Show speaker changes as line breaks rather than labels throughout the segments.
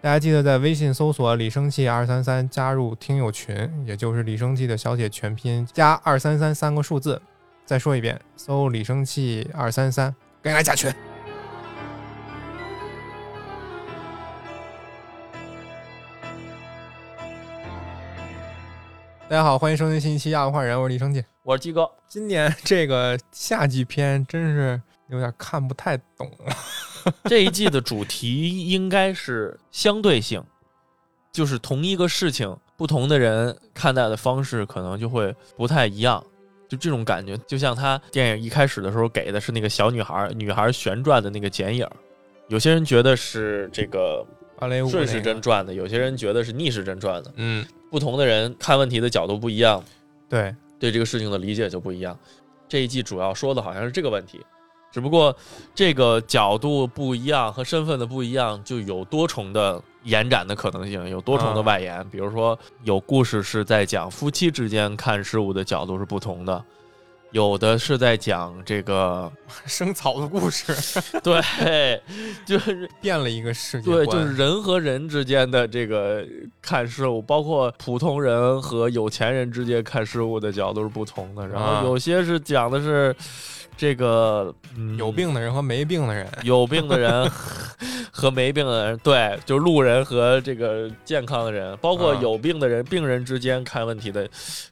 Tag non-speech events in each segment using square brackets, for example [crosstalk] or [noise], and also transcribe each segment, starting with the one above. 大家记得在微信搜索“李生气二三三”，加入听友群，也就是李生气的小写全拼加二三三三个数字。再说一遍，搜“李生气二三三”，赶紧来加群。大家好，欢迎收听新一期《亚文化人》，我是李生气。
我是鸡哥，
今年这个夏季片真是有点看不太懂了。
这一季的主题应该是相对性，就是同一个事情，不同的人看待的方式可能就会不太一样，就这种感觉，就像他电影一开始的时候给的是那个小女孩，女孩旋转的那个剪影，有些人觉得是这个
芭蕾舞
顺
那
时
个
针转的，有些人觉得是逆时针转的，
嗯，
不同的人看问题的角度不一样，
对，
对这个事情的理解就不一样。这一季主要说的好像是这个问题，只不过这个角度不一样和身份的不一样，就有多重的延展的可能性，有多重的外延。比如说，有故事是在讲夫妻之间看事物的角度是不同的，有的是在讲这个， [laughs]
生草的故事
对，就是
变了一个世界观，
对，就是人和人之间的这个看事物，包括普通人和有钱人之间看事物的角度是不同的。然
啊
后有些是讲的是这个、嗯、
有病的人和没病的人。
有病的人
[laughs]
和没病的人，对，就是路人和这个健康的人，包括
啊
有病的人、病人之间看问题的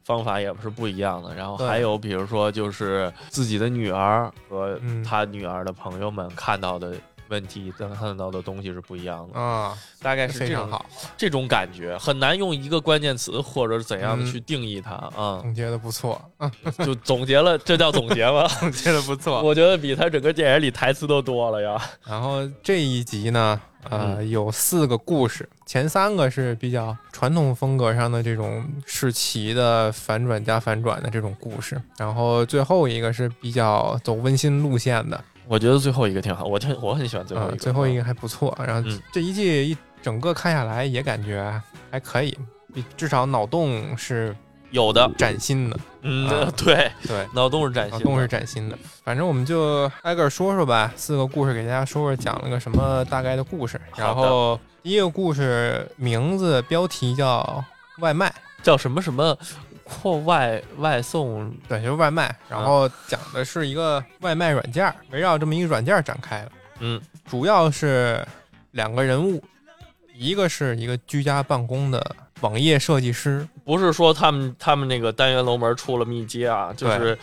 方法也是不一样的。然后
对
还有比如说就是自己的女儿和
嗯
他女儿的朋友们看到的问题、看到的东西是不一样的。
啊，
大概是
非
这
常
种
好，
这种感觉，很难用一个关键词或者是怎样的
嗯
去定义它啊、
总结的不
[laughs]
错，嗯，
就总结了，这叫总结 [laughs] 吗？
总结的不错。
我觉得比他整个电影里台词都多了呀。
然后这一集呢，呃，
嗯
有四个故事，前三个是比较传统风格上的这种世奇的反转加反转的这种故事，然后最后一个是比较走温馨路线的，
我觉得最后一个挺好，我挺我很喜嗯欢最后一
啊
个，，
最后一个还不错。然后
嗯
这一季一整个看下来也感觉还可以，比至少脑洞是
有的，
崭新的，
嗯，
啊
对，
对，
脑洞是崭
脑
新，
啊洞是，崭新的。反正我们就挨个儿说说吧，四个故事给大家说说讲了个什么大概的故事。
好的
然后第一个故事名字标题叫外卖，
叫什么什么扩外外送，
对，就是外卖。然
嗯
后讲的是一个外卖软件儿，围绕这么一个软件儿展开的。
嗯，
主要是两个人物，一个是一个居家办公的网页设计师，
不是说他们他们那个单元楼门出了密接啊，就是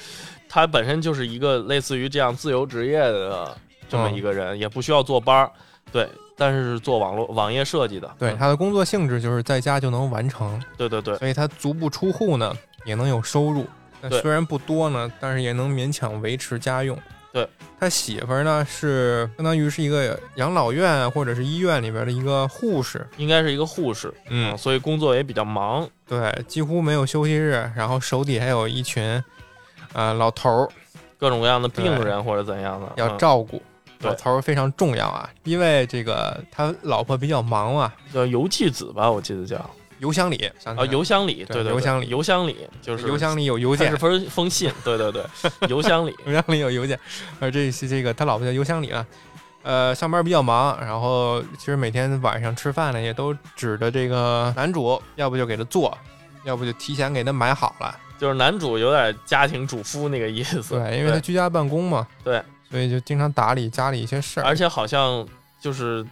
他本身就是一个类似于这样自由职业的这么一个
嗯
人，也不需要坐班儿，对，但是是做网络网页设计的，
对
嗯
他的工作性质就是在家就能完成，
对对对，
所以他足不出户呢也能有收入。那
对
虽然不多呢，但是也能勉强维持家用。
对，
他媳妇儿呢是相当于是一个养老院啊或者是医院里边的一个护士，
应该是一个护士，啊
嗯，
所以工作也比较忙，
对，几乎没有休息日，然后手底还有一群，呃，老头儿
各种各样的病
对
人或者怎样的
要
嗯
照顾。
对
老头儿非常重要啊，因为这个他老婆比较忙嘛，
叫油气子吧，我记得叫
邮箱里
啊，邮箱里，
对
对对，
邮箱里
邮箱里就是
邮箱里有邮
它
件
是，封封信，对对对，邮箱里，
邮箱里有邮件，而这是这个他老婆叫邮箱里啊，呃，上班比较忙，然后其实每天晚上吃饭呢，也都指着这个男主，要不就给他做，要不就提前给他买好了，
就是男主有点家庭主夫那个意思，
对，因为他居家办公嘛，
对，
所以就经常打理家里一些事儿，
而且好像就是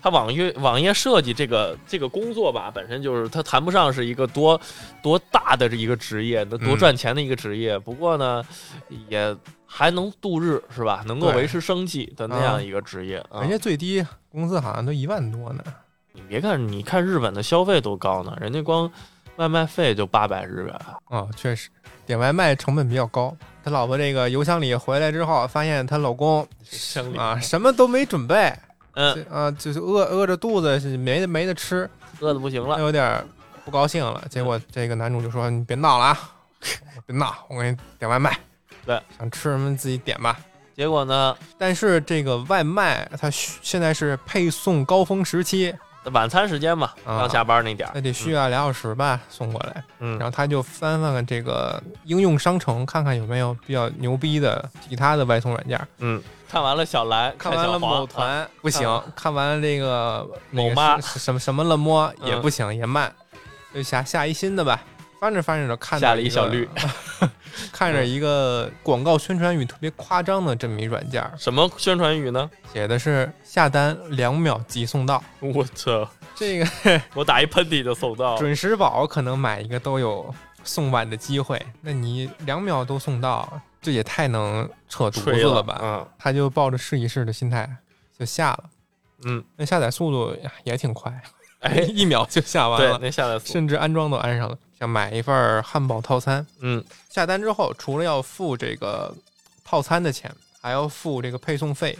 他网页网页设计这个这个工作吧，本身就是他谈不上是一个多多大的这一个职业，那多
嗯
赚钱的一个职业。不过呢，也还能度日是吧？能够
对
维持生计的那
啊
样一个职业。啊
人家最低工资好像都一万多呢，
你别看你看日本的消费多高呢，人家光外卖费就八百日元，
啊、确实，点外卖成本比较高。他老婆这个邮箱里回来之后，发现她老公
生理
啊什么都没准备，
嗯
这啊就是饿饿着肚子是没没得吃，
饿的不行
他
了，嗯
有点儿不高兴了。结果这个男主就说：“你别闹了啊， [laughs] 别闹，我给你点外卖。
对，
想吃什么自己点吧。
结果呢，
但是这个外卖它需现在是配送高峰时期，
晚餐时间嘛，
啊
刚下班那点儿，
那得需要俩小时吧送过来，
嗯，
然
嗯
后他就翻翻这个应用商城，看看有没有比较牛逼的其他的外送软件。
嗯，看完了小蓝，
看完了
小黄
某
啊
团不行
看完，
看完了这个那个
某妈
是什么什么了么
嗯
也不行，也慢，就下下一新的吧。翻着翻着就看到
下了一
一
小绿，
[laughs] 看着一个广告宣传语特别夸张的这么一软件，
啊什么宣传语呢？
写的是下单两秒即送到，
[laughs] 我操！
这个
我打一喷嚏就送到了，
准时宝可能买一个都有送晚的机会，那你两秒都送到，这也太能扯犊子
吹了
吧？
嗯
他就抱着试一试的心态就下了，
嗯，
那下载速度也挺快，
[laughs] 哎
一秒就下完
对，
了，
那下来送，
甚至安装都安上了。想买一份汉堡套餐，
嗯
下单之后除了要付这个套餐的钱，还要付这个配送费。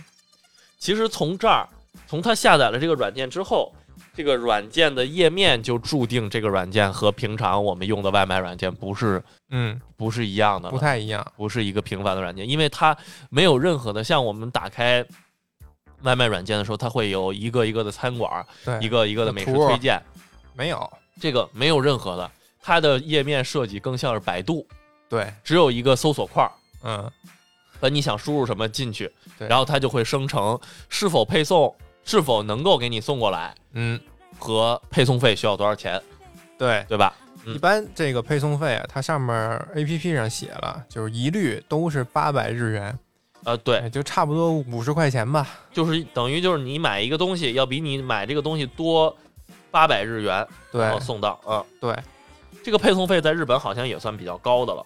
其实从这儿，从他下载了这个软件之后，这个软件的页面就注定这个软件和平常我们用的外卖软件不是
嗯，
不是一样的了，
不太一样。
不是一个平凡的软件，因为它没有任何的像我们打开外卖软件的时候，它会有一个一个的餐馆，
对，
呃一个一个的美食
图
推荐，
没有。
这个没有任何的，它的页面设计更像是百度，
对，
只有一个搜索块儿。
嗯，
把你想输入什么进去，
对
然后它就会生成是否配送、是否能够给你送过来
嗯，
和配送费需要多少钱，
对。
对吧？嗯
一般这个配送费啊，它上面 A P P 上写了，就是一律都是八百日元，
呃，对，
也就差不多五十块钱吧。
就是等于就是你买一个东西要比你买这个东西多八百日元，然
对
后送到，嗯，
对，
这个配送费在日本好像也算比较高的了，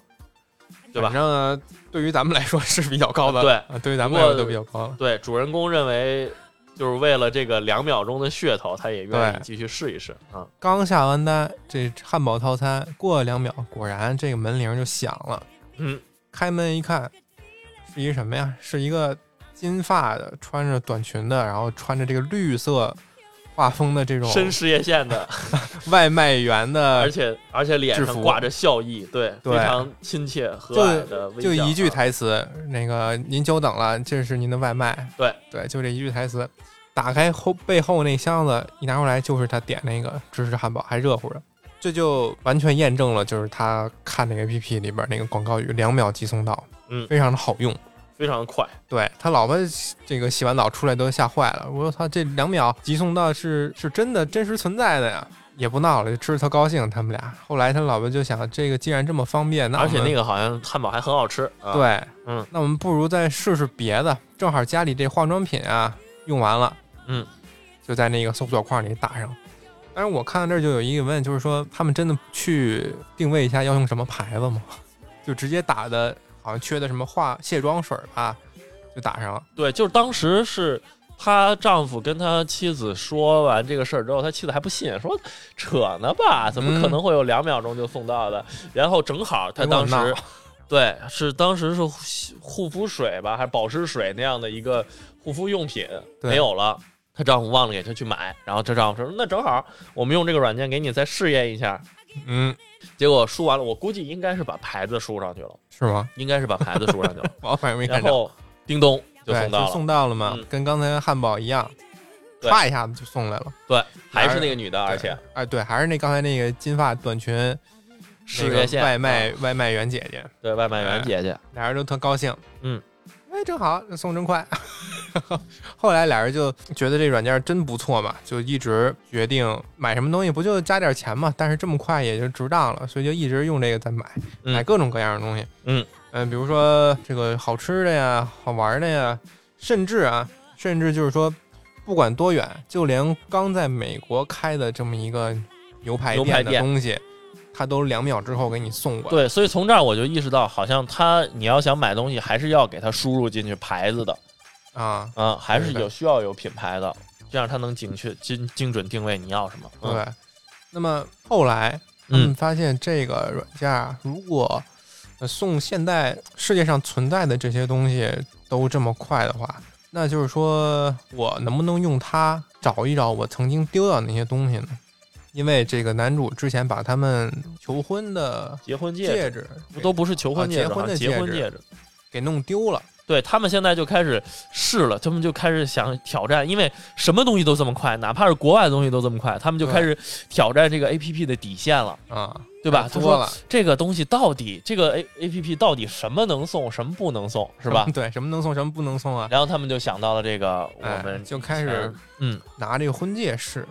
对吧
反？正呢对于咱们来说是比较高的，
对
啊，对于咱
不
们来说
过
都比较高了。
对，主人公认为就是为了这个两秒钟的噱头，他也愿意
对
继续试一试啊、
刚下完单，这汉堡套餐过了两秒，果然这个门铃就响了。
嗯，
开门一看，是一什么呀？是一个金发的，穿着短裙的，然后穿着这个绿色画风的这种
深事业
[laughs]
线的，
外卖员
而
的，
且而且脸
制
上
服
挂着笑意，对，
对
非常亲切和蔼的微笑，
就一句
啊，
台词，那个您久等了，这是您的外卖。
对
对，就这一句台词。打开后背后那箱子，一拿过来就是他点那个芝士汉堡，还热乎着。这就完全验证了，就是他看那个 APP 里边那个广告语“两秒即送到”，
嗯
非常的好用。
非常快，
对他老婆这个洗完澡出来都吓坏了，我说他这两秒即送到是是真的真实存在的呀，也不闹了，吃的特高兴。他们俩后来他老婆就想，这个既然这么方便，那
而且
我们
那个好像汉堡还很好吃，啊、，
对，
嗯，
那我们不如再试试别的，正好家里这化妆品啊用完了，
嗯，
就在那个搜索框里打上。但是我看到这儿就有一个疑问，就是说他们真的去定位一下要用什么牌子吗？ [laughs] 就直接打的，好像缺的什么化卸妆水吧，就打上了。
对，就是当时是她丈夫跟他妻子说完这个事儿之后，他妻子还不信，说扯呢吧，怎么可能会有两秒钟就送到的？然后正好他当
嗯跟我
时
闹
对是当时是护护肤水吧，还是保湿水那样的一个护肤用品
对
没有了。她丈夫忘了给她去买，然后她丈夫说：“那正好，我们用这个软件给你再试验一下。
嗯，”
结果输完了，我估计应该是把牌子输上去了，
是吗？
应该是把牌子输上去了。
我反正没
[laughs] 然
看着。
后叮咚就
对，
送到
就
了，
送到了嘛，
嗯
跟刚才汉堡一样，
对
歘一下子就送来了。
对，还是那个女的，而且
对哎，对，还是那刚才那个金发短裙那
事业
个
线
外
啊
卖、哎外卖员姐姐。
对外卖员姐姐，
俩人都特高兴，
嗯，
哎，正好送真快。 [laughs] 后来俩人就觉得这软件真不错嘛，就一直决定买什么东西不就加点钱嘛，但是这么快也就值当了，所以就一直用这个在买，
嗯
买各种各样的东西，
嗯
呃比如说这个好吃的呀，好玩的呀，甚至啊，甚至就是说不管多远，就连刚在美国开的这么一个牛排
牛排
店的
店
东西，它都两秒之后给你送过来，
对，所以从这儿我就意识到，好像他你要想买东西，还是要给他输入进去牌子的
啊，
啊、还是
对
有需要有品牌的，这样他能精确精精准定位你要什么。嗯、
对，那么后来他
嗯
们发现这个软件儿啊如果呃送现代世界上存在的这些东西都这么快的话，那就是说我能不能用它找一找我曾经丢掉的那些东西呢？因为这个男主之前把他们求婚的
结婚戒指
戒指
不都不是求婚
啊
戒
结
指，
婚
好像
的
结
戒
婚
指
戒指
给弄丢了。
对他们现在就开始试了，他们就开始想挑战，因为什么东西都这么快，哪怕是国外的东西都这么快，他们就开始挑战这个 A P P 的底线了，
啊，
对吧？
太
他
多
说
了
这个东西到底这个 A A P P 到底什么能送，什么不能送，是吧？
[laughs] 对，什么能送，什么不能送啊？
然后他们就想到了这个，我
哎
们
就开始
嗯，
拿这个婚戒试，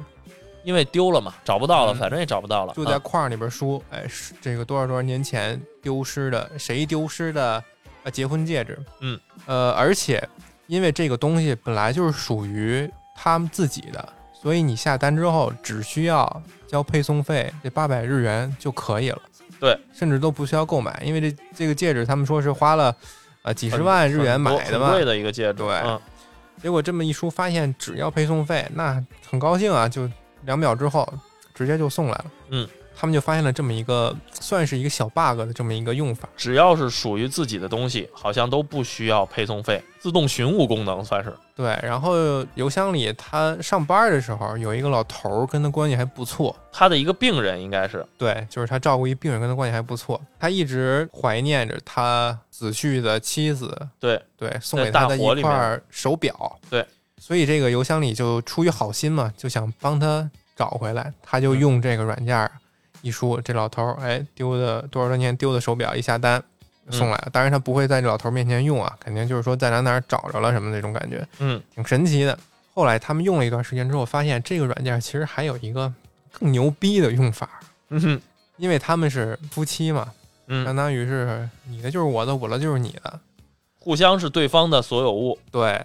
因为丢了嘛，找不到了，
嗯
反正也找不到了，
就在
啊
框里边输，哎，是这个多少多少年前丢失的，谁丢失的呃结婚戒指？
嗯，
呃，而且因为这个东西本来就是属于他们自己的，所以你下单之后只需要交配送费这八百日元就可以了。
对，
甚至都不需要购买，因为这这个戒指他们说是花了呃几十万日元
很多
买的
很
嘛，
贵的一个戒指，
对
嗯
结果这么一输，发现只要配送费，那很高兴啊，就两秒之后直接就送来了。
嗯，
他们就发现了这么一个算是一个小 bug 的这么一个用法。
只要是属于自己的东西，好像都不需要配送费，自动寻物功能算是。
对，然后邮箱里他上班的时候有一个老头儿跟他关系还不错，
他的一个病人应该是，
对，就是他照顾一病人跟他关系还不错，他一直怀念着他死去的妻子，
对
对，送给他的
大火
一
里
块
面
手表，
对，
所以这个邮箱里就出于好心嘛，就想帮他找回来，他就
嗯
用这个软件儿一输，这老头儿哎丢的多少多少年丢的手表一下单
嗯
送来了，当然他不会在这老头儿面前用啊，肯定就是说在哪哪儿找着了什么那种感觉，
嗯，
挺神奇的。后来他们用了一段时间之后，发现这个软件其实还有一个更牛逼的用法，
嗯哼
因为他们是夫妻嘛，相
嗯，
当于是你的就是我的，我的就是你的，
互相是对方的所有物，
对。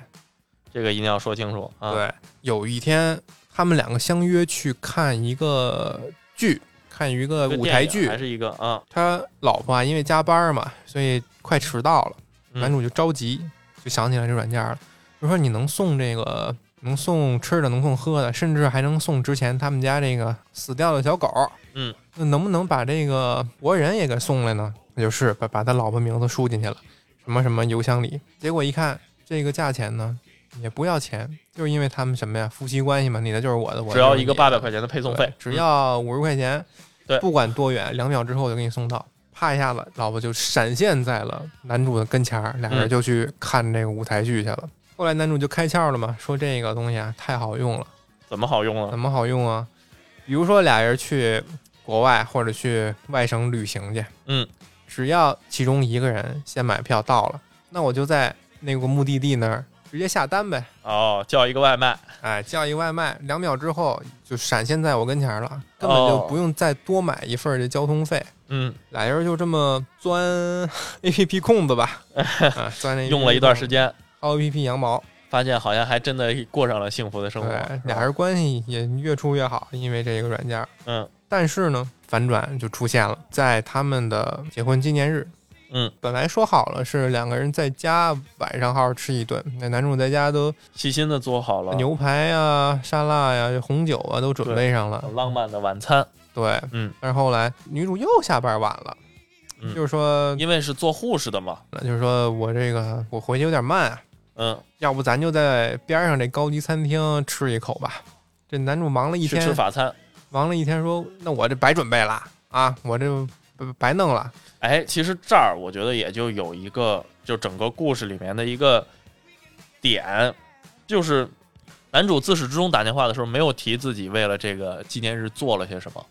这个一定要说清楚啊。，
对，有一天他们两个相约去看一个剧，看一个舞台剧
还。是一个啊，
他老婆啊，因为加班嘛，所以快迟到了，
嗯
男主就着急，就想起来这软件了，就说你能送这个。能送吃的，能送喝的，甚至还能送之前他们家这个死掉的小狗。
嗯，
那能不能把这个活人也给送来呢？那就是把把他老婆名字输进去了，什么什么邮箱里。结果一看这个价钱呢，也不要钱，就是因为他们什么呀，夫妻关系嘛，你的就是我的，我的
只要
就是
一个
你的
八百块钱的配送
对
费，
只要五十块钱，
嗯对
不管多远，两秒之后我就给你送到。啪一下子，老婆就闪现在了男主的跟前儿，俩人
嗯
就去看这个舞台剧去了。后来男主就开窍了嘛，说这个东西啊太好用了，
嗯怎么好用
怎
了？
么好用啊？比如说俩人去国外或者去外省旅行去，
嗯，
只要其中一个人先买票到了，那我就在那个目的地那儿直接下单呗，
哦，叫一个外卖，
哎，叫一外卖，两秒之后就闪现在我跟前儿了，根本就
哦
不用再多买一份儿这交通费。
嗯，
俩人就这么钻 [laughs] A P P 空子
[laughs]
吧，啊，钻
用了一段时
间
间，
薅 A P P 羊毛，
发现好像还真的过上了幸福的生活。
对，
是吧
俩人关系也越处越好，因为这个软件儿。
嗯
但是呢，反转就出现了，在他们的结婚纪念日，
嗯，
本来说好了是两个人在家晚上好好吃一顿，那男主在家都
细心的做好了
牛排呀、沙拉呀、红酒啊都准备上了，
很呃浪漫的晚餐，
对，
嗯，
但是后来女主又下班晚了，
嗯
就是说，
因为是做护士的嘛，
就是说我这个我回去有点慢啊，
嗯，
要不咱就在边上这高级餐厅吃一口吧。这男主忙了一
去
天，
吃法餐。
忙了一天说，那我这白准备了啊，我这白白弄了。
哎，其实这儿我觉得也就有一个，就整个故事里面的一个点，就是男主自始至终打电话的时候没有提自己为了这个纪念日做了些什么，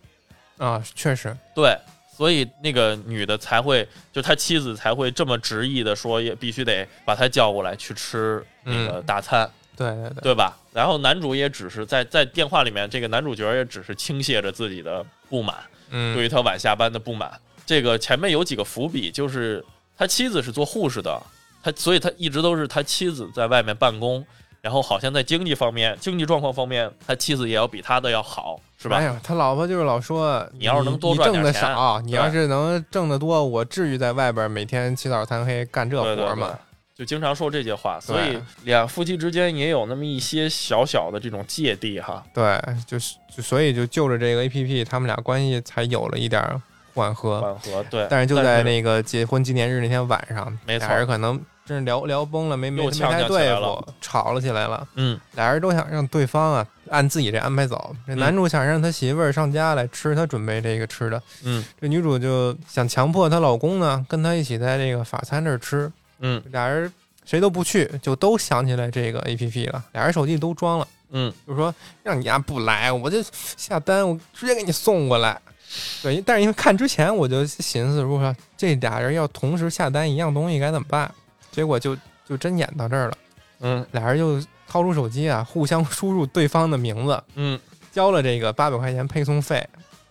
啊，确实，
对，所以那个女的才会，就他妻子才会这么执意的说，也必须得把他叫过来去吃
嗯
那个大餐，
对对对，
对吧？然后男主也只是在在电话里面，这个男主角也只是倾泻着自己的不满。
嗯，
对于他晚下班的不满。这个前面有几个伏笔，就是他妻子是做护士的，他所以他一直都是他妻子在外面办公，然后好像在经济方面、经济状况方面，他妻子也要比他的要好，是吧？
哎呀，他老婆就是老说，
你要是能多
你
赚
挣
点
的
钱啊
少，你
对
要是能挣得多，我至于在外边每天起早贪黑干这
对对
活
对
吗？
就经常说这些话，
对
所以两夫妻之间也有那么一些小小的这种芥蒂哈。
对，就是就所以就就着这个 A P P，他们俩关系才有了一点儿缓和。
缓和对，
嗯但是就在
是
那个结婚纪念日那天晚上，
没错
俩人可能真是聊聊崩了，没没
又
没
呛
太
呛起
对
来
付
了，
吵了起来了。
嗯
俩人都想让对方啊按自己这安排走。这男主想让他媳妇儿上家来吃他准备这个吃的，
嗯
这女主就想强迫她老公呢跟她一起在这个法餐这儿吃。
嗯
俩人谁都不去，就都想起来这个 A P P 了，俩人手机都装了，
嗯，
就说让你丫不来，我就下单，我直接给你送过来。对，但是因为看之前我就寻思，如果这俩人要同时下单一样东西该怎么办？结果就就真演到这儿了，
嗯
俩人就掏出手机啊，互相输入对方的名字，
嗯
交了这个八百块钱配送费，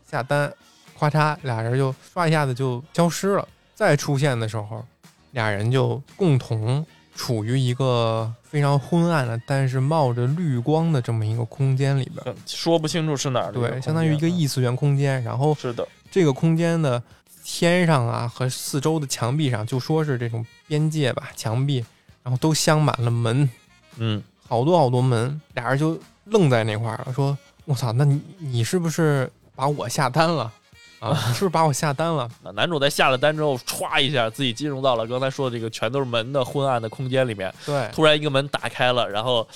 下单，咔嚓，俩人就刷一下子就消失了。再出现的时候，俩人就共同处于一个非常昏暗的，但是冒着绿光的这么一个空间里边。
嗯，说不清楚是哪儿的个空
对，
间，
相当于一个
嗯
异次元空间。然后
是的，
这个空间的天上啊和四周的墙壁上，就说是这种边界吧，墙壁，然后都镶满了门，
嗯
好多好多门，俩人就愣在那块儿了，说：“我操，那你你是不是把我下单了啊？
[laughs]
你是不是把我下单了？
啊男主在下了单之后，歘一下自己进入到了刚才说的这个全都是门的昏暗的空间里面，
对，
突然一个门打开了，然后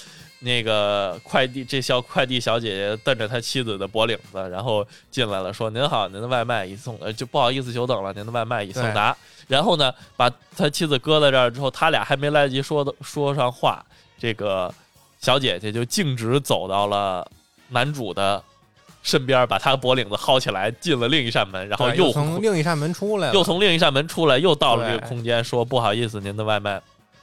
那个快递这小快递小姐姐瞪着她妻子的脖领子，然后进来了，说：“您好，您的外卖已送，呃，就不好意思久等了，您的外卖已送达。”然后呢，把他妻子搁在这儿之后，他俩还没来得及说的说上话，这个小姐姐就径直走到了男主的身边，把他脖领子薅起来，进了另一扇门，然后
对
又
从另一扇门出来
又
了。
从另一扇门出来，又到了
对
这个空间，说：“不好意思，您的外卖。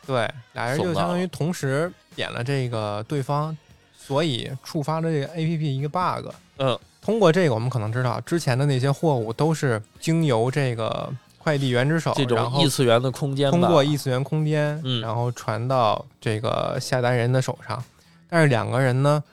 对，俩人就相当于同时点了这个对方，所以触发了这个 A P P 一个 bug。
嗯，
通过这个，我们可能知道之前的那些货物都是经由这个快递员之手，”
这
然
种
后
异次元的空间吧，
通过异次元空间，
嗯
然后传到这个下单人的手上。但是两个人呢，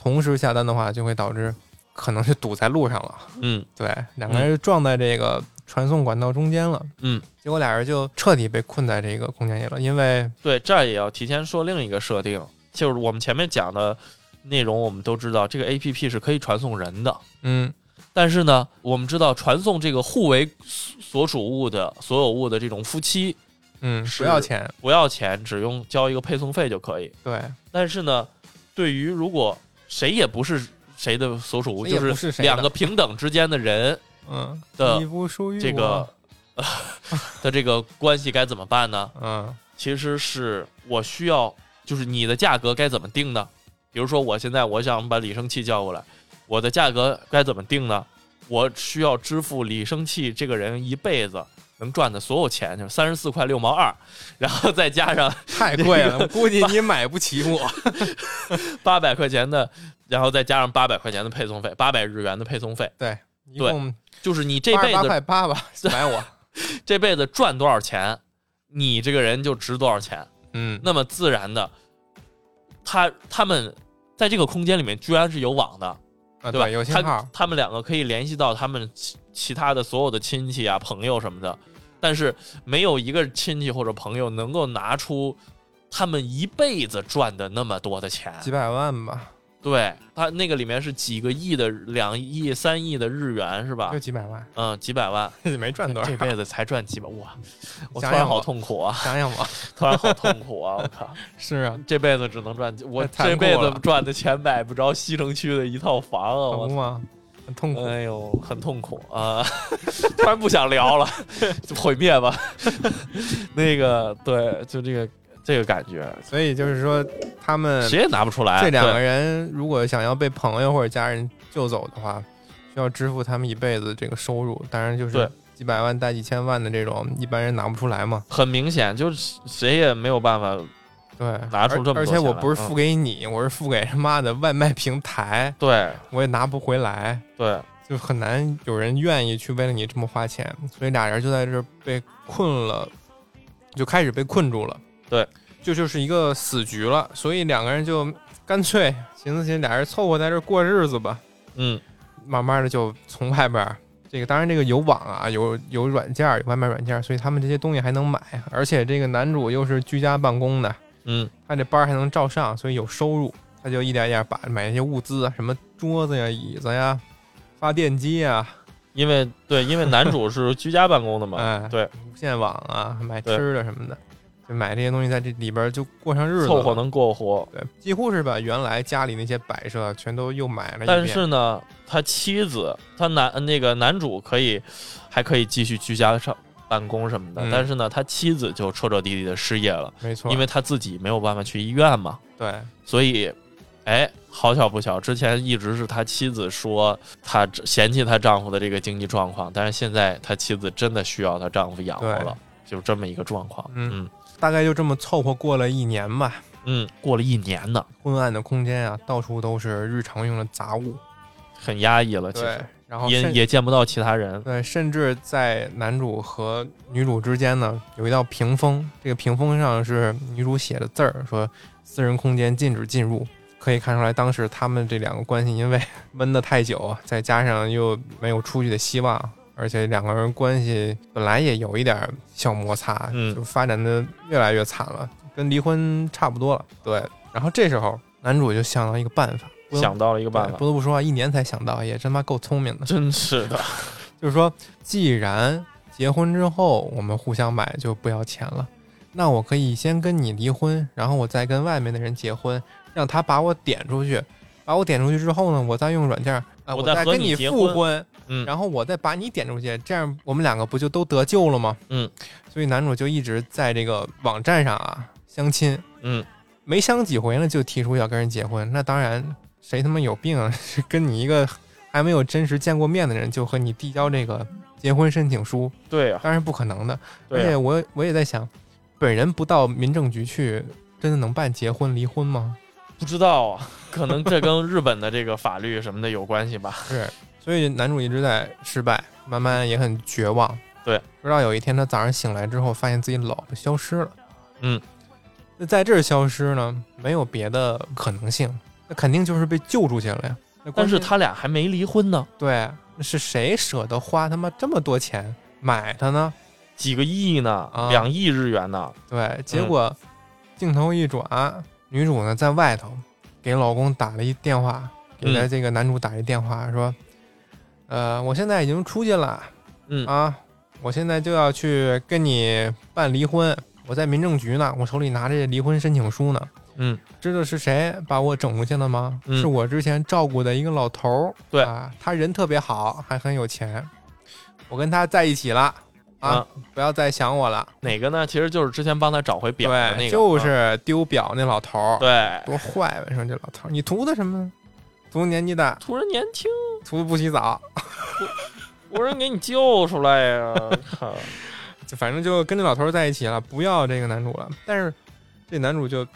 同时下单的话，就会导致可能就堵在路上了。
嗯
对，两个人就撞在这个传送管道中间了。
嗯，
结果俩人就彻底被困在这个空间里了，因为，
对，这儿也要提前说另一个设定，就是我们前面讲的内容，我们都知道这个 A P P 是可以传送人的，
嗯，
但是呢，我们知道传送这个互为所属物的所有物的这种夫妻
嗯，
是
不要钱，
不要钱，只用交一个配送费就可以。
对，
但是呢，对于如果谁也不是谁的所属物，
谁也
就
不是谁的
两个平等之间的人
嗯，
的
你不属于
这
我
个，的这个关系该怎么办呢？
嗯，
其实是我需要，就是你的价格该怎么定呢？比如说，我现在我想把李生气叫过来，我的价格该怎么定呢？我需要支付李生气这个人一辈子能赚的所有钱，就是三十四块六毛二，然后再加上 [laughs]
太贵了，我估计你买不起我。
八百块钱的，然后再加上八百块钱的配送费，八百日元的配送费，
对，一共
就是你这
八
辈
十八
子
块八
[laughs]
吧，买我，
这辈子赚多少钱，你这个人就值多少钱。
嗯，
那么自然的，他他们在这个空间里面居然是有网的，
啊
对吧？
对，有信
他
号，
他们两个可以联系到他们其其他的所有的亲戚啊、朋友什么的，但是没有一个亲戚或者朋友能够拿出他们一辈子赚的那么多的钱。
几百万吧，
对他那个里面是几个亿的、两亿、三亿的日元是吧
就？几百万，
嗯，几
[laughs]
百万，
没赚多少
这。辈子才赚几百，哇！我突
想
然
想
好
吧
痛苦啊！
想想吧，
突然好痛苦啊！我靠。
[laughs] 是啊，
这辈子只能赚，我
太
这
残酷
辈子
了
赚的钱买不着西城区的一套房啊！
可不
[laughs] 我
吗？很痛苦。
哎呦，很痛苦啊！ [laughs] 突然不想聊了，就毁灭吧。 [laughs] 那个，对，就这个这个感觉，
所以就是说，他们
谁也拿不出来。
嗯这两个
对
人如果想要被朋友或者家人救走的话，需要支付他们一辈子这个收入，当然就是
对
几百万带几千万的这种，一般人拿不出来嘛。
很明显，就是谁也没有办法。
对，
拿出这么多
而而
钱
且
来嗯
我不是付给你，我是付给他妈的外卖平台，
对
我也拿不回来。
对，
就很难有人愿意去为了你这么花钱，所以俩人就在这儿被困了，就开始被困住了。
对，
就就是一个死局了，所以两个人就干脆寻思寻思，俩人凑合在这儿过日子吧。
嗯
慢慢的就从外边儿这个，当然这个有网啊，有有软件儿，有外卖软件儿，所以他们这些东西还能买，而且这个男主又是居家办公的，
嗯
他这班儿还能照上，所以有收入，他就一点一点把买一些物资啊，什么桌子呀、椅子呀、发电机啊呀。
因为对，因为男主是居家办公
[laughs]
的嘛，
哎，
对，
无线网啊，买
对
吃的什么的，就买这些东西在这里边就过上日子了，
凑合能过活。
对，几乎是把原来家里那些摆设啊全都又买了一遍。
但是呢，他妻子，他男那个男主可以，还可以继续居家上办公什么的。
嗯
但是呢，他妻子就彻彻底底的失业了，
没错，
因为他自己没有办法去医院嘛。
对，
所以，哎，好巧不巧，之前一直是他妻子说她嫌弃她丈夫的这个经济状况，但是现在他妻子真的需要她丈夫养活
对
了，就这么一个状况。
嗯
嗯
大概就这么凑合过了一年吧。
嗯，过了一年呢，
昏暗的空间啊，到处都是日常用的杂物，
很压抑了，其
对
实，
然后
也
甚
也见不到其他人。
对，甚至在男主和女主之间呢，有一道屏风，这个屏风上是女主写的字儿，说私人空间禁止进入。可以看出来，当时他们这两个关系因为 [laughs] 闷得太久，啊再加上又没有出去的希望，而且两个人关系本来也有一点小摩擦，
嗯
就发展的越来越惨了，跟离婚差不多了。对，然后这时候男主就想到一个办法，不得
想到了一个办
对
法
不，得不说啊，一年才想到，也真妈够聪明的。
真是的，
就是说，既然结婚之后我们互相买就不要钱了，那我可以先跟你离婚，然后我再跟外面的人结婚，让他把我点出去，把我点出去之后呢，我再用软件儿，呃，
我
我
再和
跟
你结
复
婚
婚，
嗯
然后我再把你点出去，这样我们两个不就都得救了吗？
嗯，
所以男主就一直在这个网站上啊相亲，
嗯，
没相几回呢，就提出要跟人结婚，那当然，谁他妈有病啊？是跟你一个还没有真实见过面的人就和你递交这个结婚申请书，
对呀，
当然是不可能的。而
对啊
且
呀，
我我也在想，本人不到民政局去，真的能办结婚离婚吗？
不知道啊， [laughs] 可能这跟日本的这个法律什么的有关系吧。
是，所以男主一直在失败，慢慢也很绝望。
对，
直到有一天他早上醒来之后，发现自己老婆消失了。
嗯，
那在这儿消失呢，没有别的可能性，那肯定就是被救出去了呀。那关
但是
键
他俩还没离婚呢，
对，那是谁舍得花他妈这么多钱买它呢？
几个亿呢
啊，
两亿日元呢，
对，
嗯
结果镜头一转，女主呢在外头给老公打了一电话，给她
嗯
这个男主打一电话说：“呃，我现在已经出去了，
嗯
啊，我现在就要去跟你办离婚，我在民政局呢，我手里拿着离婚申请书呢。
嗯，
知道是谁把我整出去了吗？
嗯
是我之前照顾的一个老头儿，
对
啊，他人特别好，还很有钱，我跟他在一起了。”啊
啊，
不要再想我了，
哪个呢？其实就是之前帮他找回表的那
对，
个，嗯
就是丢表那老头儿，
对，
多坏吧？你说这老头儿，你图他什么呢？图年纪大，
突然年轻，
图不洗澡，
我人给你救出
[laughs]
来呀！靠
就反正就跟这老头儿在一起了，不要这个男主了。但是这男主就，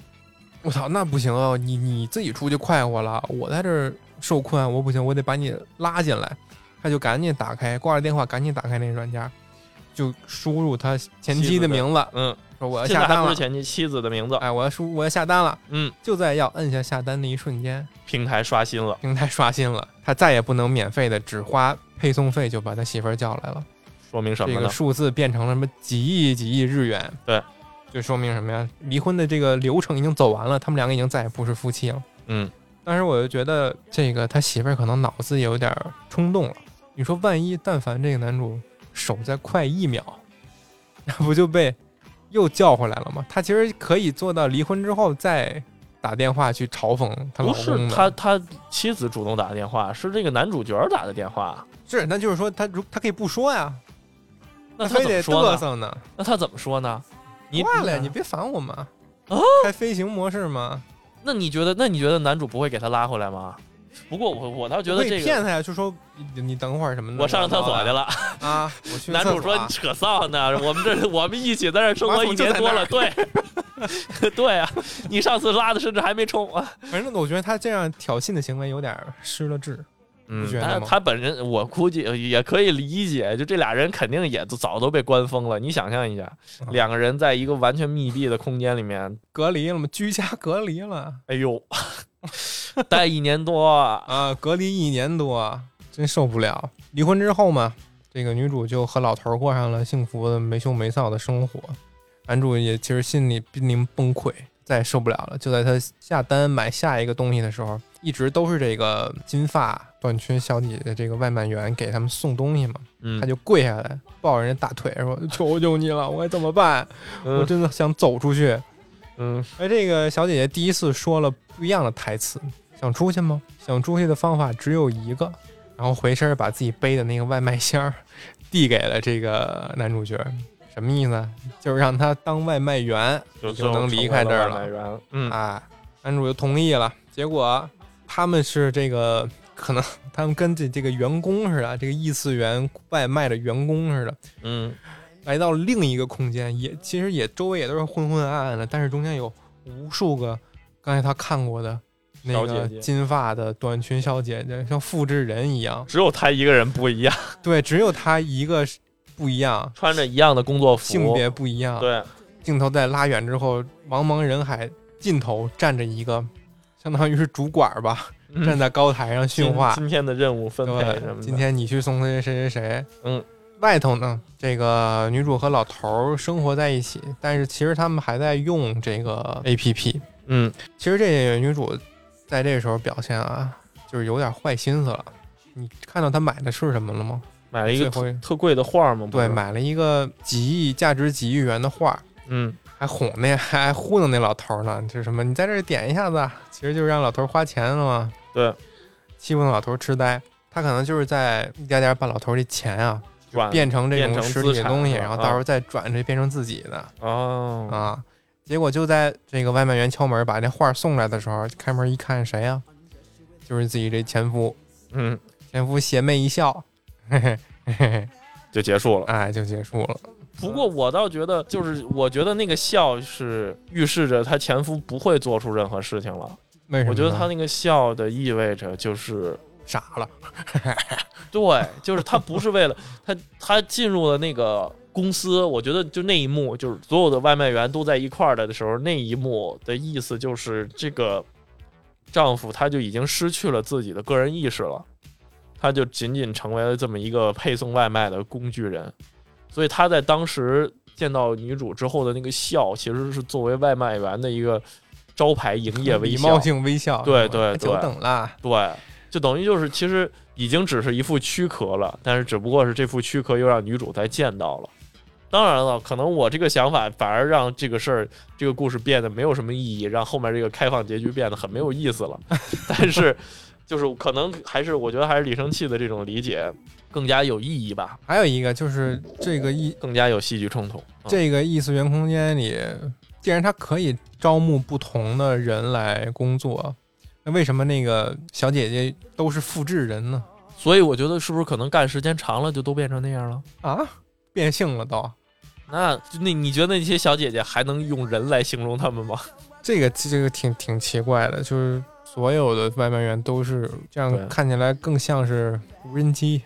我操，那不行啊！你你自己出去快活了，我在这儿受困，我不行，我得把你拉进来。他就赶紧打开，挂了电话，赶紧打开那个软件儿，就输入他前妻的名字，
嗯，
说我要
现
下
在还
单
不
了
是，前妻妻子的名字，
哎，我要输，我要下单了。
嗯，
就在要摁下下单那一瞬间，
平台刷新了，
平台刷新了，他再也不能免费的只花配送费就把他媳妇儿叫来了。
说明什
这
么
个
呢？
数字变成了什么几亿几亿日元？
对，
就说明什么呀？离婚的这个流程已经走完了，他们两个已经再也不是夫妻了。
嗯，
当时我就觉得这个他媳妇儿可能脑子有点儿冲动了。你说万一但凡这个男主手再快一秒， [laughs] 那不就被又叫回来了吗？他其实可以做到离婚之后再打电话去嘲讽她老
不
公的。
是他他妻子主动打的电话，是这个男主角打的电话。
是，那就是说他如他可以不说呀，
那他
非
怎
得
么说
嘚
呢？
瑟呢？
那他怎么说呢？你
挂了呀，你别烦我嘛。
啊，
开飞行模式嘛，
那你觉得那你觉得男主不会给他拉回来吗？不过我我倒觉
我
得
可以
这
骗
个，
他呀，就说你你等会儿什么的。
我上厕所去了。
啊！我去厕所啊。
男主说：“你扯臊呢，我们这我们一起在这儿生活一年多了，对，对 [laughs] 啊，你上次拉的甚至还没冲啊。
反正我觉得他这样挑衅的行为有点儿失了智。
嗯
不觉得
他
吗
他本人我估计也可以理解，就这俩人肯定也都早都被关封了。你想象一下，
嗯
两个人在一个完全密闭的空间里面，
隔离了嘛，居家隔离了
哎
[laughs]
呦，待一年多，
啊，隔离一年多，真受不了。离婚之后嘛，这个女主就和老头儿过上了幸福的没羞没臊的生活，男主也其实心里濒临崩溃，再也受不了了。就在他下单买下一个东西的时候，一直都是这个金发短裙小姐姐这个外卖员给他们送东西嘛，
嗯
他，就跪下来抱着人家大腿说：“求求你了，我该怎么办？我
嗯
真的想走出去。”
嗯
而哎这个小姐姐第一次说了不一样的台词：“想出去吗？想出去的方法只有一个。”然后回身把自己背的那个外卖箱儿递给了这个男主角，什么意思呢？就是让他当外卖员
就
就能离开这儿了
了。嗯，
啊。男主就同意了，结果他们是这个，可能 [laughs] 他们跟这这个员工似的，这个异次元外卖的员工似的，
嗯，
来到另一个空间，也其实也周围也都是昏昏暗暗的，但是中间有无数个刚才他看过的那
小
个
姐姐
金发的短裙小姐姐，像复制人一样。
只有他一个人不一样， [laughs]
对，只有她一个是不一样，
穿着一样的工作服，
性别不一样。
对，
镜头在拉远之后，茫茫人海尽头站着一个，相当于是主管吧，
嗯
站在高台上
今
训话。
今天的任务分配什
嗯对，
么
今
的，
天你去送谁谁谁谁。
嗯，
外头呢，这个女主和老头儿生活在一起，但是其实他们还在用这个 A P P。
嗯，
其实这女主在这时候表现啊，就是有点坏心思了。你看到她买的是什么了吗？
买哎了一
最
个嗯
后
特特贵的画嘛，不
对，
是，
买了一个几亿价值几亿元的画儿，
嗯，
还哄那 [laughs] 还糊弄那老头儿呢，就是什么你在这儿点一下子，其实就是让老头儿花钱了嘛，
对，
欺负那老头儿痴呆。他可能就是在一点点把老头儿这钱啊
转
变成这
变
种
成
实体
资
的
产啊
东西，
是吧
然后到时候再转这变成自己的
哦，
啊。结果就在这个外卖员敲门把那画儿送来的时候，开门一看谁呀、就是自己这前夫。
嗯，
前夫邪魅一笑，嘿嘿嘿
[laughs]
嘿，
就结束了。
哎，就结束了。
不过我倒觉得，就是我觉得那个笑是预示着她前夫不会做出任何事情了。
为什么呢？
我觉得他那个笑的意味着就是，
傻了。
对，就是他不是为了他，他进入了那个公司。我觉得就那一幕，就是所有的外卖员都在一块儿的时候，那一幕的意思就是这个丈夫他就已经失去了自己的个人意识了，他就仅仅成为了这么一个配送外卖的工具人。所以他在当时见到女主之后的那个笑，其实是作为外卖员的一个招牌营业微
礼
笑
貌。性微笑，
对
是吧
对对
久等了。
对，就等于就是其实已经只是一副躯壳了，但是只不过是这副躯壳又让女主再见到了。当然了，可能我这个想法反而让这个事儿、这个故事变得没有什么意义，让后面这个开放结局变得很没有意思 [laughs] 了。但是，就是可能还是我觉得还是李生气的这种理解更加有意义吧，
还有一个就是这个异
更加有戏剧冲突。嗯
这个异次元空间里，既然它可以招募不同的人来工作，那为什么那个小姐姐都是复制人呢？
嗯所以我觉得是不是可能干时间长了就都变成那样了？
啊，变性了都？
那就那你觉得那些小姐姐还能用人来形容她们吗？
这个这个挺挺奇怪的，就是所有的外卖员都是这
对
样，看起来更像是无人机。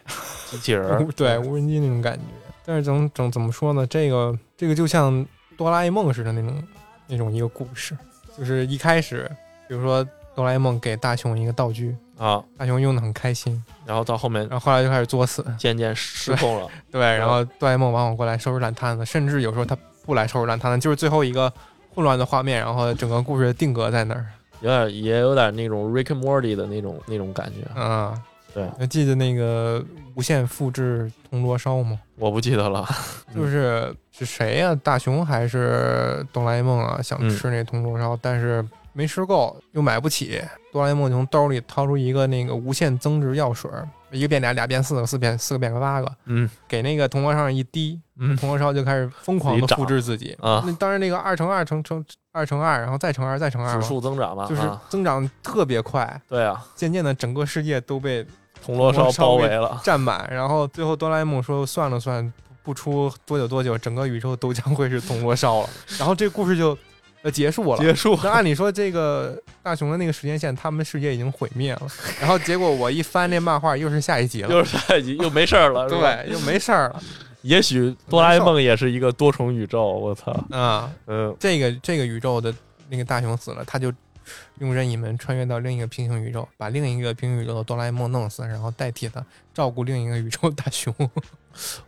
机器人 [laughs] 儿
无对无人机那种感觉。但是怎怎怎么说呢？这个这个就像哆啦 A 梦似的那种那种一个故事，就是一开始，比如说哆啦 A 梦给大雄一个道具，
啊，
大雄用的很开心，
然后到后面
然后后来就开始作死，
渐渐失控了。
嗯对，然后哆啦 A 梦往往过来收拾烂摊子，甚至有时候他不来收拾烂摊子，就是最后一个混乱的画面，然后整个故事定格在那儿。
有点也有点那种 Rick and Morty 的那种那种感觉，
嗯，
对，
还记得那个无限复制铜锣烧吗？
我不记得了。
就是是谁呀、大雄还是哆啦 A 梦啊？想吃那铜锣烧，但是没吃够，又买不起。哆啦 A 梦从兜里掏出一个那个无限增值药水儿，一个变俩，俩变四个，四变四个变个八个，
嗯
给那个铜锣烧上一滴，
嗯
铜锣烧就开始疯狂的
自己长
复制自己。
啊，
那当然，那个二乘二乘乘二乘二，然后再乘二再乘二
指
嘛，
数增长嘛，
就是
啊
增长特别快，
对啊，
渐渐的整个世界都被
铜锣烧包
[laughs]
围了。
占满，然后最后哆啦 A 梦说算了算，不出多久多久，整个宇宙都将会是铜锣烧 [laughs] 了。然后这故事就呃结束了。
结束
那按理说，这个大雄的那个时间线，他们世界已经毁灭 [laughs] 了。然后结果我一翻这漫画，又是下一集了，
又是 [laughs] 赛季，又没事儿了，是吧？
对，又没事儿了
也许哆啦 A 梦也是一个多重宇宙，我操，
啊、
嗯，
这个这个宇宙的那个大雄死了，他就用任意门穿越到另一个平行宇宙，把另一个平行宇宙的哆啦 A 梦弄死，然后代替他照顾另一个宇宙的大 [laughs] 雄。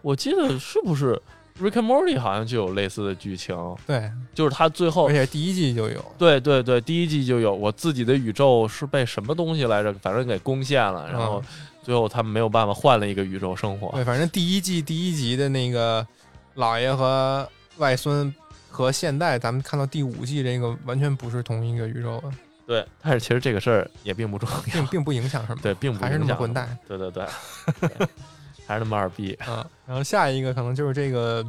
我记得是不是 Rick and Morty 好像就有类似的剧情，
对，
就是他最后
而且第一季就有。
对对对，第一季就有我自己的宇宙是被什么东西来着，反正给攻陷了，
嗯
然后最后他们没有办法换了一个宇宙生活。
对，反正第一季第一集的那个老爷和外孙和现在咱们看到第五季这个完全不是同一个宇宙的，
对，但是其实这 [laughs] 个事儿也并不重要，
并并不影响什么，
对，并不
还是那 [laughs]
影
么
响
混蛋。，
对对对，还是那么二逼
啊。然后下一个可能就是这个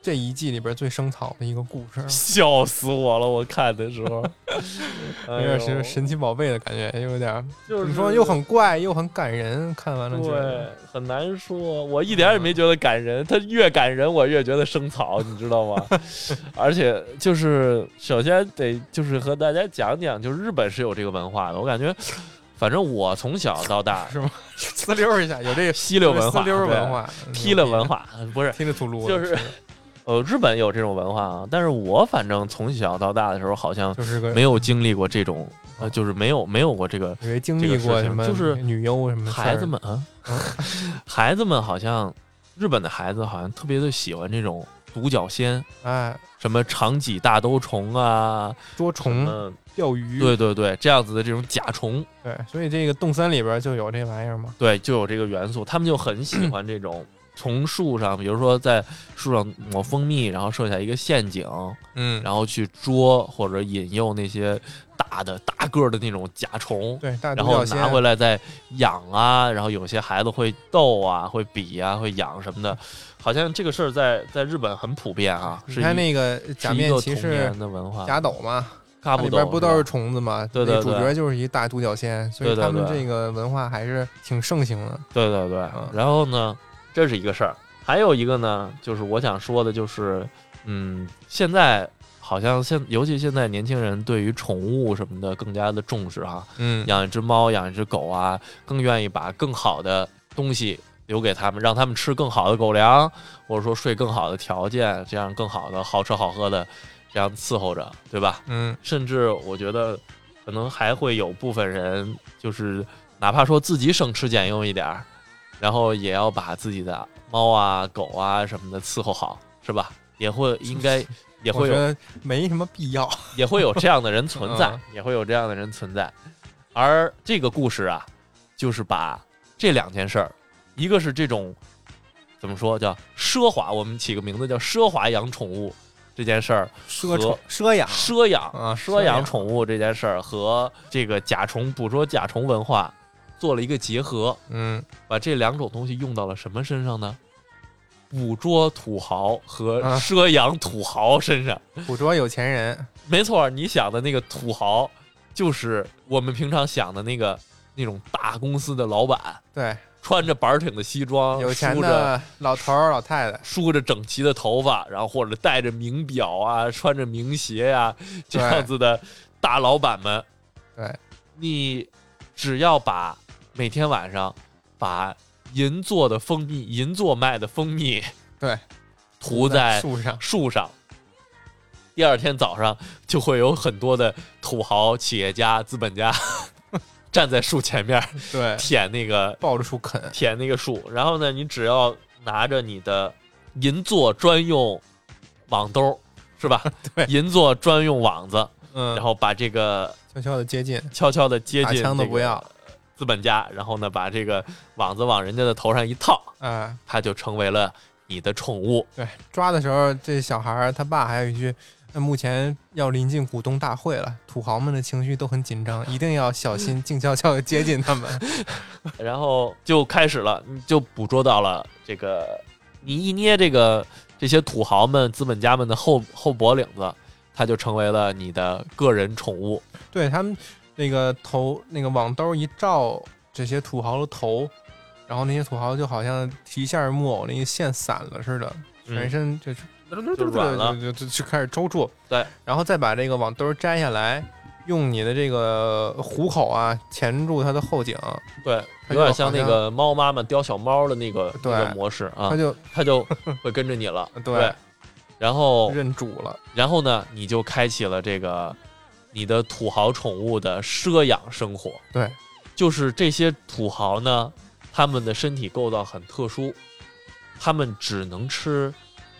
这一季里边最生草的一个故事了，
[laughs] 笑死我了！我看的时
[laughs]
候，
有
哎
点
呦
是神奇宝贝的感觉，有点
就是
你说又很怪又很感人，看完了觉
对
得，
很难说。我一点儿也没觉得感人，他越感人，我越觉得生草，你知道吗？ [laughs] 而且就是首先得就是和大家讲讲，就是日本是有这个文化的。我感觉，反正我从小到大
是吗？呲溜一下，有
[laughs]
这
吸溜文化，
呲溜
对
文，化，嗯
踢了文化，不是
踢了秃噜，
就是呃，日本有这种文化啊。但是我反正从小到大的时候，好像
就是个
没有经历过这种，呃，就是没有没有过这个
以为经历过什么，
这个事情就是
女优什么事儿
孩子们啊， [laughs] 孩子们好像日本的孩子好像特别的喜欢这种独角仙，
哎，
什么长脊大兜虫啊，
捉虫、
嗯，
钓鱼，
对对对，这样子的这种甲虫，
对，所以这个动森里边就有这玩意儿嘛。
对，就有这个元素，他们就
[clears throat]
很喜欢这种从树上，比如说在树上抹蜂蜜，然后设下一个陷阱，
嗯，
然后去捉或者引诱那些大的大个儿的那种甲虫。
对，大
然
独
后
角仙
拿回来再养啊，然后有些孩子会斗啊，会比啊，会养什么的，好像这个事儿在在日本很普遍啊，
嗯你
是
看
一
那个假
是一
面
个
骑
童
士
年的文化，
贾斗嘛，
嘎
它
不
里边
懂
不都是虫子嘛？
对
那
对
主
对
角就是一大独角仙，所以
对对
他们
对
这个文化还是挺盛行的。
对对对
嗯。
然后呢，这是一个事儿，还有一个呢，就是我想说的，就是嗯，现在好像现尤其现在年轻人对于宠物什么的更加的重视哈、
嗯
养一只猫、养一只狗啊，更愿意把更好的东西留给他们，让他们吃更好的狗粮，或者说睡更好的条件，这样更好的好吃好喝的这样伺候着，对吧？
嗯，
甚至我觉得，可能还会有部分人，就是哪怕说自己省吃俭用一点儿，然后也要把自己的猫啊、狗啊什么的伺候好，是吧？也会
[laughs]
应该也
我
会
觉
有
得没什么必要。
也会有这样的人存在
嗯，
也会有这样的人存在。而这个故事啊，就是把这两件事儿，一个是这种怎么说叫奢华，我们起个名字叫奢华养宠物这件事儿，
奢宠奢养
奢养
啊，
奢养宠物这件事儿和这个甲虫捕捉甲虫文化做了一个结合，
嗯，
把这两种东西用到了什么身上呢？捕捉土豪和
啊
奢养土豪身上。
捕捉有钱人，
没错，你想的那个土豪，就是我们平常想的那个那种大公司的老板，
对，
穿着板挺的西装，
有钱
哦梳着
的老头儿老太太，
梳着整齐的头发，然后或者戴着名表啊，穿着名鞋呀、这样子的大老板们。
对，
你只要把每天晚上把银做的蜂蜜，银做卖的蜂蜜，
对，
涂在
树上，
树上。第二天早上就会有很多的土豪、企业家、资本家 [laughs] 站在树
[laughs]
前面 [laughs]
对，
舔那个
抱着树啃，
舔那个树。然后呢，你只要拿着你的银座专用网兜，是吧？
[laughs] 对
银座专用网子，
嗯，
然后把这个
悄悄的接近，
悄悄的接
打
近
枪都
这
不
个
要
资本家，然后呢，把这个网子往人家的头上一套，
啊，
它就成为了你的宠物。
对，抓的时候这小孩儿他爸还有一句。那目前要临近股东大会了，土豪们的情绪都很紧张，一定要小心，静悄悄的接近他们。
然后就开始了，你就捕捉到了这个，你一捏这个这些土豪们、资本家们的后后脖领子，它就成为了你的个人宠物。
对他们那个头那个网兜一照这些土豪的头，然后那些土豪就好像一下木偶那个线散了似的，全
嗯，
身就是
就软了
就就就开始抽搐。
对，
然后再把这个网兜摘下来，用你的这个虎口啊钳住它的后颈，
嗯对，
它就
有点像
好
那
像
个猫妈妈叼小猫的那个
对
那个模式啊
它，就
它就会跟着你了。
[laughs] 对
然后
认主了。
然后呢，你就开启了这个你的土豪宠物的奢养生活。
对，
就是这些土豪呢，他们的身体构造很特殊，他们只能吃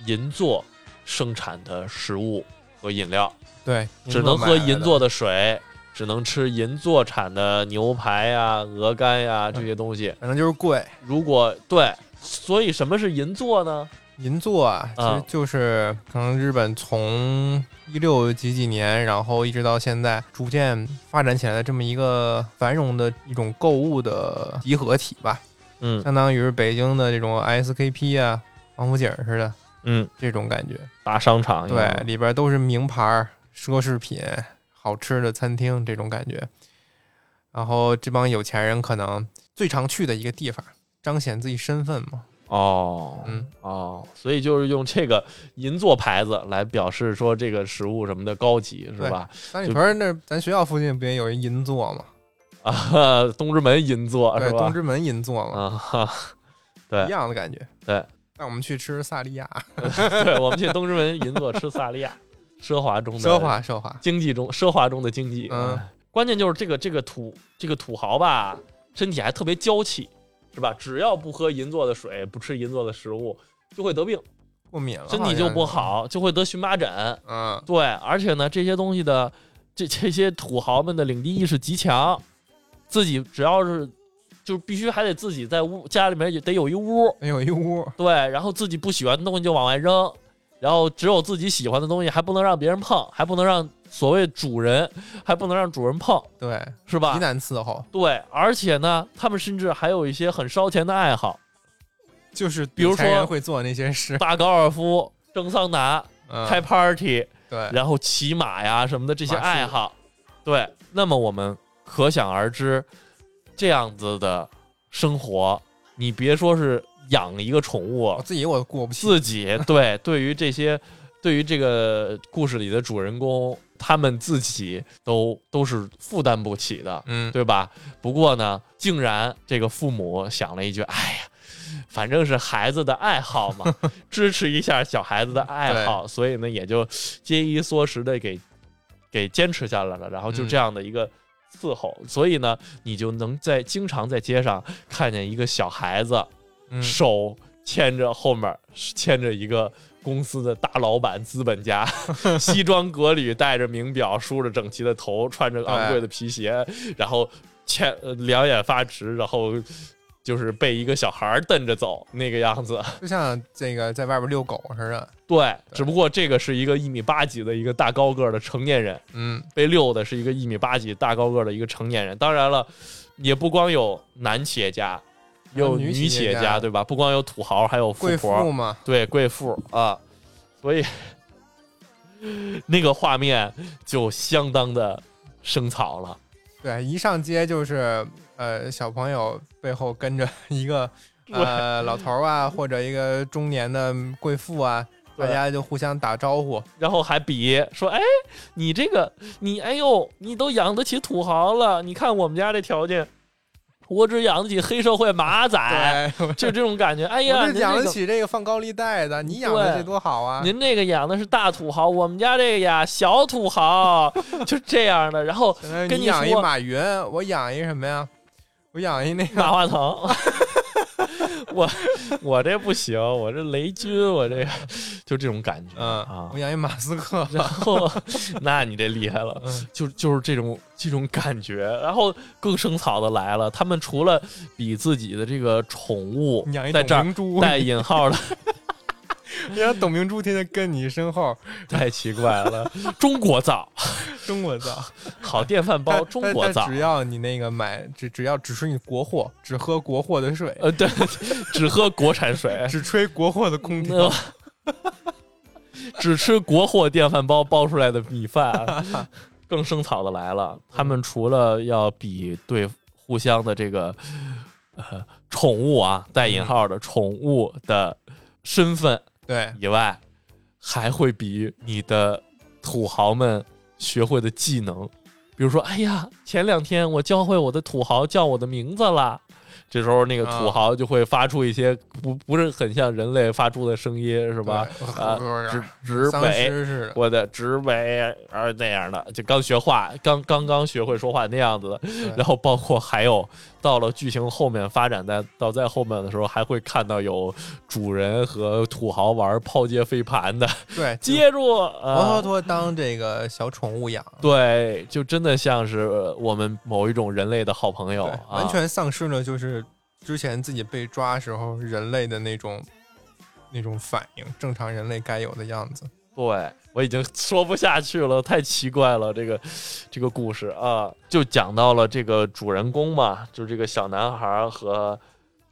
银座生产的食物和饮料，
对，
只能喝银
座
座的水，只能吃银座产的牛排呀、鹅肝呀、
嗯
这些东西。
买的，反正就是贵。
如果对，所以什么是银座呢？
银座啊，其实
啊
就是可能日本从一六几几年，然后一直到现在逐渐发展起来的这么一个繁荣的一种购物的集合体吧。
嗯
相当于是北京的这种 SKP 啊、王府井似的
嗯，
这种感觉。
大商场一
对
样，
里边都是名牌儿、奢侈品、好吃的餐厅这种感觉。然后这帮有钱人可能最常去的一个地方，彰显自己身份嘛。
哦，
嗯，
哦，所以就是用这个银座牌子来表示说这个食物什么的高级是吧？ [laughs]
三里屯儿那咱学校附近不也有一银座嘛？
啊，东直门银座
对，
啊是
东
吧？
直门银座嘛，
啊 [laughs] 哈，对
一样的感觉。
对，
带我们去吃萨莉亚，
对，我们去东直门银座吃萨莉亚，奢华中的
奢华奢华。
经济中奢华中的经济。啊
嗯，
关键就是这个这个土这个土豪吧，身体还特别娇气，是吧？只要不喝银座的水，不吃银座的食物，就会得病，
过敏了，
身体就不。好，就会得荨麻疹。
嗯，
对，而且呢，这些东西的这这些土豪们的领地意识极强，自己只要是就是必须还得自己在屋家里面也得有一屋，
有一屋，
对，然后自己不喜欢的东西就往外扔，然后只有自己喜欢的东西还不能让别人碰，还不能让所谓主人，还不能让主人碰，
对，
是
极
吧？
难伺候，
对，而且呢，他们甚至还有一些很烧钱的爱好，
就是比
比如说
人会做那些
[laughs]
事，
打高尔夫、蒸桑拿、
嗯，
开 party，、
对，
然后骑马呀什么的这些
哎马术
爱好。对，那么我们可想而知，这样子的生活，你别说是养一个宠物
[laughs] 我，自己我过不去，
自己对对于这些，对于这个故事里的主人公，他们自己都都是负担不起的，
嗯，
对吧？不过呢，竟然这个父母想了一句，哎呀。反正是孩子的爱好嘛，支持一下小孩子的爱好，所以呢，也就节衣缩食的给给坚持下来了。然后就
嗯
这样的一个伺候，所以呢，你就能在经常在街上看见一个小孩子，
嗯，
手牵着后面牵着一个公司的大老板、资本
[laughs]
家，西装革履，戴着名表，梳着整齐的头，穿着昂贵的皮
哎
鞋，然后牵呃两眼发直，然后就是被一个小孩儿瞪着走那个样
[laughs]
子。
就像这个在外边遛狗似的，
对，只不过这个是一个一米八几的一个大高个儿的成年人，
嗯，
被遛的是一个一米八几大高个儿的一个成年人。当然了，也不光有男企业家。也有
啊女
女
企业
企业
家
家对吧？不光有土豪，还有富
贵
婆，
妇嘛，
对贵妇啊，所以那个画面就相当的生草了。
对，一上街就是呃小朋友背后跟着 [laughs] 一个呃老头儿啊，或者一个中年的贵妇啊，大
对
家就互相打招呼，
然后还比说，哎，你这个，你哎呦，你都养得起土豪了，你看我们家这条件，我只养得起黑社会马仔，
对，
就这种感觉。哎呀，
我
您
是
这
养得
个
起这个放高利贷的，你养得起
对
多好啊！
您这个养的是大土豪，我们家这个呀小土豪， [laughs] 就这样的。然后
相当于
跟
你
你
养一
说
马云，我养一什么呀？我养一那 [laughs] 个
马化腾。我我这不行，我这雷军，我这个就这种感觉、
嗯
[laughs] 啊，
我。养一马斯克，
然后，那你这厉害了，
[laughs] 嗯
就就是这种这种感觉。然后更生草的来了，他们除了比自己的这个宠物
养一
在这
董
儿
明珠，
带引号的 [laughs]
你让董明珠天天跟你身后，
太奇怪了，中国造
中国造。
[laughs] 好电饭煲，
但
中
但
国
但
造
只。要你那个买，只只要只吃你国货，只喝国货的水，
呃，对， [laughs] 只喝国产水，
只吹国货的空
那
调，
[laughs] 只吃国货电饭煲煲出来的米饭，啊更生草的来了。他们除了要比对互相的这个呃宠物啊带引号的宠物的身份
对，
以外，还会比你的土豪们学会的技能，比如说，哎呀，前两天我教会我的土豪叫我的名字啦。这时候，那个
啊
土豪就会发出一些不不是很像人类发出的声音，是
是
吧？？啊指指
丧
北，
尸似的，
我的指北，而那样的，就刚学话，刚刚刚学会说话那样子的。然后包括还有到了剧情后面发展在到在后面的时候，还会看到有主人和土豪玩抛接飞盘的，
对，就
接住
活
啊
脱。脱当这个小宠物养，
对，就真的像是我们某一种人类的好朋友
对，
啊，
完全丧失了就是之前自己被抓时候人类的那种那种反应，正常人类该有的样子。
对我已经说不下去了，太奇怪了，这个这个故事啊，就讲到了这个主人公嘛，就这个小男孩和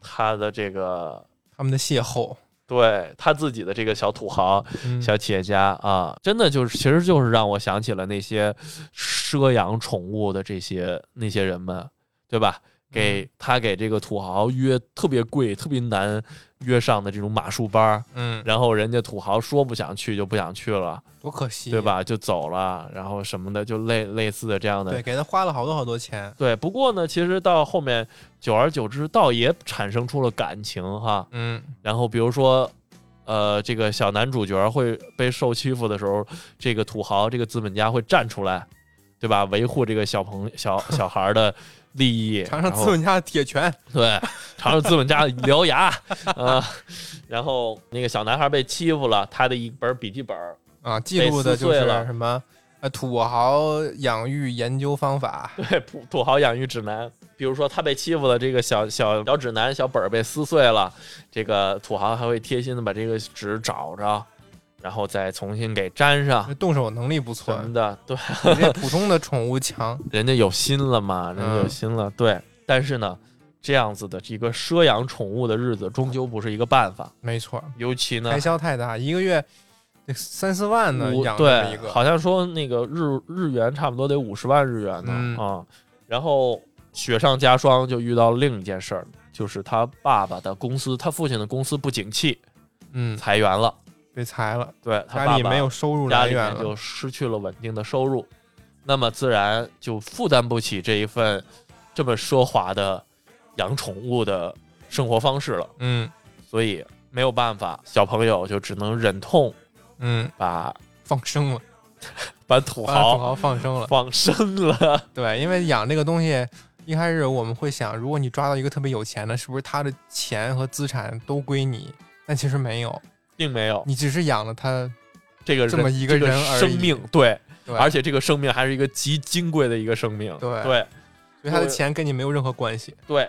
他的这个
他们的邂逅，
对他自己的这个小土豪、
嗯
小企业家啊，真的就是，其实就是让我想起了那些奢养宠物的这些那些人们，对
嗯
吧？给他给这个土豪约特别贵、特别难约上的这种马术班儿，
嗯，
然后人家土豪说不想去就不想去了，
多可惜，
对？吧？就走了，然后什么的，就类类似的这样的
对，给他花了好多好多钱，
对，不过呢，其实到后面，久而久之，倒也产生出了感情哈。
嗯，
然后比如说，呃，这个小男主角会被受欺负的时候，这个土豪、这个资本家会站出来，对吧？维护这个小朋小小孩儿的利益，
[laughs] 尝
然
尝
后
资本家的铁拳，
对，尝尝资本家的獠牙 [laughs] 啊、然后那个小男孩被欺负了，他的一本笔记本儿，
啊，记录的就
被
是
撕碎了
什么呃土豪养育研究方法，
对 [laughs] 土土豪养育指南，比如说他被欺负了，这个小小小指南小本儿被撕碎了，这个土豪还会贴心的把这个纸找着，然后再重新给粘上
动手能力不错
什，么的。对，
比这普通的宠物强。
人家有心了嘛，人家有心了。对，但是呢，这样子的这个奢养宠物的日子终究不是一个办法，
没错，
尤其呢
开。销太大，一个月得三四万呢，
嗯五
养这么
对
一，个，
好像说那个日日元差不多得五十万日元呢
嗯
啊、然后雪上加霜，就遇到另一件事儿，就是他爸爸的公司，他父亲的公司不景气，
嗯，
裁员了。
被裁了，
对他
家
爸
里
爸
没有收入
家
来
里
源
面
了，
就失去了稳定的收入，那么自然就负担不起这一份这么奢华的养宠物的生活方式了，
嗯
所以没有办法，小朋友就只能忍痛
嗯，
把
放生了，
把土
把 [laughs] 土
豪
豪放生了，
放生了。
对，因为养这个东西。一开始我们会想，如果你抓到一个特别有钱的，是不是他的钱和资产都归你？但其实没
哦
有，
并没有
你只是养了他。
这个人
这么一个人而已
生命，对，
对，
而且这个生命还是一个极金贵的一个生命，
对
对
所以他的钱跟你没有任何关系。
对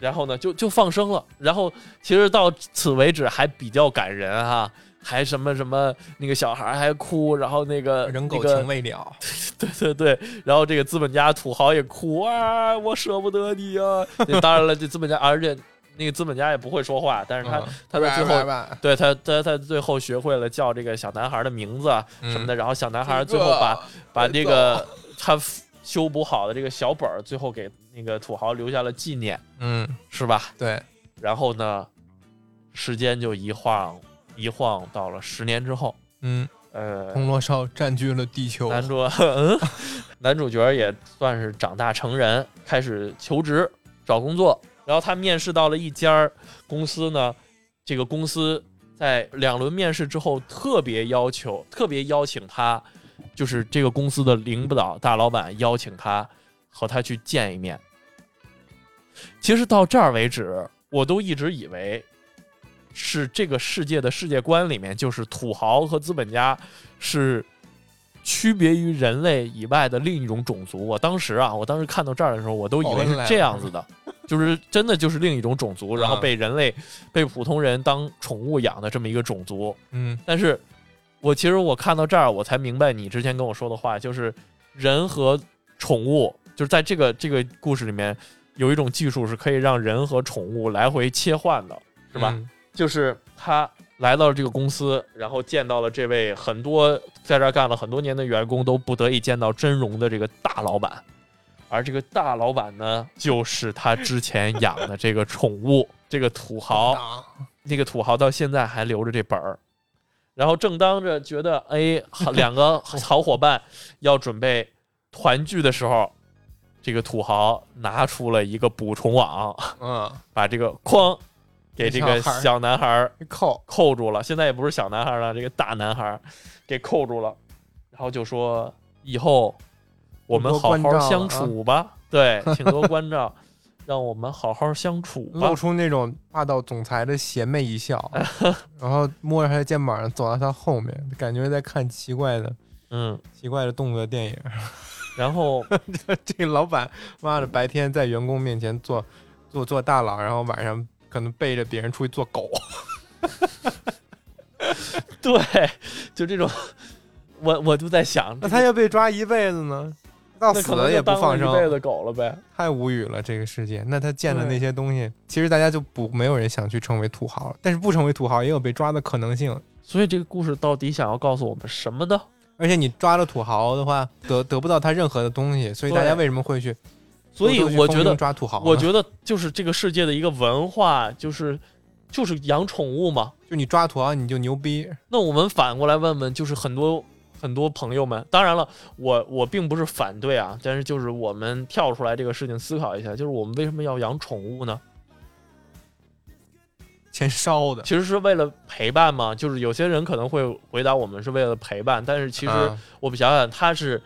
然后呢，就就放生了，然后其实到此为止还比较感人哈、还什么什么那个小孩还哭，然后那个
人狗
呃那个
情未了，
[laughs] 对对对，然后这个资本家土豪也哭啊，我舍不得你啊。那当然了，这资本家，而且那个资本家也不会说话，但是他、
嗯
他在最
拜拜
后。
拜
对他，他他最后学会了叫这个小男孩的名字啊
嗯
什么的，然后小男孩最后把把这个他 f- 修补好的这个小本儿，最后给那个土豪留下了纪念，
嗯，
是吧？
对，
然后呢，时间就一晃一晃到了十年之后，
嗯，
呃，
铜锣烧占据了地球，
[laughs] 男主嗯，男主角也算是长大成人，开始求职找工作，然后他面试到了一家儿公司呢，这个公司在两轮面试之后，特别要求，特别邀请他，就是这个公司的领导大老板邀请他和他去见一面。其实到这儿为止，我都一直以为是这个世界的世界观里面，就是土豪和资本家是区别于人类以外的另一种种族。我当时啊，我当时看到这儿的时候，我都以为是这样子的，就是真的就是另一种种族，然后被人类、被普通人当宠物养的这么一个种族。
嗯
但是我其实我看到这儿，我才明白你之前跟我说的话，就是人和宠物，就是在这个这个故事里面，有一种技术是可以让人和宠物来回切换的，是吧？
嗯
就是他来到了这个公司，然后见到了这位很多在这儿干了很多年的员工都不得已见到真容的这个大老板，而这个大老板呢，就是他之前养的这个宠物，这个土豪。
啊
那个土豪到现在还留着这本儿。然后正当着觉得哎，好
[laughs]
两个好伙伴要准备团聚的时候，这个土豪拿出了一个捕虫网，
嗯，
把这个框给这个
小孩儿
小男孩儿
扣，
扣住了。现在也不是小男孩儿了，这个大男孩儿给扣住了，然后就说以后我们好
多关
好
照啊
相处吧，对，请多关照， [laughs] 让我们好好相处吧
露。出那种霸道总裁的邪魅一笑，
[laughs]
然后摸着他的肩膀走到他后面，感觉在看奇怪的
嗯，
奇怪的动作电影。
然后。
[laughs] 这个老板，妈的，白天在员工面前做做做大佬，然后晚上可能背着别人出去做狗。 [laughs]
[laughs] 对，就这种，我我就在想，
那他要被抓一辈子呢？到
那
死
可能
了
就
也不
当了
放
一
生，
辈子狗了呗。
太无语了，这个世界。那他建的
对
那些东西，其实大家就不没有人想去成为土豪了，但是不成为土豪也有被抓的可能性。
所以这个故事到底想要告诉我们什么呢？
而且你抓了土豪的话，得得不到他任何的东西，所以大家
对
为什么会去？
所以
都去
我
风啊
觉
筝
得，
抓土豪呢，
我觉得就是这个世界的一个文化，就是就是养宠物嘛。
就你抓土豪你就牛逼，
那我们反过来问问，就是很多很多朋友们，当然了，我我并不是反对啊，但是就是我们跳出来这个事情思考一下，就是我们为什么要养宠物呢？
钱烧的。
其实是为了陪伴嘛。就是有些人可能会回答我们是为了陪伴，但是其实
啊
我们想想，它是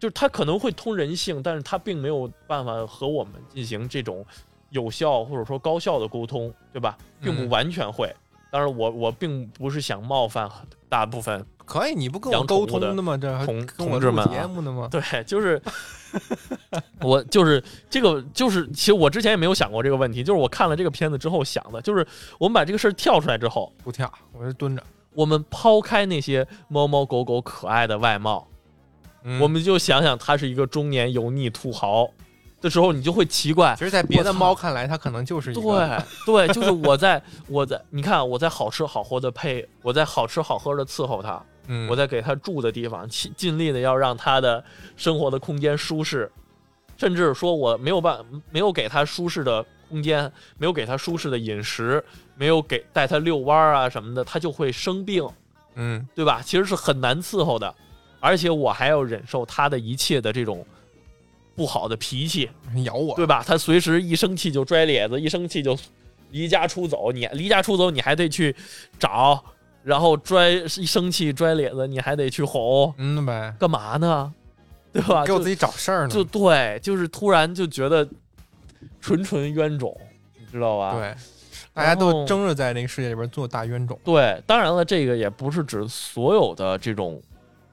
就是它可能会通人性，但是它并没有办法和我们进行这种有效或者说高效的沟通，对吧？并不
嗯
完全会。当然我，我并不是想冒犯大部分
可以，你不跟我
养宠物
沟通
的
的吗？这还
同
跟我
同志
录
们啊
节目呢吗？
对，就是我就是这个就是，其实我之前也没有想过这个问题，就是我看了这个片子之后想的，就是我们把这个事儿跳出来之后，
不跳，我这蹲着。
我们抛开那些猫猫狗狗可爱的外貌，
嗯
我们就想想它是一个中年油腻土豪的时候，你就会奇怪
其。实，在别的
我操
猫看来，它可能就是一个
对对，就是我在 [laughs] 我在你看我在好吃好喝的配，我在好吃好喝的伺候它，
嗯，
我在给他住的地方，尽尽力的要让他的生活的空间舒适，甚至说我没有办没有给他舒适的空间，没有给他舒适的饮食，没有给带他遛弯儿啊什么的，他就会生病，
嗯
对吧？其实是很难伺候的，而且我还要忍受他的一切的这种不好的脾气，
咬我，
对吧？他随时一生气就拽咧子，一生气就离家出走。你离家出走，你还得去找，然后拽一生气拽咧子，你还得去吼，
嗯呗，
干嘛呢？对吧？
给我
啊就
自己找事儿呢。
就对，就是突然就觉得纯纯冤种，你知道吧？
对，大家
啊然
都
后
争着在这个世界里边做大冤种。
对，当然了，这个也不是指所有的这种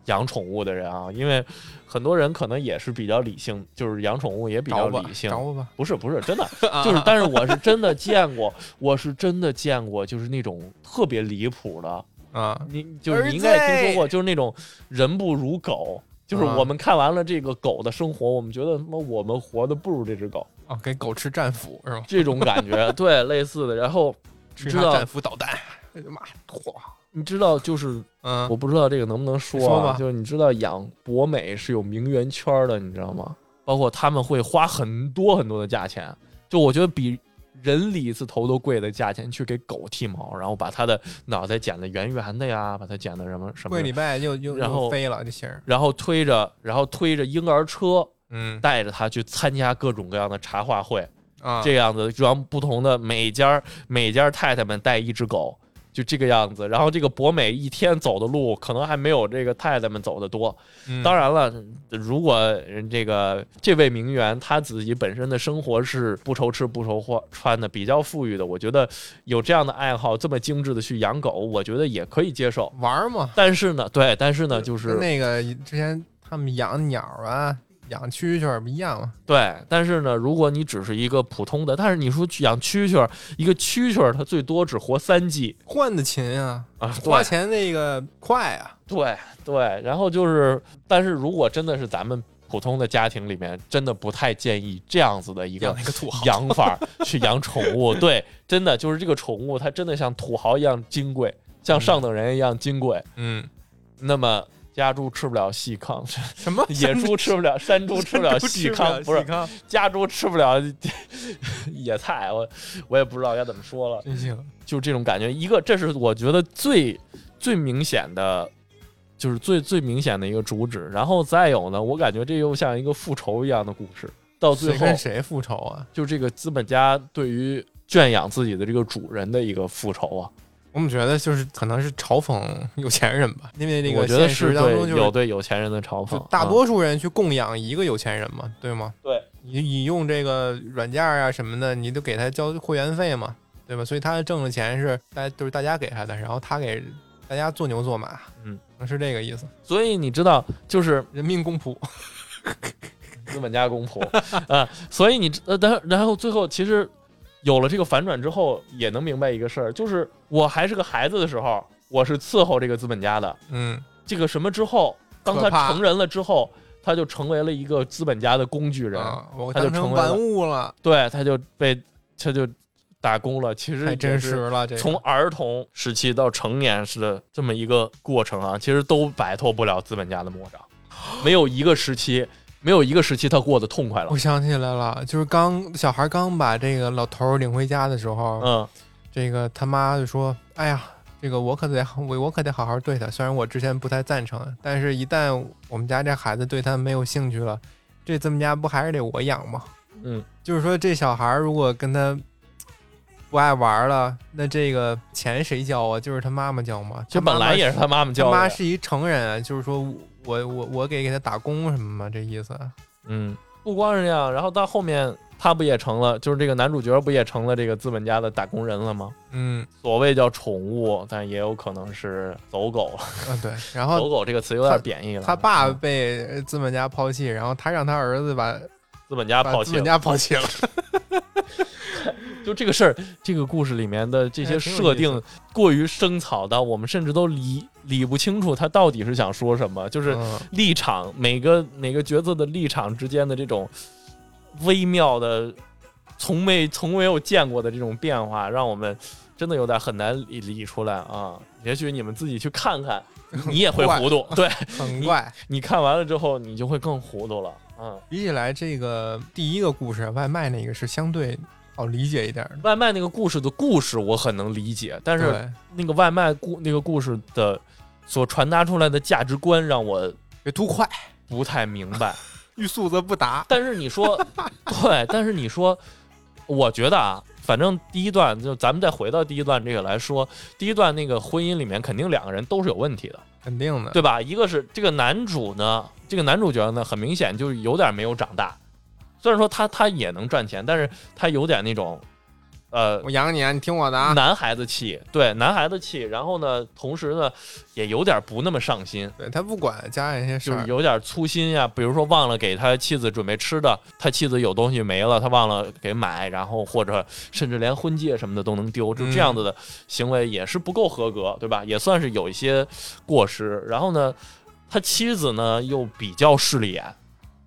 养宠物的人啊，因为很多人可能也是比较理性，就是养宠物也比较
找吧，
理性
找。我吧。
不是不是
[laughs]
真的，
啊
就是，但是我是真的见过，我是真的见过，就是那种特别离谱的，
啊，
你就是
儿
你应该也听
子
说过，就是那种人不如狗，就是
啊
我们看完了这个狗的生活，我们觉得他妈我们活的不如这只狗，
哦，给狗吃战斧是吗？
这种感
[laughs]
觉，对，类似的。然后
吃
知
啥
道
战斧导弹？哎呀妈，嚯！
你知道，就是
嗯
我不知道这个能不能说
你说
啊，
吧
就是你知道养博美是有名媛圈的，你知道吗？包括他们会花很多很多的价钱，就我觉得比人理一次头都贵的价钱去给狗剃毛，然后把它的脑袋剪得圆圆的呀，把它剪得什么什么
过一礼
的，
拜又又
然
又
后
飞了这星儿。
然后推着，然后推着婴儿车，
嗯
带着它去参加各种各样的茶话会，
啊，
这样子，让不同的每家儿每家儿太太们带一只狗，就这个样子。然后这个博美一天走的路，可能还没有这个太太们走的多。
嗯
当然了，如果人这个这位名媛她自己本身的生活是不愁吃不愁花穿的，比较富裕的，我觉得有这样的爱好，这么精致的去养狗，我觉得也可以接受。
玩儿嘛。
但是呢，对，但是呢，就是
跟那个之前他们养鸟啊，养蛐蛐儿不一样吗？
对，但是呢，如果你只是一个普通的，但是你说养蛐蛐儿，一个蛐蛐儿它最多只活三季
换的勤啊，
啊，
花
对
钱那个快啊。
对对，然后就是，但是如果真的是咱们普通的家庭里面，真的不太建议这样子的一个
养那个
[laughs]
土豪
养法儿去养宠 [laughs] 物。对，真的就是这个宠物，它真的像土豪一样金贵，像上等人一样金贵。
嗯，
那么。家猪吃不了细糠， [laughs]
什么
野猪吃不了，山猪吃
[laughs]
不了细糠，不是
是？
家猪吃不了 [laughs] 野菜，我我也不知道该怎么说了，
真行，
就是这种感觉。一个，这是我觉得最最明显的，就是最最明显的一个主旨。然后再有呢，我感觉这又像一个复仇一样的故事，到最
谁
后
跟谁复仇啊？
就这个资本家对于圈养自己的这个主人的一个复仇啊，
我们觉得就是可能是嘲讽有钱人吧，因为那
我
个
觉得
现
是
实当中
对
就
有
是
对有钱人的嘲讽
就，大
嗯
多数人去供养一个有钱人嘛，对吗？
对，
你你用这个软件啊什么的，你都给他交会员费嘛，对吧？所以他挣的钱是大家都是大家给他的，然后他给大家做牛做马，
嗯，
是这个意思，
所以你知道，就是
人民公仆。
资本
[laughs]
家公仆啊，所以你呃，然后然后最后其实有了这个反转之后，也能明白一个事儿，就是我还是个孩子的时候，我是伺候这个资本家的，
嗯，
这个什么之后，当他
可怕
成人了之后，他就成为了一个资本家的工具人，
啊，我
他就
当成
成为了
玩物了，
对，他就被他就打工了。其实
太真
也
实
是
了，这个
从儿童时期到成年时的这么一个过程啊，其实都摆脱不了资本家的魔掌，没有一个时期，没有一个时期他过得痛快了
我。想起来了，就是刚小孩刚把这个老头儿领回家的时候，
嗯，
这个他妈就说：“哎呀，这个我可得 [laughs] 我我可得好好对他。虽然我之前不太赞成，但是一旦我们家这孩子对他没有兴趣了，这咱们家不还是得我养吗？
嗯，
就是说这小孩如果跟他不爱玩了，那这个钱谁交啊？就是他妈妈交吗？
其实本来也是他妈妈
他
教
妈
的。
是一成人，啊就是说我我我给给他打工什么嘛，这意思。啊
嗯，不光是这样，然后到后面他不也成了，就是这个男主角不也成了这个资本家的打工人了吗？
嗯
所谓叫宠物，但也有可能是走狗了。
啊对，然后
走狗这个词有点贬义了。
他爸
嗯
被资本家抛弃，然后他让他儿子把
资本家
把
抛
资
弃
本
了，
家抛弃了。 [laughs]
就这个事儿，这个故事里面的这些
哎挺有
设
意思
定过于生草到我们甚至都理理不清楚他到底是想说什么，就
[laughs]
是
嗯
立场每个每个角色的立场之间的这种微妙的，从没从没有见过的这种变化，让我们真的有点很难理理出来啊。也许你们自己去看看，你也会糊
[laughs]
涂。对
很怪。
你看完了之后，你就会更糊涂了。嗯，
比起来，这个第一个故事外卖那个是相对好理解一点的。
外卖那个故事的故事我很能理解，但是
对，
那个外卖故那个故事的所传达出来的价值观让我
这图快，
不太明白。
欲速则不达。
但是你说，对，但是你说，我觉得啊，反正第一段就咱们再回到第一段这个来说，第一段那个婚姻里面肯定两个人都是有问题的，
肯定的。
对吧？一个是这个男主呢，这个男主角呢，很明显就是有点没有长大，虽然说他他也能赚钱，但是他有点那种，呃。
我养你啊，你听我的啊。
男孩子气，对男孩子气，然后呢，同时呢，也有点不那么上心，
对他不管家里那些事
就是
儿，
有点粗心呀、比如说忘了给他妻子准备吃的，他妻子有东西没了，他忘了给买，然后或者甚至连婚戒什么的都能丢，就这样子的行为也是不够合格，对吧？也算是有一些过失。然后呢，他妻子呢又比较势利眼。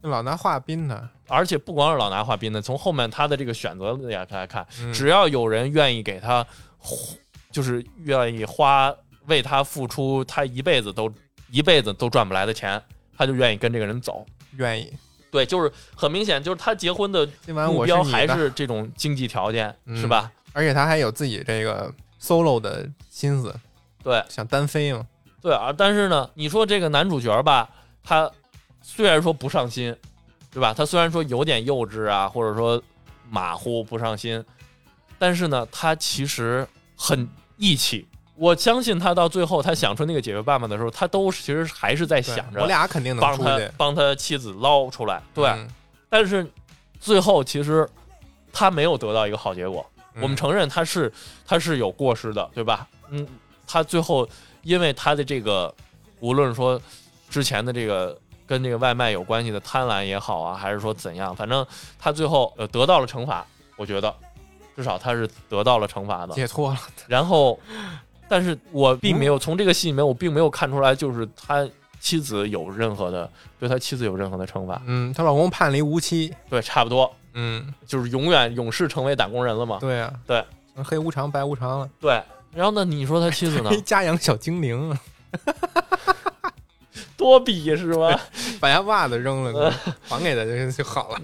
老拿话宾他。
而且不光是老拿话宾的，从后面他的这个选择来来看，
嗯
只要有人愿意给他，就是愿意花为他付出他一辈子都一辈子都赚不来的钱，他就愿意跟这个人走。
愿意。
对，就是很明显，就是他结婚的
今晚
目
我是
标
你
还
的
是这种经济条件，
嗯
是吧？
而且他还有自己这个 solo 的心思，
对
想单飞嘛。
对啊，但是呢，你说这个男主角吧，他虽然说不上心，对吧？他虽然说有点幼稚啊，或者说马虎不上心，但是呢，他其实很义气。我相信他到最后，他想出那个解决办法的时候，他都其实还是在
对
想
我
着
俩肯定能
帮
出
他
去。
帮他妻子捞出来。对，
嗯
但是最后其实他没有得到一个好结果。我
嗯
们承认他是他是有过失的，对吧？嗯，他最后因为他的这个，无论说之前的这个跟这个外卖有关系的贪婪也好啊，还是说怎样，反正他最后呃得到了惩罚，我觉得至少他是得到了惩罚的。
解脱了。
然后，但是我并没有从这个戏里面，我并没有看出来就是他妻子有任何的对他妻子有任何的惩罚。
嗯，她老公判了一无期。
对，差不多
嗯，
就是永远永世成为打工人了嘛。
对啊，
对，
黑无常白无常了，
对。然后呢？你说他妻
[laughs]
子呢？
黑家养小精灵。
多比是吧？
把他袜子扔
呃
了，还给他就就好了。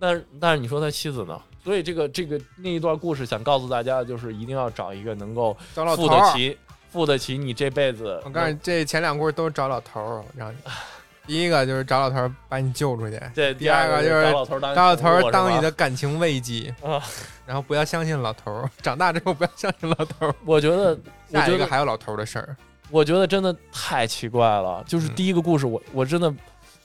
但但是你说他妻子呢？所以这个这个那一段故事想告诉大家的就是，一定要找一个能够
找老头
付得
儿，
起、付得起你这辈子。
我告诉你，这前两故事都是找老头儿，让你。第一个就是找老头儿把你救出去，
这
第二个就是
找老头儿当
找老头
宠
儿
物
当你。
是吧
的感情慰藉
啊，
然后不要相信老头儿，长大之后不要相信老头儿。
我觉得，我
下
觉
一个
得，
还有老头儿的事儿，
我觉得真的太奇怪了。就是
嗯
第一个故事，我我真的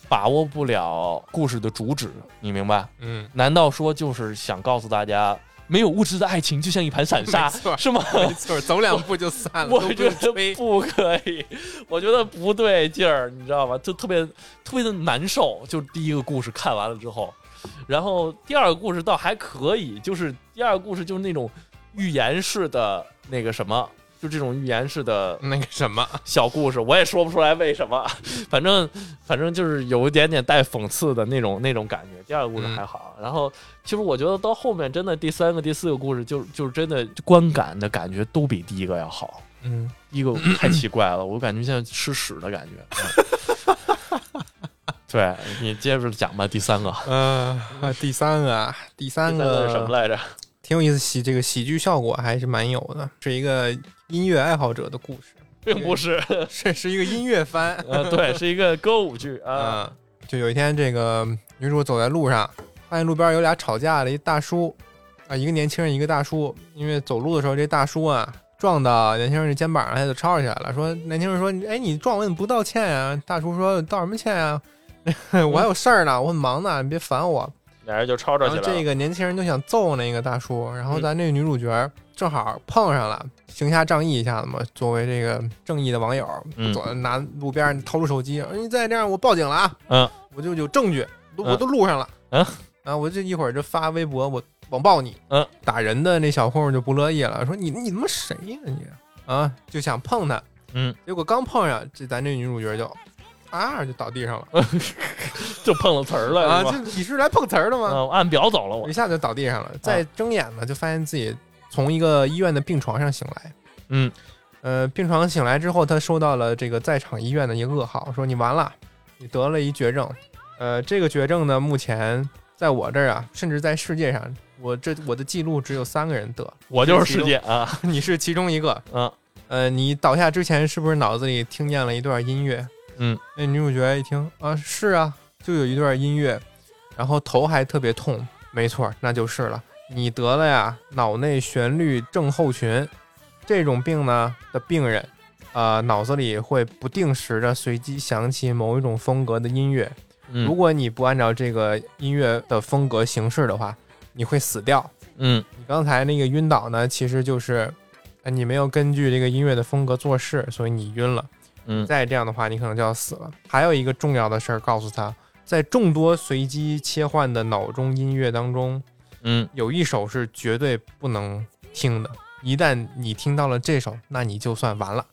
把握不了故事的主旨，你明白？
嗯，
难道说就是想告诉大家，没有物质的爱情就像一盘散沙
没，错
是吗？
没错，走两步就散了，
[laughs] 我
都不
觉
用
得
吹
不可以，我觉得不对劲儿，你知道吧？就特别特别的难受。就第一个故事看完了之后，然后第二个故事倒还可以，就是第二个故事就是那种寓言式的那个什么，就这种寓言式的
那个什么，
小故事，我也说不出来为什么，反正反正就是有一点点带讽刺的那种那种感觉。第二个故事
嗯
还好，啊然后其实我觉得到后面真的第三个、第四个故事就就是真的观感的感觉都比第一个要好。
嗯，
第一个太奇怪了，我感觉像吃屎的感觉。 [laughs] 对你接着讲吧，第三个，
呃，啊第三个，啊，第三
第三
个
个是什么来着？
挺有意思，喜这个喜剧效果还是蛮有的，是一个音乐爱好者的故事，
并不是，，
是是一个音乐番
呃，对，是一个歌舞剧啊，
嗯，就有一天这个女主走在路上，发现路边有俩吵架的一大叔，啊，一个年轻人一个大叔，因为走路的时候这大叔啊撞到年轻人的肩膀上，他就抄起来了，说年轻人说，哎，你撞我你不道歉啊？大叔说道什么歉啊？ [laughs] 我还有事儿呢，我很忙呢，你别烦我。
俩人就吵吵
然
起
后
来了。
这个年轻人就想揍那个大叔，然后
嗯
咱这个女主角正好碰上了，行侠仗义一下子嘛。作为这个正义的网友，
嗯
走拿路边掏出手机，哎你再这样我报警了啊！
嗯，
我就有证据，都
嗯
我都录上了。
嗯，
啊，我这一会儿就发微博，我网暴你。
嗯，
打人的那小混混就不乐意了，说你你他妈谁呀、你啊，就想碰他。
嗯，
结果刚碰上，这咱这女主角就啊就倒地上
哎
了
就碰了词儿了，
啊！
是吧
这你是来碰瓷儿的吗？
嗯，按表走了我
一。下就倒地上了。再睁眼呢，就发现自己从一个医院的病床上醒来。
嗯
呃，病床醒来之后，他收到了这个在场医院的一个噩耗，说你完了，你得了一绝症。呃，这个绝症呢，目前在我这儿啊，甚至在世界上，我这我的记录只有三个人得， [laughs]
我就是世界啊，
你是其中一个。
嗯
呃，你倒下之前是不是脑子里听见了一段音乐？
嗯，
那女主角一听啊，是啊，就有一段音乐，然后头还特别痛，没错，那就是了，你得了呀，脑内旋律症候群这种病呢的病人，啊，脑子里会不定时的随机响起某一种风格的音乐，如
嗯
果你不按照这个音乐的风格行事的话，你会死掉。
嗯
你刚才那个晕倒呢，其实就是呃你没有根据这个音乐的风格做事，所以你晕了。
嗯
再这样的话，你可能就要死了。还有一个重要的事儿告诉他，在众多随机切换的脑中音乐当中，
嗯，
有一首是绝对不能听的。一旦你听到了这首，那你就算完了。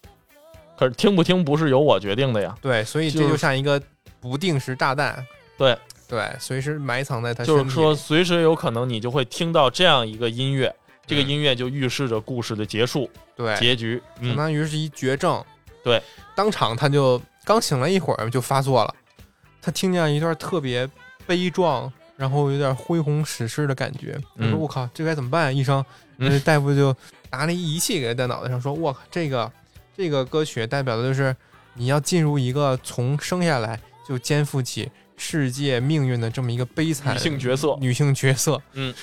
可是听不听不是由我决定的呀，
对，所以这
就是
就像一个不定时炸弹。
对
对，随时埋藏在他身
就
体
是
里。
说随时有可能你就会听到这样一个音乐，这个音乐就预示着故事的结束
嗯对，
结局。
相
嗯
当于是一绝症。
对，
当场他就刚醒了一会儿就发作了，他听见一段特别悲壮，然后有点恢宏史诗的感觉。他说：“
嗯
我靠，这该怎么办、啊？”医生，
嗯
那大夫就拿了一仪器给他戴脑袋上，说：“我靠，这个这个歌曲代表的就是你要进入一个从生下来就肩负起世界命运的这么一个悲惨
女性角色
女性角色。”
嗯，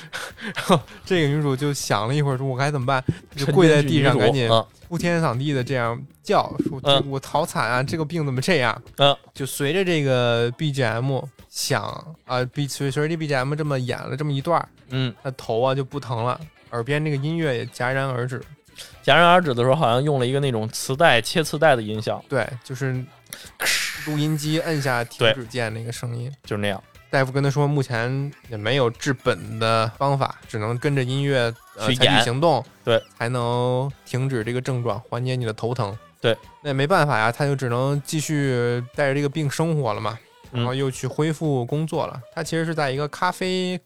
[laughs] 然后这个女主就想了一会儿，说：“我该怎么办？”就跪在地上，赶紧
啊，
哭天抢地的这样叫，说
嗯
这我好惨啊，这个病怎么这样？
嗯，
就随着这个 BGM 响啊，b 随随着这 BGM 这么演了这么一段儿，
嗯，
那头啊就不疼了，耳边那个音乐也戛然而止。
戛然而止的时候，好像用了一个那种磁带切磁带的音效，
对，就是录音机摁下停
对
止键那个声音。
就是那样。
大夫跟他说，目前也没有治本的方法，只能跟着音乐、呃、
去
采取
演
行动，
对，
才能停止这个症状，缓解你的头疼。
对，
那也没办法呀，他就只能继续带着这个病生活了嘛，
嗯
然后又去恢复工作了。他其实是在一个咖啡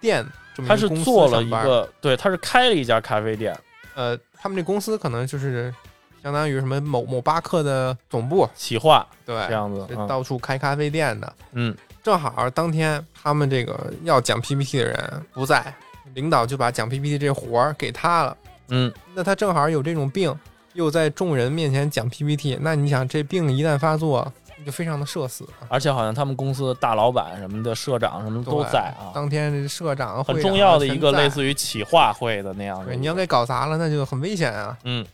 店这么
他
一个
是
嗯公司
做了
上
一
班
个，对，他是开了一家咖啡店，
呃，他们这公司可能就是相当于什么某某巴克的总部，
企划
对，
这样子
就。
嗯
到处开咖啡店的。 [laughs]
嗯
正好当天他们这个要讲 PPT 的人不在，领导就把讲 PPT 这活儿给他了。
嗯，
那他正好有这种病，又在众人面前讲 PPT，那你想这病一旦发作，你就非常的社死啊。
而且好像他们公司的大老板什么的、社长什么都
对
在啊，
当天这社长啊
很重要的一个类。
会长啊
似于企划会的那样
全
的
在对，
一个。
你要给搞砸了，那就很危险啊。 [laughs]
嗯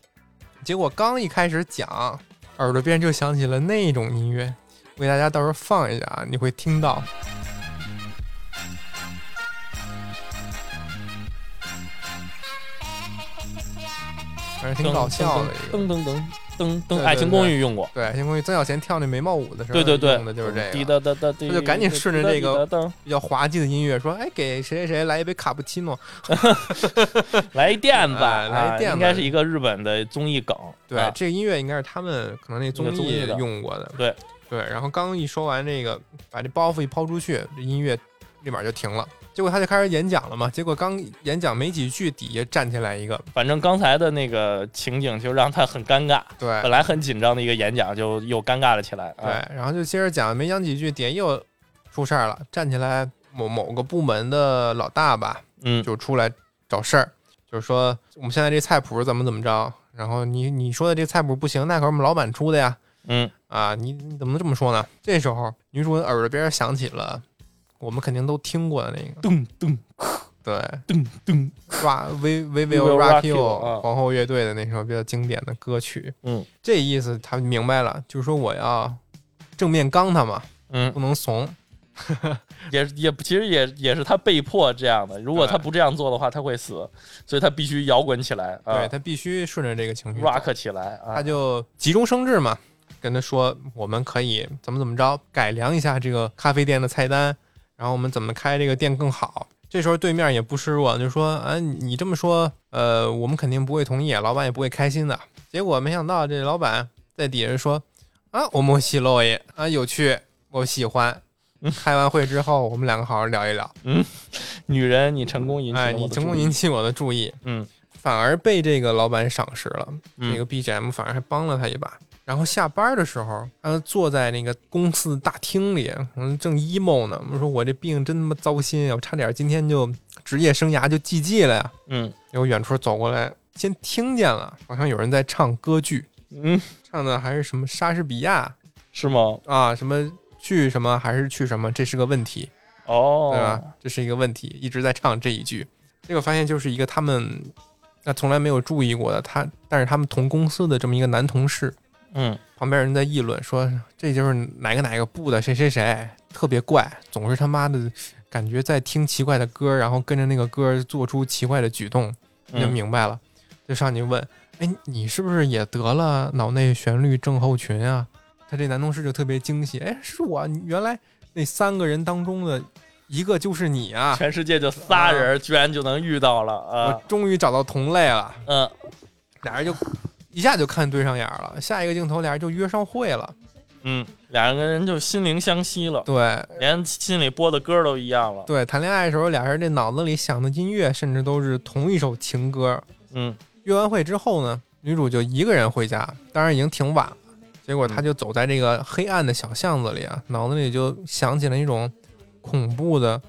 结果刚一开始讲，耳朵边就响起了那种音乐，我给大家到时候放一下啊，你会听到。反正挺搞笑的一个，
噔噔噔，噔
对
噔，
对
《爱情公寓》用过，
对，因为曾小贤跳那眉毛舞的时候，
对对对，
用的就是这
滴
个
答答答滴，
那就赶紧顺着这个
滴答答
比较滑稽的音乐，说哎，给谁谁谁来一杯卡布奇诺，
答来一电
[laughs]
吧，
哎来一电吧
啊应该是一个日本的综艺梗，
对，
啊
这个音乐应该是他们可能那综
那个综
艺
艺的
用过的。
对
对，然后刚一说完这个，把这包袱一抛出去，这音乐立马就停了。结果他就开始演讲了嘛。结果刚演讲没几句，底下站起来一个，
反正刚才的那个情景就让他很尴尬，
对
本来很紧张的一个演讲就又尴尬了起来。
对
啊，，
然后就接着讲，没讲几句，底下又出事儿了，站起来某某个部门的老大吧，
嗯，
就出来找事儿，就是说我们现在这菜谱怎么怎么着，然后你你说的这菜谱不行，那可是我们老板出的呀。
嗯，
啊，你你怎么能这么说呢？这时候女主人耳朵边响起了我们肯定都听过的那个，
噔噔
对
噔噔，
，Ra V V V O
Will
Rock
Rock You，
You
啊
皇后乐队的那首比较经典的歌曲。
嗯，
这意思他明白了，就是说我要正面刚他嘛，
嗯，
不能怂。
也也其实也也是他被迫这样的，如果
对
他不这样做的话，他会死，所以他必须摇滚起来啊
对他必须顺着这个情绪走
，rock 起来啊
他。就急中生智嘛，跟他说我们可以怎么怎么着，改良一下这个咖啡店的菜单，然后我们怎么开这个店更好。这时候对面也不示弱，就说啊，你这么说，呃，我们肯定不会同意，老板也不会开心的。结果没想到这老板在底下说啊，我们喜洛耶啊，有趣，我喜欢。开完会之后，我们两个好好聊一聊。
女人，你成功引起了
哎，
我的
你
注
成功
意
引起我的注意，
嗯，
反而被这个老板赏识了。
嗯
那个 BGM 反而还帮了他一把。然后下班的时候，让他坐在那个公司大厅里，嗯，正 emo 呢。我说我这病真他妈糟心啊，我差点今天就职业生涯就寂寂了呀。
嗯
结果远处走过来，先听见了，好像有人在唱歌剧，
嗯，
唱的还是什么莎士比亚
是吗？
啊，什么去什么还是去什么，这是个问题。对吧
哦，？
这是一个问题，一直在唱这一句。这个发现就是一个他们那从来没有注意过的，他但是他们同公司的这么一个男同事，
嗯，
旁边人在议论说这就是哪个哪个部的谁谁谁，特别怪，总是他妈的感觉在听奇怪的歌，然后跟着那个歌做出奇怪的举动，你就
嗯
明白了，就上去问，哎，你是不是也得了脑内旋律症候群啊？他这男同事就特别惊喜，哎，是我，你原来那三个人当中的一个就是你啊！
全世界就仨人，居然就能遇到了啊
我！终于找到同类了，
嗯，
俩人就一下就看对上眼儿了。下一个镜头，俩人就约上会了。
嗯，两个人就心灵相惜了，
对
连心里播的歌都一样了。
对，谈恋爱的时候，俩人这脑子里想的音乐甚至都是同一首情歌。
嗯
约完会之后呢，女主就一个人回家，当然已经挺晚了。结果她就走在这个黑暗的小巷子里啊，脑子里就想起了那种恐怖的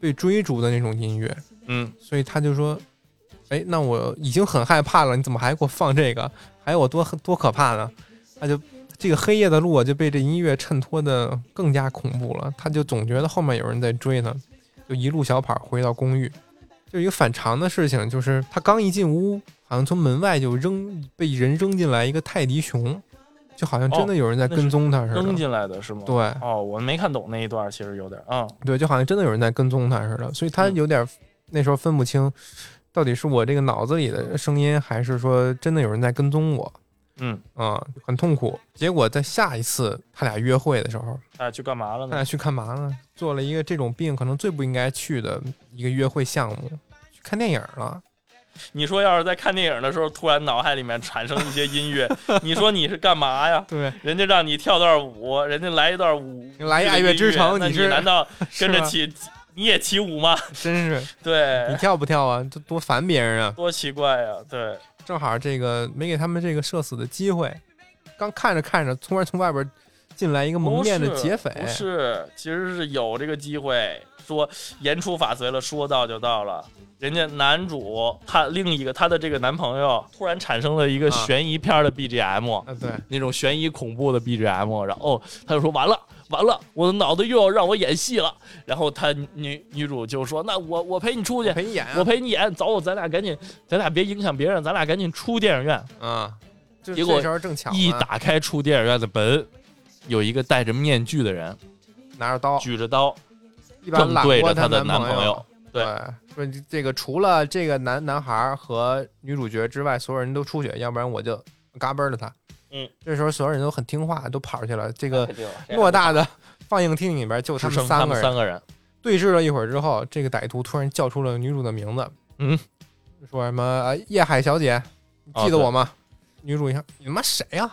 被追逐的那种音乐，
嗯
所以她就说：“哎，那我已经很害怕了，你怎么还给我放这个？ [laughs] 还有我多多可怕呢？”她就这个黑夜的路啊，就被这音乐衬托的更加恐怖了。她就总觉得后面有人在追她，就一路小跑回到公寓。就一个反常的事情，就是他刚一进屋，好像从门外就扔被人扔进来一个泰迪熊，就好像真的有人在跟踪他似的。
哦扔进来的是吗？。
对嗯
哦，我没看懂那一段，其实有点啊，
对，就好像真的有人在跟踪他似的，所以他
嗯
有点、那时候分不清，到底是我这个脑子里的声音，还是说真的有人在跟踪我
嗯，
啊、很痛苦。结果在下一次他俩约会的时候，
他俩去干嘛了
他
呢
俩？去干嘛呢？做了一个这种病可能最不应该去的一个约会项目，去看电影了。
你说要是在看电影的时候，突然脑海里面产生一些
[laughs]
音乐，你说你是干嘛呀？
对，
人家让你跳段舞，人家来一段舞，
来一爱乐之城
那
你
你
是
难道
是
跟着
吧，
起，你也起舞吗？
真是。你
对，
跳不跳啊？这多烦别人啊！
多奇怪呀、对，
正好这个没给他们这个社死的机会，刚看着看着，突然从外边进来一个蒙面的劫匪，
不是，其实是有这个机会，说言出法随了，说到就到了。人家男主他另一个他的这个男朋友突然产生了一个
啊
悬疑片的 BGM，、
啊，
[laughs]
对，
那种悬疑恐怖的 BGM，然后他就说完了。完了，我的脑袋又要让我演戏了。然后他女女主就说：“那我我陪你出去，
陪你演啊
我陪你演，走，咱俩赶紧，咱俩别影响别人，咱俩赶紧出电影院。
啊，就
结果
这时候正巧嘛
一打开出电影院的门，有一个戴着面具的人，
拿着刀，
举着刀
一把
正
揽
对
过
着她的
男
男朋
友
友。。
对
对，
说你这个除了这个男男孩和女主角之外，所有人都出去，要不然我就嘎嘣了他。
嗯，
这时候所有人都很听话，都跑出去了。啊 [laughs] 这个
肯定了
偌大的放映厅里边就他们
只剩
三
他
个
们
人，
三个人，
对峙了一会儿之后，这个歹徒突然叫出了女主的名字，
嗯，
说什么、呃叶海小姐，你
哦
记得我吗？女主一看，你他妈谁呀、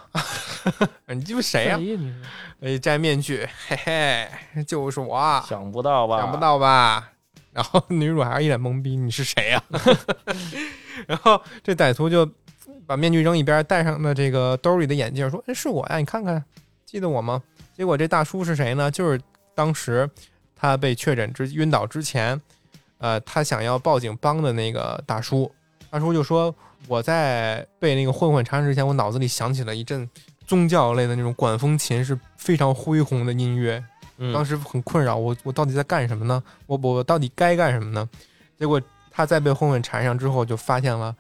[laughs] 你鸡巴谁呀、
你是
哎，摘面具，嘿嘿，就是我，啊
想不到吧？
想不，到吧？然后女主还是一脸懵逼，你是谁
[laughs]
呀、然后这歹徒就把面具扔一边，戴上了这个兜里的眼镜，说：“哎，是我呀，你看看，记得我吗？”结果这大叔是谁呢？就是当时他被确诊之晕倒之前，呃，他想要报警帮的那个大叔。大叔就说：“我在被那个混混缠之前，我脑子里想起了一阵宗教类的那种管风琴，是非常恢宏的音乐，当
嗯，
时很困扰，我我到底在干什么呢？我我到底该干什么呢？结果他在被混混缠上之后，就发现了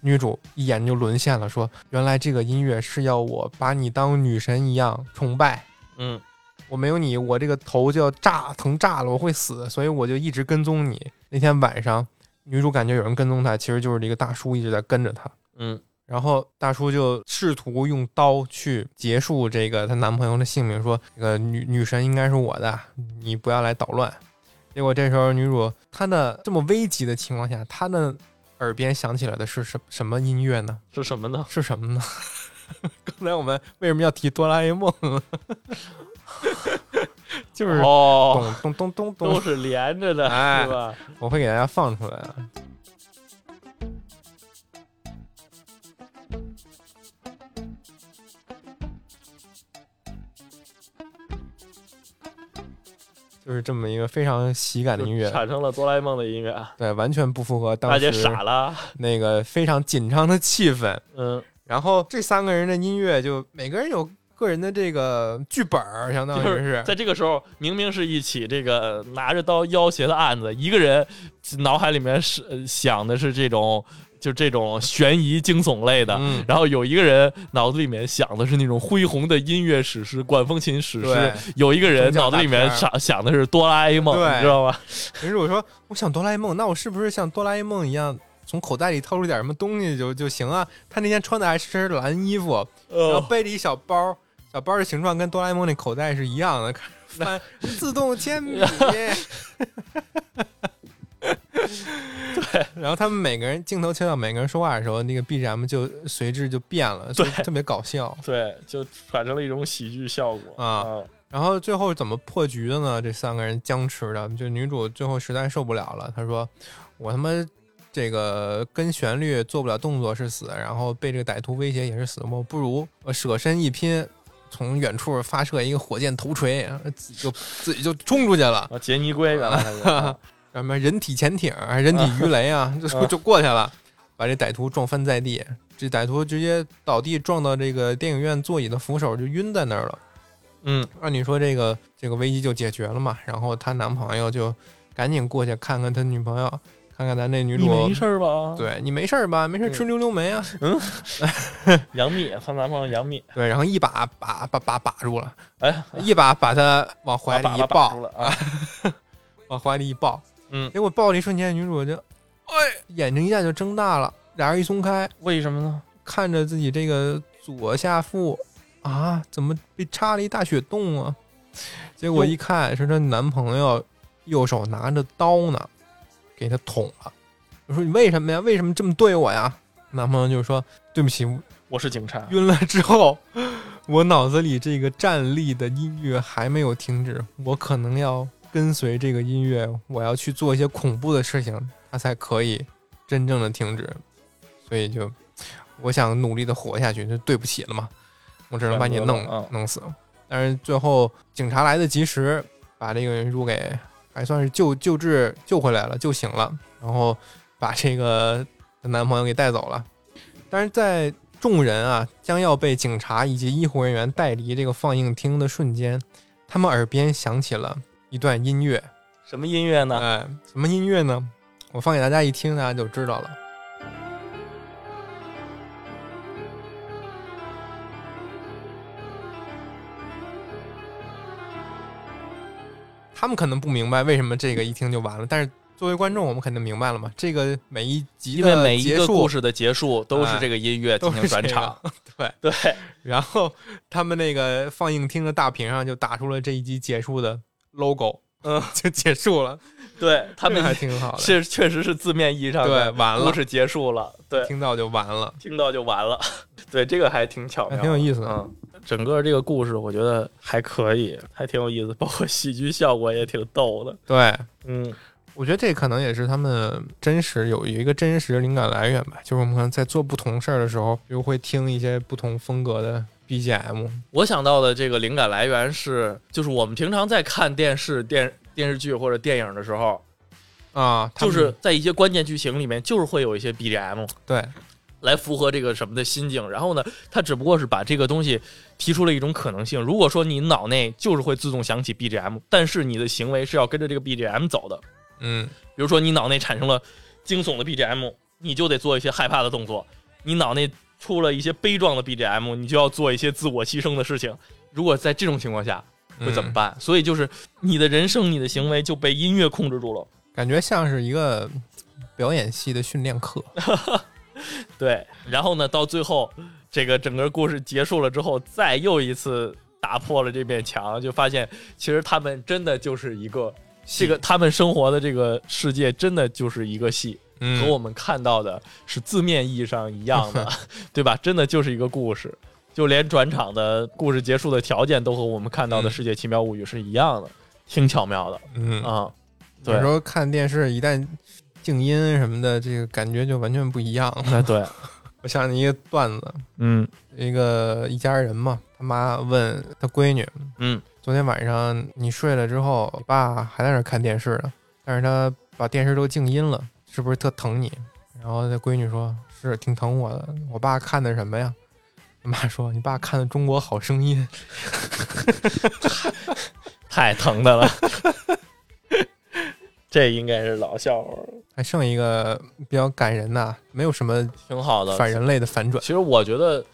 女主一眼就沦陷了，说原来这个音乐是要我把你当女神一样崇拜，
嗯，
我没有你，我这个头就要炸疼炸了，我会死，所以我就一直跟踪你。那天晚上，女主感觉有人跟踪她，其实就是这个大叔一直在跟着她。
嗯，
然后大叔就试图用刀去结束这个她男朋友的性命，说这个女女神应该是我的，你不要来捣乱。结果这时候女主她的这么危急的情况下，她的耳边响起来的是什什么音乐呢？
是什么呢？
是什么呢？ [laughs] 刚才我们为什么要提哆啦 A 梦呢？ [laughs] 就是
哦，
咚咚咚咚
都
咚，
是连着的，
哎
是吧？
我会给大家放出来啊。就是这么一个非常喜感的音乐
就，产生了哆啦 A 梦的音乐，
对，完全不符合
大
当
姐
时
傻了，
那个非常紧张的气氛。
嗯，
然后这三个人的音乐就每个人有个人的这个剧本儿，相当于
就是在这个时候，明明是一起这个拿着刀要挟的案子，一个人脑海里面是呃想的是这种就这种悬疑惊悚类的。
嗯，
然后有一个人脑子里面想的是那种恢宏的音乐史诗、管风琴史诗
对，
[laughs] 有一个人脑子里面
宗教
想想的是哆啦 A 梦，
对
你知道吗？
女主说：“我想哆啦 A 梦，那我是不是像哆啦 A 梦一样，从口袋里掏出点什么东西就就行啊？”她那天穿的还是身蓝衣服，然后
呃，
背着一小包，小包的形状跟哆啦 A 梦那口袋是一样的， [laughs] 看翻自动铅笔。对，然后他们每个人镜头切到每个人说话的时候，那个 BGM 就随之就变了，所以特别搞笑。
对，就产生了一种喜剧效果
啊然后最后怎么破局的呢？这三个人僵持的，就女主最后实在受不了了，她说：“我他妈这个跟旋律做不了动作是死，然后被这个歹徒威胁也是死，我不如我舍身一拼，从远处发射一个火箭头锤，然后自己就自己就冲出去了，
啊，杰尼龟原来他是
什么人体潜艇、还是人体鱼雷啊，就
啊
就过去了，把这歹徒撞翻在地，这歹徒直接倒地撞到这个电影院座椅的扶手，就晕在那儿了。”
嗯，
按理说这个这个危机就解决了嘛，然后她男朋友就赶紧过去看看她女朋友，看看咱这嗯女
你
主
没，事儿啊吧？，
对你没事儿吧？没事儿
嗯
吃溜溜梅啊，
杨幂，她男朋友杨幂，
对，然后一把把把把把住了，
哎，
一把把她往怀
把
里一
把把住
抱，
了啊，
往怀里一抱，
嗯
结果抱的一瞬间，女主就，哎，眼睛一下就睁大了，俩人一松开，
为什么呢？
看着自己这个左下腹啊，怎么被插了一大血洞啊？结果一看是她男朋友右手拿着刀呢，给她捅了。我说你为什么呀？为什么这么对我呀？男朋友就说：“对不起，
我是警察，
晕了之后， [laughs] 我脑子里这个站立的音乐还没有停止，我可能要跟随这个音乐，我要去做一些恐怖的事情，它才可以真正的停止。所以就，我想努力的活下去，就对不起了嘛，我只能把你弄
选择了嗯
弄死。但是最后警察来得及时，把这个女主给还算是救救治救回来了，救醒了，然后把这个她男朋友给带走了。但是在众人啊将要被警察以及医护人员带离这个放映厅的瞬间，他们耳边响起了一段音乐。
什么音乐
[laughs] 哎、
呢？
什么音乐呢？我放给大家一听，大家就知道了。他们可能不明白为什么这个一听就完了，但是作为观众，我们肯定明白了嘛，这个每一集
因为
的
每一
结
个故
束啊
事的结束都是这个音乐进
都
行
是
转
这
场，
样，对。
对，
[laughs] 然后他们那个放映厅的大屏上就打出了这一集结束的 logo，嗯， [laughs] 就结束了。
对他
这个还
们
挺好的，
是确实是字面意义上
对
的，
完
故
了，
事结束了，对，
听到就完了，
听到就完了，对，这个还挺巧
还
妙，
挺有意思的。
嗯，整个这个故事我觉得还可以，还挺有意思，包括喜剧效果也挺逗的。
对，
嗯，
我觉得这可能也是他们真实有一个真实灵感来源吧，就是我们可能在做不同事儿的时候，比如会听一些不同风格的 BGM，
我想到的这个灵感来源是，就是我们平常在看电视、电电视剧或者电影的时候，
啊，他
就
们
是在一些关键剧情里面，就是会有一些 BGM
对
来符合这个什么的心境。然后呢，它只不过是把这个东西提出了一种可能性。如果说你脑内就是会自动想起 BGM，但是你的行为是要跟着这个 BGM 走的，
嗯，
比如说你脑内产生了惊悚的 BGM，你就得做一些害怕的动作；你脑内出了一些悲壮的 BGM，你就要做一些自我牺牲的事情。如果在这种情况下会怎么
嗯
办？所以就是你的人生、你的行为就被音乐控制住了。
感觉像是一个表演系的训练课，
对，然后呢，到最后这个整个故事结束了之后，再又一次打破了这面墙，就发现其实他们真的就是一个这个他们生活的这个世界真的就是一个戏。和我
嗯，
们看到的是字面意义上一样的，对吧？真的就是一个故事，就连转场的故事结束的条件都和我们看到的
嗯
《世界奇妙物语》是一样的，挺巧妙的
嗯，
啊、
有时
[laughs] 对，
候看电视一旦静音什么的，这个感觉就完全不一样了。
那哎对，
我想起一个段子，
嗯
一个一家人嘛，他妈问他闺女，
嗯
昨天晚上你睡了之后，你爸还在那儿看电视呢，但是他把电视都静音了，是不是特疼你？然后他闺女说：“是，挺疼我的。我爸看的什么呀？” [laughs] 他妈说：“你爸看的《中国好声音
太疼的了，这应该是老笑话了，》。
还剩一个比较感人的，没有什么
挺好的。
反人类的反转。
其实我觉得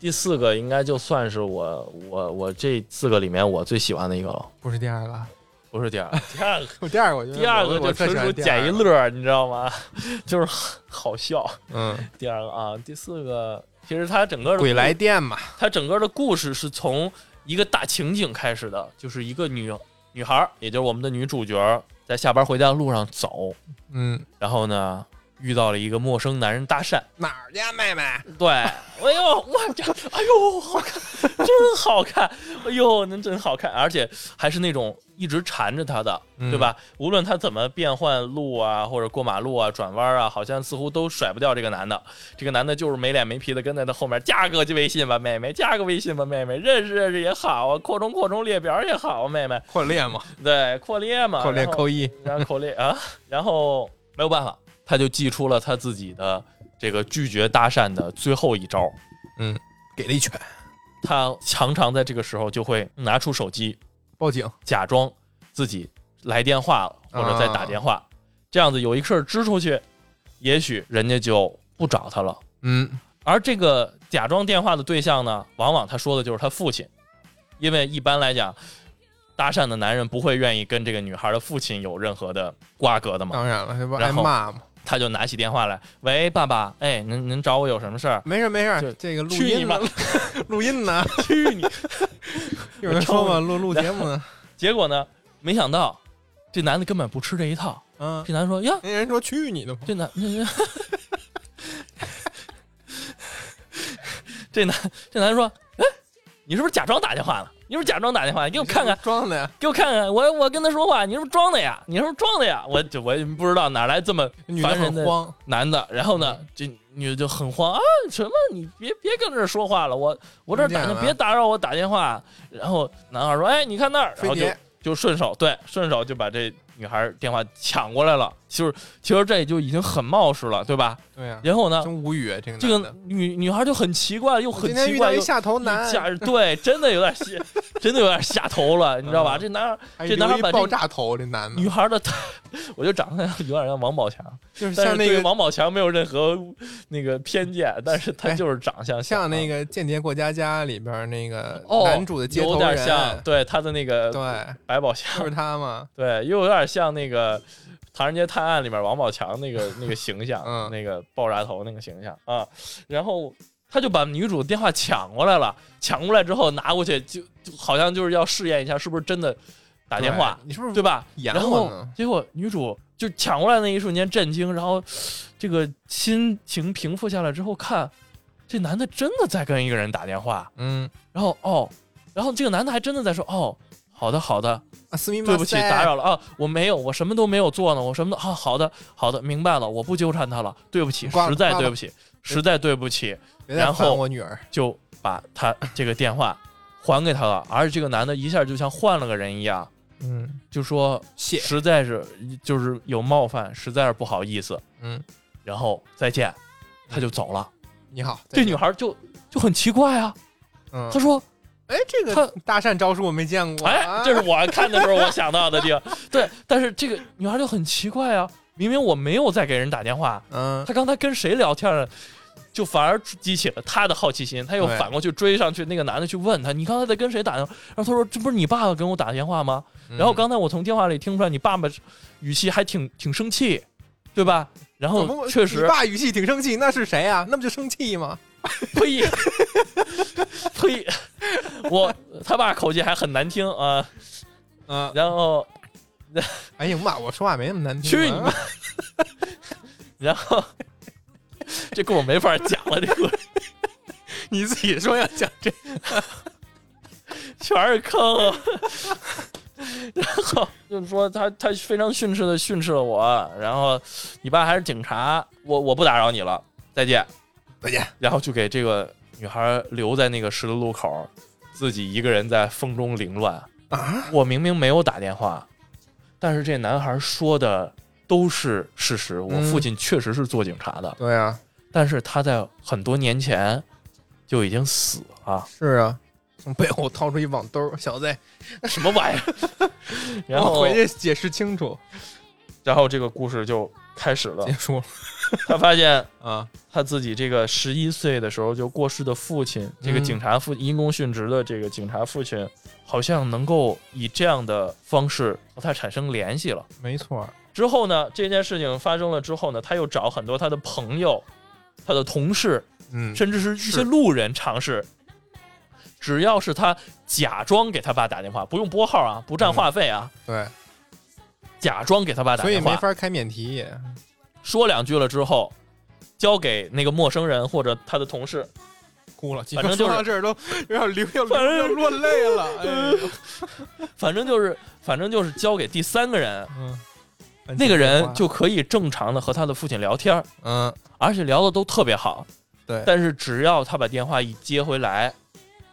第四个应该就算是我我我这四个里面我最喜欢的一个了，
不是第二个啊，
不是第二， [laughs] 第二个
[laughs] 我第二个我觉得
第二
我
个
我
就
特
纯
喜欢
属
第
捡
二
一
个
乐儿，你知道吗？ [laughs] 就是好好笑。
嗯，
第二个啊，第四个，其实它整个的
鬼来
故，
电嘛，
它整个的故事是从一个大情景开始的，就是一个女女孩儿，也就是我们的女主角儿，在下班回家的路上走，
嗯，
然后呢遇到了一个陌生男人搭讪，
哪儿家妹妹？
对， [laughs] 哎呦，我这，哎呦，好看，真好看，哎呦，您真好看，而且还是那种一直缠着他的，
嗯
对吧？无论他怎么变换路啊，或者过马路啊、转弯啊，好像似乎都甩不掉这个男的。这个男的就是没脸没皮的跟在他后面，加个微信吧，妹妹，加个微信吧，妹妹，认识认识也好啊，扩充扩充列表也好啊，妹妹，
扩列嗯嘛，
对，扩列嘛，
扩列
然后
扣一，
然后口令啊，然后没有办法，他就祭出了他自己的这个拒绝搭讪的最后一招。
给了一拳，
他常常在这个时候就会拿出手机，
报警。
假装自己来电话了，或者在打电话，这样子有一事儿支出去，也许人家就不找他了。
嗯
而这个假装电话的对象呢，往往他说的就是他父亲，因为一般来讲，搭讪的男人不会愿意跟这个女孩的父亲有任何的瓜葛的嘛。
当然了，这不挨
然后
骂嘛？？
他就拿起电话来，喂，爸爸，哎，您您找我有什么事儿 [laughs]
没事没
就
事，这个录
去你
音呢， [laughs] 录音
[laughs]
呢，
去你！
一会儿再说吧，录录节目呢。
结果呢，没想到这男的根本不吃这一套。 [laughs]
嗯，
这男的说呀，
那人说去你的吧，
这男，这 [laughs] 这男这男的说，哎，你是不是假装打电话了？你是不是假装打电话？你给我看看，
装的呀，
给我看看，我我跟他说话，你是不是装的呀？你是不是装的呀？我就我也不知道哪来这么
女
烦
的
人的
很慌，
男的，然后
嗯
呢，这女的就很慌啊，什么？你别别跟这儿说话了，我我这儿打
听见
电，
了
别打扰我打电话。然后男孩说：“哎，你看那儿。”然
飞
后就
碟，
就顺手对顺手就把这女孩电话抢过来了。就是其实这就已经很冒失了，对吧？
对呀，
然后呢，
真无语，啊这个
这
男
个
的。
女女孩就很奇怪，又
我
很
今天
奇
遇到
怪，
一
又
下头男，
吓人对，真的有点吓，真的有点下头了，你知道吧？
嗯
这男孩
还
这
留
男孩
一
把这
爆炸头，这男的
女孩的， [laughs] 我就长得有点像王宝强。
[laughs] 就是
但
像
是
那
对
个
王宝强没有任何那个偏见，但是他就是长相
哎像那
个
个《间谍过家家》里边那个
啊哦
男主的接
有
头
点像
人，哎
对他的那个
对，
百
[laughs]
宝
就
箱
是，他嘛。
对，又有点像那个唐人街探案》里面王宝强
[laughs]
那个那个形象，
嗯
那个爆炸头那个形象啊，然后他就把女主电话抢过来了，抢过来之后拿过去就就好像就是要试验一下是不是真的打电话
对，你是不是
对吧？
演
然
我
后
呢？
结果女主就抢过来那一瞬间震惊，然后这个心情平复下来之后看，这男的真的在跟一个人打电话，
嗯，
然后哦，然后这个男的还真的在说哦，好的好的，
啊，斯密马
对
塞
不起打。扰了啊，我没有，我什么都没有做呢，我什么都啊好的好的明白了，我不纠缠他了，对不起，
挂了
实在
挂了
对不起，实在对不起，
别再
然后
烦我女儿，
就把他这个电话还给他了，而且这个男的一下就像换了个人一样，
嗯，
就说
谢，
实在是就是有冒犯，实在是不好意思，
嗯，
然后再见，他就走了。
你好，嗯再
这
见
女，孩就就很奇怪啊，
嗯
她，说
哎，这个
她
搭讪招数我没见：“过，
哎
啊，
这是我看的时候我想到的地方。”
[laughs]
对，但是这个女孩就很奇怪啊，明明我没有在给人打电话，
嗯，
她刚才跟谁聊天了？就反而激起了她的好奇心，她又
对
反过去追上去，那个男的去问她：“你刚才在跟谁打电话？”然后她说：“这不是你爸爸跟我打电话吗？”
嗯
然后刚才我从电话里听出来，你爸爸语气还挺挺生气，对吧？然
怎么
后
会
确
你
实，
爸语气挺生气，那是谁啊？那不就生气吗？
呸，呸，我他爸口气还很难听啊。
嗯，
然后，
哎呀妈，我说话没那么难听，啊
去你妈！然后，这故事没法讲了，这故事
你自己说要讲这，
全是坑啊。然后就是说他他非常训斥的训斥了我，然后你爸还是警察，我我不打扰你了，再见。
再见，
然后就给这个女孩留在那个十字路口，自己一个人在风中凌乱。
啊，
我明明没有打电话，但是这男孩说的都是事实。我
嗯
父亲确实是做警察的，
对啊，。
但是他在很多年前就已经死了
是啊，从背后掏出一网兜，小子，
[laughs] 什么玩意儿？ [laughs] 然
我
后
回，去解释清楚，
然后这个故事就开始了
结。束了
他发现
啊，
他自己这个十一岁的时候就过世的父亲，这个
嗯
警察父因公殉职的这个警察父亲，好像能够以这样的方式和他产生联系了。
没错儿，
之后呢，这件事情发生了之后呢，他又找很多他的朋友、他的同事，
嗯，
甚至是一些
是
路人尝试。只要是他假装给他爸打电话，不用拨号啊，不占
嗯
话费啊，
对，
假装给他爸打
所以
电
没
话，
法开免提，
说两句了之后，交给那个陌生人或者他的同事，
哭了，
反正就
说
是
到这儿都要流要
反正嗯
流要落泪了，哎呦
反正就是反正就是交给第三个人，
嗯，
那个人就可以正常的和他的父亲聊天儿，
嗯，
而且聊的都特别好。
对
但是只要他把电话一接回来，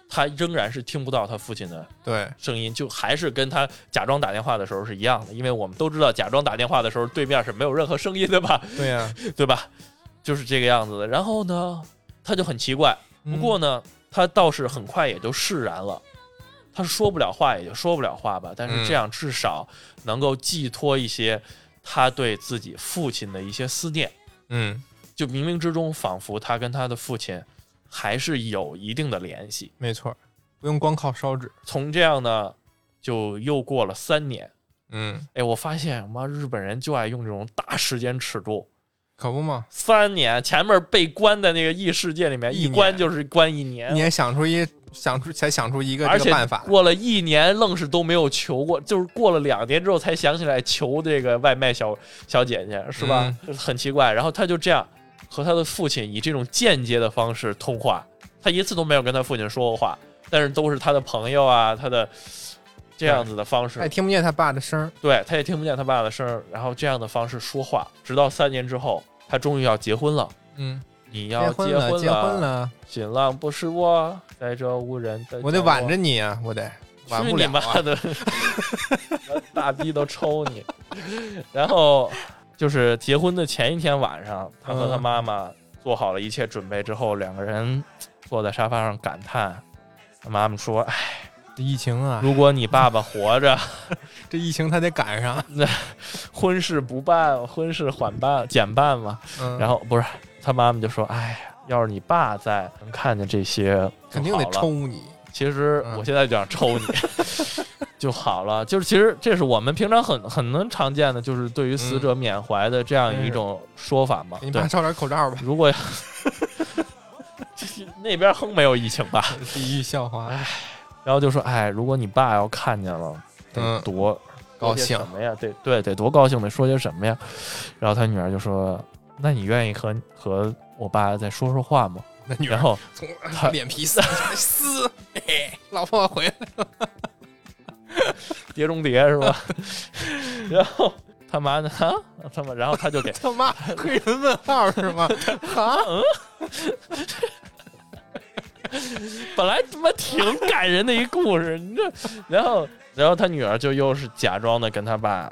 他仍然是听不到他父亲的
对，
声音，就还是跟他假装打电话的时候是一样的。因为我们都知道，假装打电话的时候对面是没有任何声音的吧，
对啊呀，
对吧？就是这个样子的。然后呢，他就很奇怪。不
嗯
过呢，他倒是很快也就释然了。他说不了话也就说不了话吧，但是
嗯
这样至少能够寄托一些他对自己父亲的一些思念。
嗯，
就冥冥之中，仿佛他跟他的父亲还是有一定的联系。
没错儿，不用光靠烧纸，
从这样呢，就又过了三年。
嗯，
哎，我发现妈日本人就爱用这种大时间尺度，
可不嘛，
三年前面被关在那个异世界里面，
一
一
年
关就是关一年，
你也想出一想出才想出一个
哎而
这
且
个办法，
过了一年，愣是都没有求过，就是过了两年之后才想起来求这个外卖小小姐姐，是吧？很奇怪。然后他就这样和他的父亲以这种间接的方式通话，他一次都没有跟他父亲说过话，但是都是他的朋友啊，他的这样子的方式
他也，听不见他爸的声儿，
对他也听不见他爸的声儿，然后这样的方式说话，直到三年之后，他终于要结婚了。
嗯，
你
结
要
婚
婚
了，结婚，了，
新郎不是我，在这无人的
我得
角落
挽着你啊，我得挽
去
不
你
了
妈
啊，
的！ [laughs] 大逼都抽 [laughs] 你。然后就是结婚的前一天晚上，他和他妈妈做好了一切准备之后，两个人坐在沙发上感叹。他妈妈说：“哎，
这疫情啊，
如果你爸爸活着， [laughs]
这疫情他得赶上，
婚事不办，婚事缓办减半嘛。”
嗯，
然后不是他妈妈就说：“哎呀，要是你爸在，能看见这些就
肯定得
好了啊
抽你，
其实
嗯
我现在就想抽你， [laughs] 就好了。就是其实这是我们平常很很能常见的，就是对于死者缅怀的这样一种说法嘛。
你
对
爸，罩点口
[laughs]
罩吧，
嗯如果这是那边哼没有疫情吧，
地狱笑话，
哎然后就说，哎，如果你爸要看见了，得
嗯
多、
高
说些
兴
什么呀？对对，得多高兴，得说些什么呀？然后他女儿就说，那你愿意和和我爸再说说话吗？
那女
然
人
后
从
她
脸皮撕 [laughs] 撕，嘿老婆我回来了，
碟中谍是吧？ [laughs] 然后他妈呢？啊，他妈，然后他就
[laughs]
给
他
[laughs]
妈黑人问号是吗？啊，
本来他妈挺感人的一故事，你这，然后然后他女儿就又是假装的跟他爸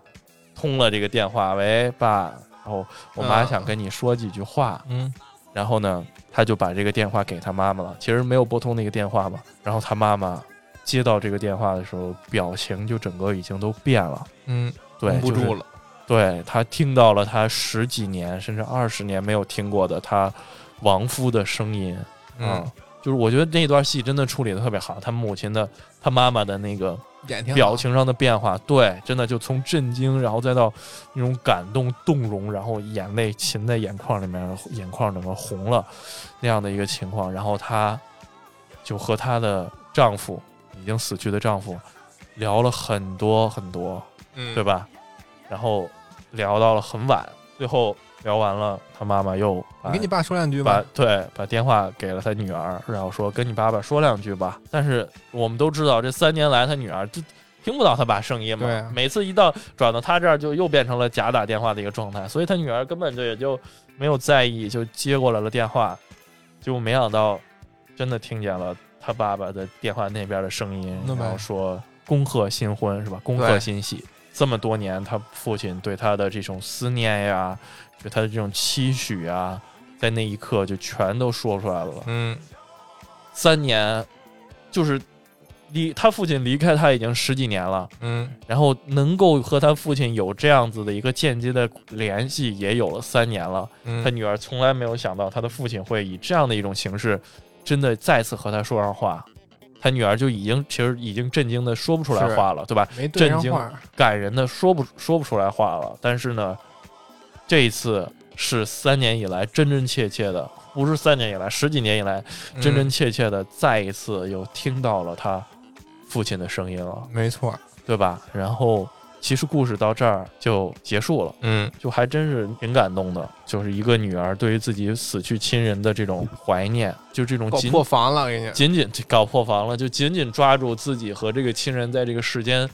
通了这个电话，喂爸，然后我妈
嗯
想跟你说几句话，
嗯，
然后呢，他就把这个电话给他妈妈了，其实没有拨通那个电话嘛，然后他妈妈接到这个电话的时候，表情就整个已经都变了，
嗯，
对，
不
就是
住了，
对他听到了他十几年甚至二十年没有听过的他亡夫的声音啊、
嗯，
就是我觉得那段戏真的处理的特别好，他母亲的他妈妈的那个
眼啊挺好
表，情上的变化，对，真的就从震惊，然后再到那种感动、动容，然后眼泪噙在眼眶里面，眼眶整个红了那样的一个情况，然后她就和她的丈夫已经死去的丈夫聊了很多很多，
嗯，
对？吧？然后聊到了很晚，最后聊完了，他妈妈又把
你跟你爸说两句
把
吧，
对把电话给了他女儿，然后说跟你爸爸说两句吧。但是我们都知道，这三年来他女儿就听不到他爸声音嘛，
对啊
每次一到转到他这儿，就又变成了假打电话的一个状态，所以他女儿根本就也就没有在意，就接过来了电话，结果没想到真的听见了他爸爸的电话那边的声音，
那么
然后说恭贺新婚是吧？恭贺
对
新喜。这么多年，他父亲对他的这种思念呀，对他的这种期许啊，在那一刻就全都说出来了。
嗯，
三年，就是离他父亲离开他已经十几年了，
嗯，
然后能够和他父亲有这样子的一个间接的联系，也有了三年了。
嗯，
他女儿从来没有想到他的父亲会以这样的一种形式，真的再次和他说上话。他女儿就已经其实已经震惊的说不出来
是
话了，对吧？
没对上
震惊
话，
感人的说不说不出来话了。但是呢，这一次是三年以来真真切切的，不是三年以来，十几年以来
嗯
真真切切的，再一次又听到了他父亲的声音了，
没错，
对吧？然后其实故事到这儿就结束了，
嗯，
就还真是挺感动的，就是一个女儿对于自己死去亲人的这种怀念，就这种
搞
紧
破防了，给你，
紧紧搞破防了，就紧紧抓住自己和这个亲人在这个世间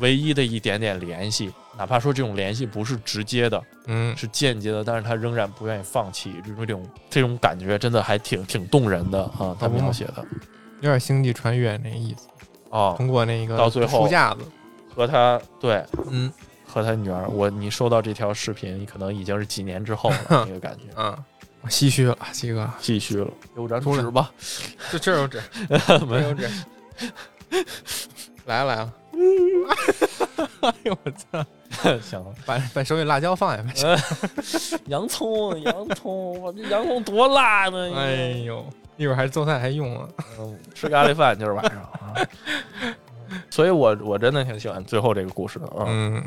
唯一的一点点联系，哪怕说这种联系不是直接的，
嗯，
是间接的，但是他仍然不愿意放弃，这种这种这种感觉真的还挺挺动人的啊，他
不嘛
描写的
有点星际穿越那意思，
哦，
通过那个
到最后
书架子，
和他对
嗯，
和他女儿，我你收到这条视频，可能已经是几年之后了那个 [laughs] 感觉。
啊，我唏嘘了，西哥，
继续了，有张纸吧，
这这 [laughs] 有纸，
没
这
有
有纸，来了来了，哎呦我操，
[laughs] 想了。
把把手里辣椒放下吧，
洋葱，洋葱，我这洋葱多辣 [laughs] 呢！
哎呦，一会儿还做菜还用啊，
嗯，吃咖喱饭就是晚上啊。所以我我真的挺喜欢最后这个故事的啊。
嗯，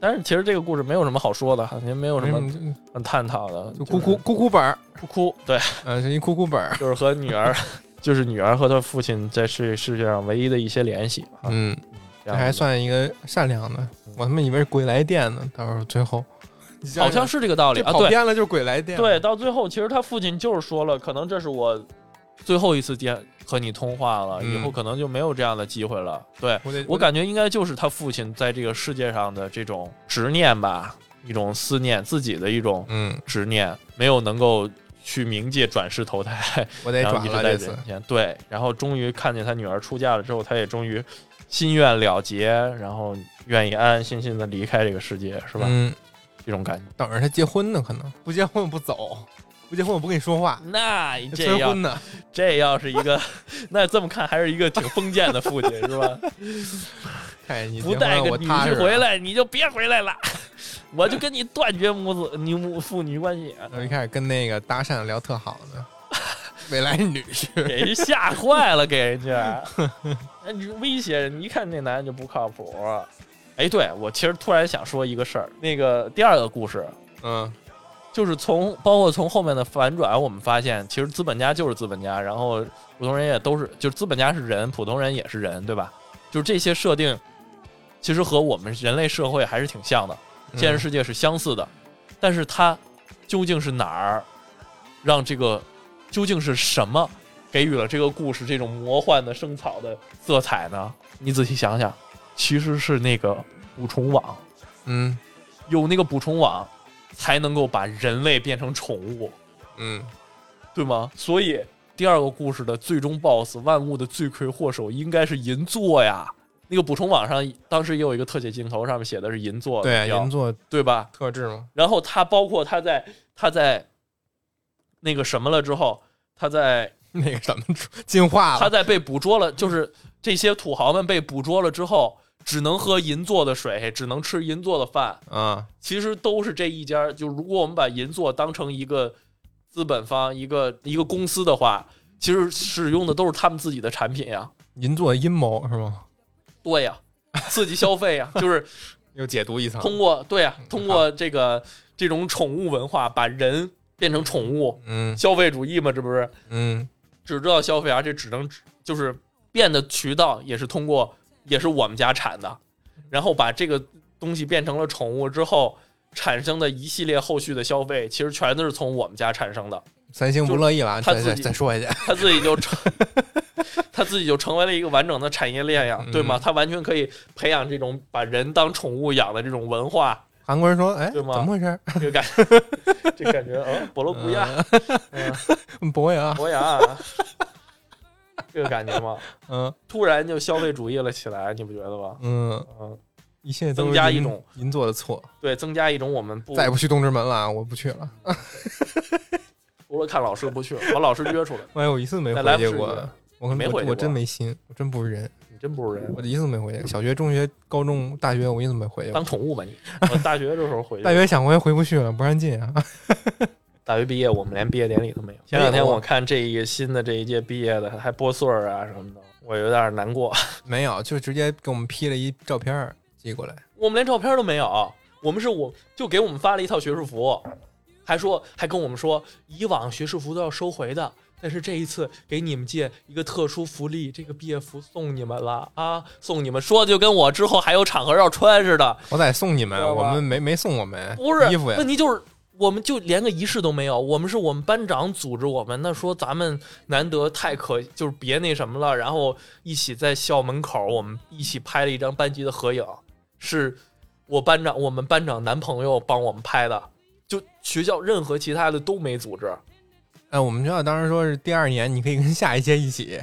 但是其实这个故事没有什么好说的，也没有什么
么
很探讨的，
嗯就咕咕咕咕本儿，
哭哭，对，
嗯，是一咕咕本儿，
就是和女儿，就是女儿和她父亲在世世界上唯一的一些联系啊。
嗯，
这
这
样
还
子
算一个善良的，我他妈以为是鬼来电呢，到时候最后
好像
是
是这个道理
这
啊，
跑
对
偏了就是鬼来电，
对，，到最后其实他父亲就是说了，可能这是我最后一次见和你通话了，以
嗯
后可能就没有这样的机会了。对，
我得
我感觉应该就是他父亲在这个世界上的这种执念吧，一种思念自己的一种
嗯，
执念，没有能够去冥界转世投
[laughs]
胎，
我得
然后
转
一直
了
在
这次
人，间。对，然后终于看见他女儿出嫁了之后，他也终于心愿了结，然后愿意安安心心的离开这个世界，是吧？
嗯。
这种感觉。
等着他结婚呢，可能不结婚我不走，不结婚我不跟你说话，
那这
催
要
婚呢。
这要是一个， [laughs] 那这么看还是一个挺封建的父亲，是吧？
哎，你
不
结婚
带
了
个
我
女
踏实啊
婿
了
回，来，你就别回来了， [laughs] 我就跟你
[laughs]
断绝母子、你母父女关系。啊 [laughs]
我一开始跟那个搭讪聊特好呢，未来女婿，
给人吓坏了，给人家，那你威胁人，一看这男的就不靠谱。哎，对我其实突然想说一个事儿，那个第二个故事
嗯
就是从包括从后面的反转，我们发现其实资本家就是资本家，然后普通人也都是，就是资本家是人，普通人也是人，对吧？就是这些设定，其实和我们人类社会还是挺像的，现实世嗯界是相似的，但是它究竟是哪儿，让这个究竟是什么给予了这个故事这种魔幻的生草的色彩呢？你仔细想想，其实是那个捕虫网，
嗯
有那个捕虫网，才能够把人类变成宠物，
嗯
对吗？所以第二个故事的最终 BOSS 万物的罪魁祸首应该是银座呀。那个捕虫网上当时也有一个特写镜头，上面写的是银座的
对啊，
标
银座
对吧？
特质嘛，
然后他包括他在他在那个什么了之后，他在
那个什么进化
他
了，
在被捕捉了，就是这些土豪们被捕捉了之后，只能喝银座的水，只能吃银座的饭，
啊
其实都是这一家儿。就如果我们把银座当成一个资本方、一个一个公司的话，其实使用的都是他们自己的产品呀，
银座阴谋是吗？
对呀，刺激消费呀，就是
又解读一层，
通过对呀，通过这个这种宠物文化把人变成宠物，
嗯
消费主义嘛，这不是
嗯
只知道消费，而且只能就是变的渠道也是通过，也是我们家产的，然后把这个东西变成了宠物之后产生的一系列后续的消费，其实全都是从我们家产生的。
三星不乐意了，
就是他
再
自
再
己
再说一下，
他自己就成， [laughs] 他自己就成为了一个完整的产业链呀，对吗？他完全可以培养这种把人当宠物养的这种文化，
韩国人说，哎，
对
怎
吗
么回事？
这个感，这感觉，嗯，博罗古亚，嗯，
嗯不会啊，
博雅啊， [laughs] 这个感觉吗？
嗯
突然就消费主义了起来，你不觉得吗？
嗯，
嗯，
一切都是
增加
银
一种
银座的错，
对，增加一种我们不
再不去东直门了啊，我不去了。
除了看老师不去，把老师约出来，
哎，我一次没
在
回
live
去
室
过
约，
我跟
没回去
我我真
过
没心，我真不是人，
[laughs] 你真不是人，
我一次没回去过。小学、中学、高中、大学，我一次没回去过。
当宠物吧 [laughs] 你。我大学的时候回去，
大学想回回不去了，不让进
[laughs]
啊。
大学毕业，我们连毕业典礼都没有。前两天我看这一个新的这一届毕业的还拨穗儿啊什么的，我有点难过。 [laughs]
没有，就直接给我们 P 了一照片儿寄过来。
我们连照片都没有，我们是我就给我们发了一套学士服，还说还跟我们说以往学士服都要收回的，但是这一次给你们借一个特殊福利，这个毕业服送你们了啊，送你们说的就跟我之后还有场合要穿似的，
我得送你们
知，道
我
吧
们没没送我们
不是
衣服呀
问。题就是我们就连个仪式都没有。我们是我们班长组织我们，那说咱们难得太可就是别那什么了，然后一起在校门口我们一起拍了一张班级的合影，是我班长我们班长男朋友帮我们拍的，就学校任何其他的都没组织。
哎，我们学校当时说是第二年你可以跟下一届一起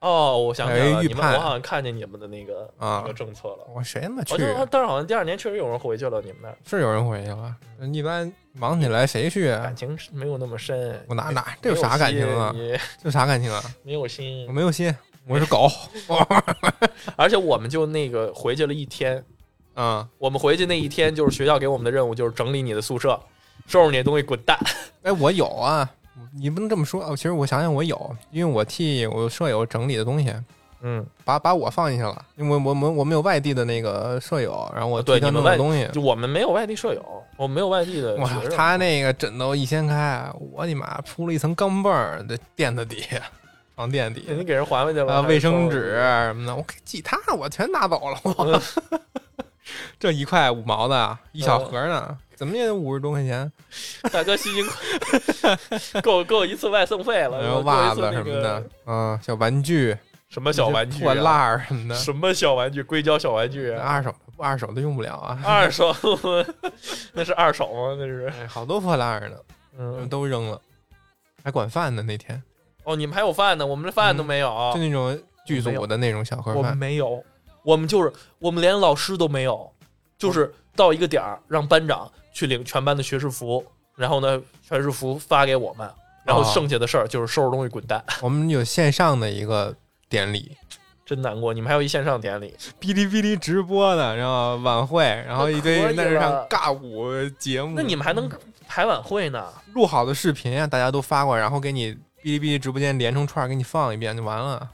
哦，我想起来
还有
了，
一
你
哎预
们
判
我好像看见你们的那个、
啊
那个。政策了。
我谁他妈去
好像
啊？
但是好像第二年确实有人回去了，你们那儿
是有人回去了，一般忙起来谁去啊
感？情是没有那么深。
我哪哪这
没
有啥感情啊？
心也
这有啥感情啊？
没有心
我，没有心，我是
[laughs]
狗。
而且我们就那个回去了一天，
啊，
我们回去那一天就是学校给我们的任务就是整理你的宿舍，收拾你的东西滚蛋。
哎，我有啊，你不能这么说。哦其实我想想，我有，因为我替我舍友整理的东西，
嗯，
把把我放进去了，因为我我们我们有外地的那个舍友，然后我
啊对
替他
你们
弄的
外
东西。
就我们没有外地舍友，我们没有外地的
哇
学，生，
他那个枕头一掀开，我的妈，铺了一层钢镚儿在垫子底下，床垫底
你
下，
给人还回去了。
啊，
还
卫
是收
生
拾
纸什么的，我给吉他我全拿走
[laughs]
了，我
嗯
[laughs] 这一块五毛的啊，一小盒
嗯
呢，怎么也得五十多块钱，
大哥辛辛苦， [laughs] 够够一次外送费了，
然后
够
袜
一次
子
那
什么
个
的，嗯，小玩具，
什么小玩具
破
啊，
蜡嗯儿什么的，
什么小玩具，硅胶小玩具啊，
二手二手的用不了啊，
[laughs]
[laughs]
二手， [laughs] 那是二手吗？那是，
哎好多破烂儿呢，
嗯，
都扔了，还管饭呢那天，
哦，你们还有饭呢，我们这饭都没有，
就那种剧
没有
组的那种小盒
我们
饭，
没有，我们就是我们连老师都没有，就是到一个点儿让班长去领全班的学士服，然后呢，学士服发给我们，然后
哦
剩下的事儿就是收拾东西滚蛋， [laughs]
我们有线上的一个典礼。
真难过。你们还有一线上典礼，
哔哩哔哩直播的，然后晚会，然后一堆
那可
人
以
在这
了
上尬舞节目。
那你们还能排晚会呢？
录好的视频啊，大家都发过来，然后给你哔哔哩哔哩直播间连成串儿给你放一遍就完了。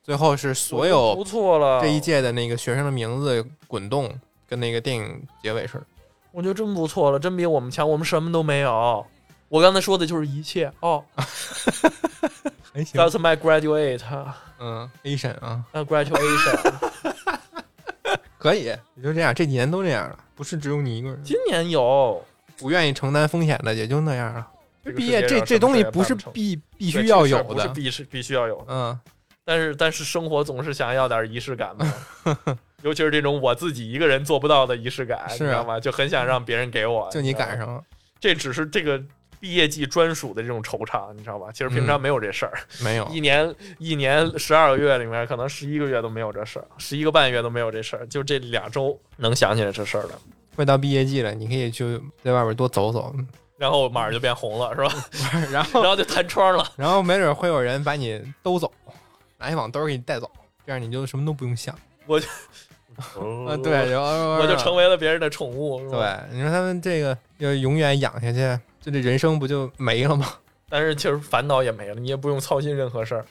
最后是所有
不错了，
这一届的那个学生的名字滚动，跟那个电影结尾似的。
我觉得真不错了，真比我们强，我们什么都没有。我刚才说的就是一切哦。
还
That's my graduate，啊
嗯，Asian 啊，
啊 graduation。
[laughs] 可以，也就这样，这几年都这样了，不是只有你一个人
今年有，
不愿意承担风险的，也就那样了。
这个
毕
世
业
界
这
上
这
什么
东
事
西
也
不
办
是
成
必必
对
须
这
要
个事
有
儿不是
的，
必是必须要有的。
嗯，
但是但是生活总是想要点仪式感嘛，尤其是这种我自己一个人做不到的仪式感，
是啊
你知道吗？就很想让别人给我，
就你
知道吗
赶，上了，
这只是这个毕业季专属的这种惆怅，你知道吧？其实
嗯
平常没有这事儿，
没有，
一年一年十二个月里面，可能十一个月都没有这事儿，十一个半月都没有这事儿，就这两周能想起来这事儿了。
快到毕业季了，你可以去在外边多走走，
然后马上就变红了，是吧？
然后
[laughs] 然后就弹窗了。
然后没准会有人把你兜走，拿一网兜给你带走，这样你就什么都不用想。 [laughs] 啊，对，，然后
呃我就成为了别人的宠物，是吧？
对，你说他们这个要永远养下去，这这人生不就没了
[laughs]
吗？
但是其实烦恼也没了，你也不用操心任何事儿，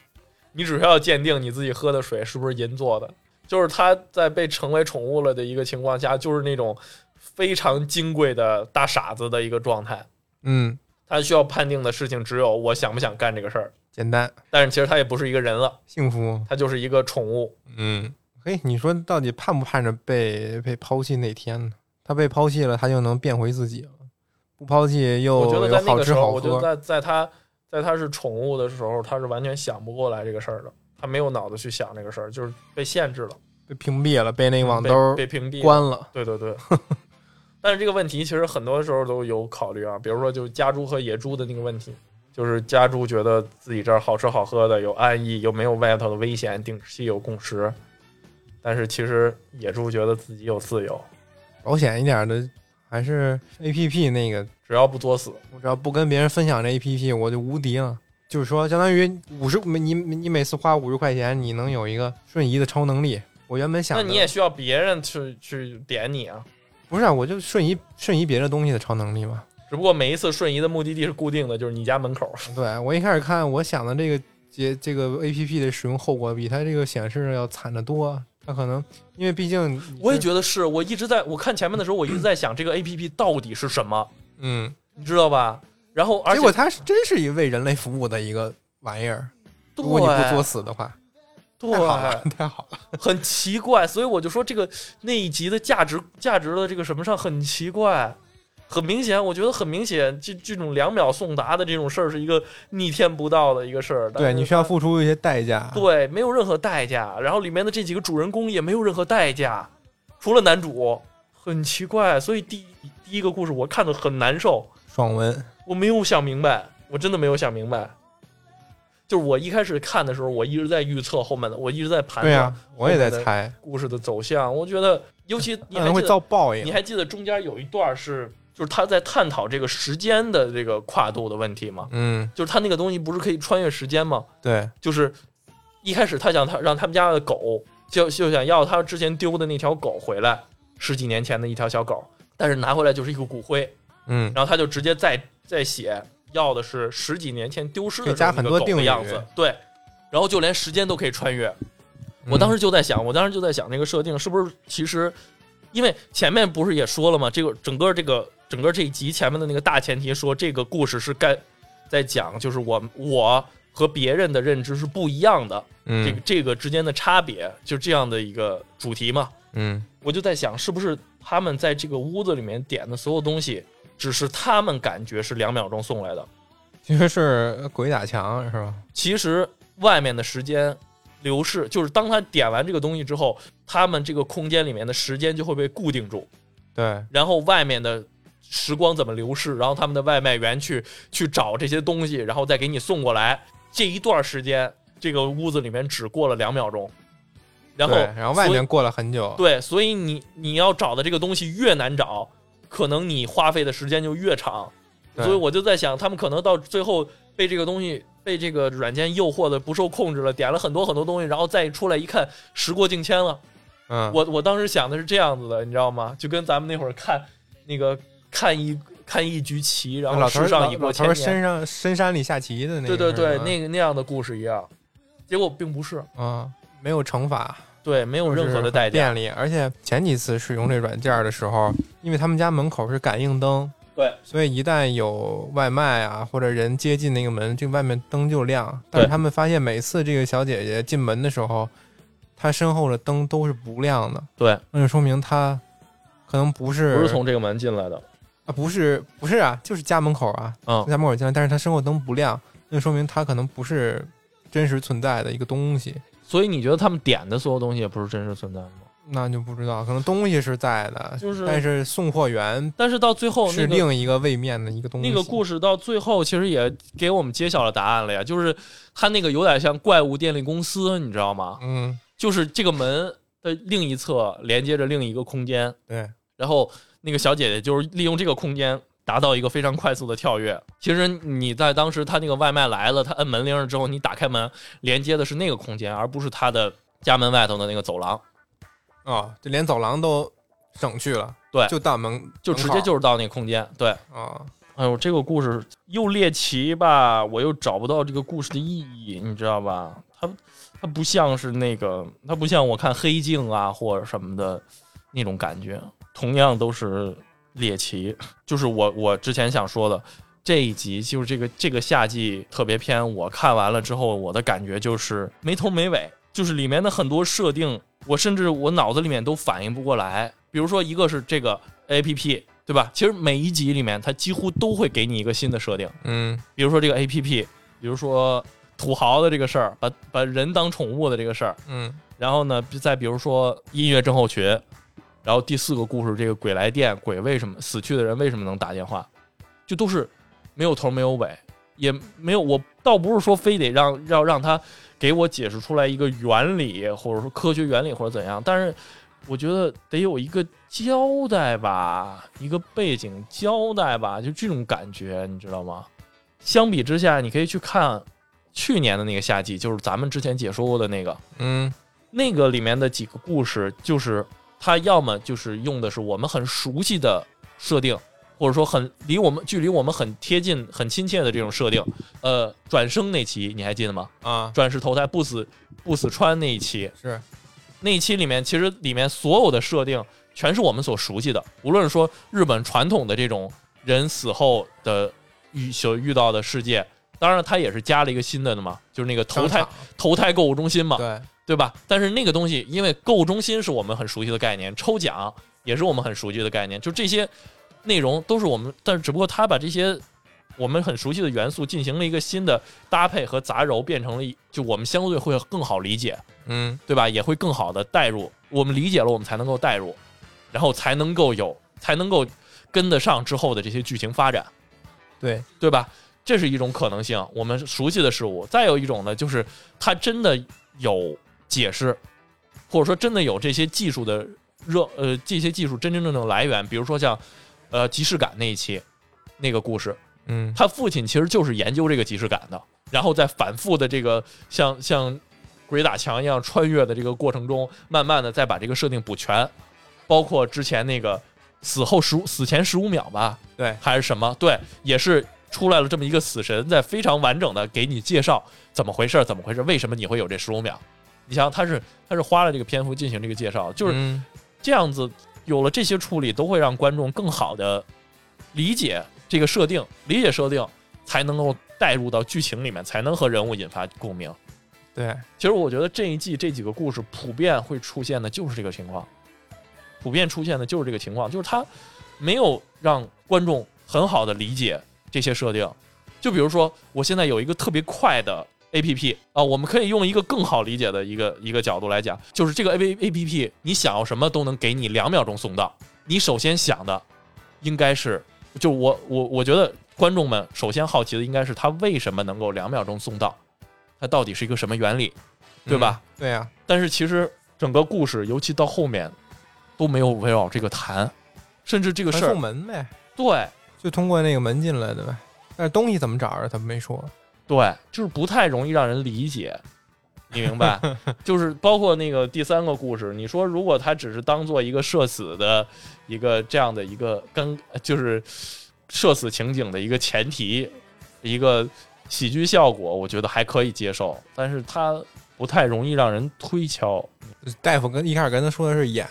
你只需要鉴定你自己喝的水是不是银做的。就是它在被成为宠物了的一个情况下，就是那种非常金贵的大傻子的一个状态。
嗯，
它需要判定的事情只有我想不想干这个事儿，
简单
但是其实它也不是一个人了，
幸福。
它就是一个宠物。
嗯，嘿，你说到底盼不盼着被被抛弃那天呢？他被抛弃了，他就能变回自己了。不抛弃又
我觉得在
有
那
好
个
吃
时候，
好
我觉得
喝，
在在它在它是宠物的时候，它是完全想不过来这个事儿的，它没有脑子去想这个事儿，就是被限制了，
被屏蔽了，被那个网
被
兜
嗯被屏蔽了
关了。
对对 [laughs] 对。但是这个问题其实很多时候都有考虑啊，比如说就家猪和野猪的那个问题，就是家猪觉得自己这儿好吃好喝的，有安逸，又没有外头的危险，定期有共识。但是其实野猪觉得自己有自由，
保险一点的还是 A P P 那个
只要不作死，
我只要不跟别人分享这 APP，我就无敌了。就是说，相当于五十，你你每次花五十块钱，你能有一个瞬移的超能力。我原本想
那
的，
你也需要别人去去点你啊。
不是啊，我就瞬移瞬移别的东西的超能力嘛。
只不过每一次瞬移的目的地是固定的，就是你家门 [laughs] 口。
对我一开始看，我想的这个结这个 APP 的使用后果比它这个显示的要惨得多。它可能因为毕竟你
我也
是
觉得是我一直在我看前面的时候，我一直在想这个 A P P 到底是什么，
嗯，
你知道吧？然后而
结
且
果它是真是一为人类服务的一个玩意儿。如果你不作死的话，
对
太好
对
了，太好了。
[laughs] 很奇怪，所以我就说这个那一集的价值价值的这个什么上很奇怪，很明显，我觉得很明显，这这种两秒送达的这种事儿是一个逆天不道的一个事儿。但
对
是
你需要付出一些代价。
对没有任何代价，然后里面的这几个主人公也没有任何代价，除了男主，很奇怪。所以第第一个故事我看的很难受，
爽文，
我没有想明白，我真的没有想明白。就是我一开始看的时候，我一直在预测后面的，我一直在盘
对啊
算
呀、我也在
后面的
猜。
故事的走向。我觉得，尤其你
可能
还记
嗯会
得，
遭报
你
应。
还记得中间有一段是，就是他在探讨这个时间的这个跨度的问题吗？
嗯，
就是他那个东西不是可以穿越时间吗？
对，
就是一开始他想他让他们家的狗，就就想要他之前丢的那条狗回来，十几年前的一条小狗，但是拿回来就是一个骨灰，
嗯，
然后他就直接再再写要的是十几年前丢失的
可以加
时候
很
那个
多
狗
定
的
语
样子，对，然后就连时间都可以穿越。
嗯
我当时就在想，我当时就在想这个设定是不是其实，因为前面不是也说了吗？这个整个这个整个这一集前面的那个大前提说，这个故事是该在讲，就是我我和别人的认知是不一样的，
嗯
这个这个之间的差别，就这样的一个主题嘛。
嗯
我就在想，是不是他们在这个屋子里面点的所有东西，只是他们感觉是两秒钟送来的，
嗯，其实是鬼打墙是吧？
其实外面的时间流逝，就是当他点完这个东西之后，他们这个空间里面的时间就会被固定住，
对，
然后外面的时光怎么流逝，然后他们的外卖员去去找这些东西，然后再给你送过来，这一段时间，这个屋子里面只过了两秒钟，然后
对然后外
所以
面过了很久，
对，所以你你要找的这个东西越难找，可能你花费的时间就越长。
对
所以我就在想，他们可能到最后被这个东西被这个软件诱惑的不受控制了，点了很多很多东西，然后再出来一看，时过境迁了。
嗯，
我我当时想的是这样子的，你知道吗？就跟咱们那会儿看那个看一看一局棋，然后
老头
世
儿
上
老
已
老
过
头
千
儿
年。
身上深山里下棋的那
对
个，
对对，
是吧
那个那样的故事一样，结果并不是，
啊没有惩罚，
对，没有任何的代价。
便利。而且前几次使用这软件的时候，因为他们家门口是感应灯，
对，
所以一旦有外卖啊或者人接近那个门，这个外面灯就亮。但是
对
他们发现每次这个小姐姐进门的时候，她身后的灯都是不亮的，
对，
那就说明她可能不
不
是
是从这个门进来的。
啊不是不是啊，就是家门口啊，
嗯
家门口进来，但是她身后灯不亮，那就说明她可能不是真实存在的一个东西。
所以你觉得他们点的所有东西也不是真实存在的吗？
那就不知道，可能东西是在的，
就是
但是送货员
但是到最后
是
那个
另一个位面的一个东西。
那个故事到最后其实也给我们揭晓了答案了呀，就是他那个有点像怪物电力公司，你知道吗？
嗯，
就是这个门的另一侧连接着另一个空间，
对，
然后那个小姐姐就是利用这个空间达到一个非常快速的跳跃。其实你在当时她那个外卖来了，她摁门铃儿之后，你打开门连接的是那个空间，而不是她的家门外头的那个走廊，
哦，就连走廊都省去了，
对
就到门
就直接就是到那个空间。对，
啊、哦
哎呦，这个故事又猎奇吧，我又找不到这个故事的意义，你知道吧？它它不像是那个，它不像我看《黑镜》啊或者什么的那种感觉。同样都是猎奇，就是我我之前想说的这一集，就是这个这个夏季特别篇，我看完了之后，我的感觉就是没头没尾，就是里面的很多设定，我甚至我脑子里面都反应不过来。比如说，一个是这个 A P P，对吧？其实每一集里面，它几乎都会给你一个新的设定，
嗯
比如说这个 A P P，比如说土豪的这个事儿，把把人当宠物的这个事儿，
嗯
然后呢，再比如说音乐症候群，然后第四个故事这个鬼来电，鬼为什么死去的人为什么能打电话，就都是没有头没有尾，也没有我倒不是说非得让要让他给我解释出来一个原理，或者说科学原理或者怎样，但是我觉得得有一个交代吧，一个背景交代吧，就这种感觉，你知道吗？相比之下，你可以去看去年的那个夏季，就是咱们之前解说过的那个。
嗯
那个里面的几个故事，就是它要么就是用的是我们很熟悉的设定，或者说很离我们距离我们很贴近、很亲切的这种设定。呃，转生那期你还记得吗？
啊，
转世投胎不死不死川那一期，
是
那一期里面其实里面所有的设定全是我们所熟悉的，无论说日本传统的这种人死后的遇所遇到的世界，当然它也是加了一个新的的嘛，就是那个投胎
商
投胎购物中心嘛
场，对，
对吧？但是那个东西，因为购物中心是我们很熟悉的概念，抽奖也是我们很熟悉的概念，就这些内容都是我们，但是只不过他把这些我们很熟悉的元素进行了一个新的搭配和杂糅，变成了一就我们相对会更好理解，
嗯
对吧？也会更好的代入，我们理解了，我们才能够代入，然后才能够有，才能够跟得上之后的这些剧情发展。
对，
对吧？这是一种可能性，我们熟悉的事物。再有一种呢，就是它真的有解释，或者说真的有这些技术的热呃这些技术真真正正的来源，比如说像呃即视感那一期那个故事，
嗯
他父亲其实就是研究这个即视感的，然后在反复的这个像像鬼打墙一样穿越的这个过程中，慢慢的再把这个设定补全，包括之前那个死后十五死前十五秒吧，
对
还是什么，对，也是出来了这么一个死神，在非常完整的给你介绍怎么回事儿，怎么回事儿，为什么你会有这十五秒。你想想，他是他是花了这个篇幅进行这个介绍，就是
嗯
这样子有了这些处理，都会让观众更好的理解这个设定，理解设定，才能够带入到剧情里面，才能和人物引发共鸣。
对，
其实我觉得这一季这几个故事普遍会出现的就是这个情况，普遍出现的就是这个情况，就是他没有让观众很好的理解这些设定。就比如说，我现在有一个特别快的 A P P 啊，我们可以用一个更好理解的一个一个角度来讲，就是这个 A A P P，你想要什么都能给你两秒钟送到。你首先想的应该是，就我我我觉得观众们首先好奇的应该是它为什么能够两秒钟送到，它到底是一个什么原理？对吧
嗯？对呀、
但是其实整个故事，尤其到后面，都没有围绕这个谈，甚至这个
传
事儿
送，门呗，
对
就通过那个门进来的呗。但是东西怎么找着，他们没说。 [laughs]
对，就是不太容易让人理解，你
[laughs]
明白？就是包括那个第三个故事，你说如果他只是当做一个社死的一个这样的一个跟，就是社死情景的一个前提，一个喜剧效果，我觉得还可以接受，但是它不太容易让人推敲。
大夫跟一开始跟他说的是演，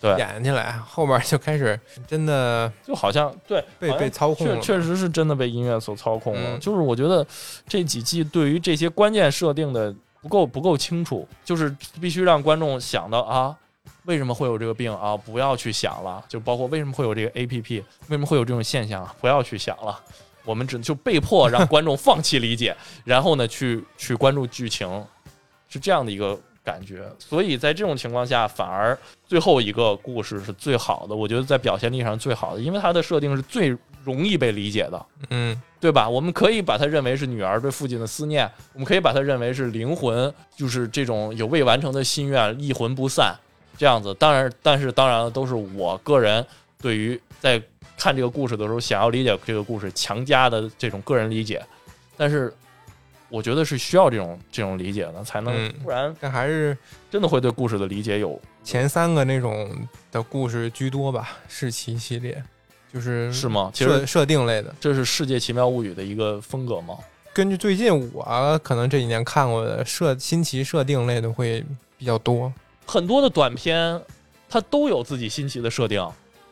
对
演起来，后边就开始真的
就好像对
被
好像
被操控
确
了。
确实是真的被音乐所操控了。
嗯
就是我觉得这几季对于这些关键设定的不够不够清楚，就是必须让观众想到啊，为什么会有这个病啊？不要去想了，就包括为什么会有这个 APP，为什么会有这种现象，不要去想了。我们只就被迫让观众放弃理解， [laughs] 然后呢，去去关注剧情，是这样的一个感觉。所以在这种情况下，反而最后一个故事是最好的，我觉得在表现力上是最好的，因为它的设定是最容易被理解的，
嗯，
对吧？我们可以把它认为是女儿对父亲的思念，我们可以把它认为是灵魂，就是这种有未完成的心愿，一魂不散这样子。当然，但是当然了，都是我个人对于在看这个故事的时候想要理解这个故事强加的这种个人理解，但是。我觉得是需要这种这种理解的，才能
嗯
不然
但还是
真的会对故事的理解有
前三个那种的故事居多吧，世奇系列就是
是吗？其实
设设定类的。
这是《世界奇妙物语》的一个风格吗？
根据最近我啊可能这几年看过的设新奇设定类的会比较多。
很多的短片，它都有自己新奇的设定。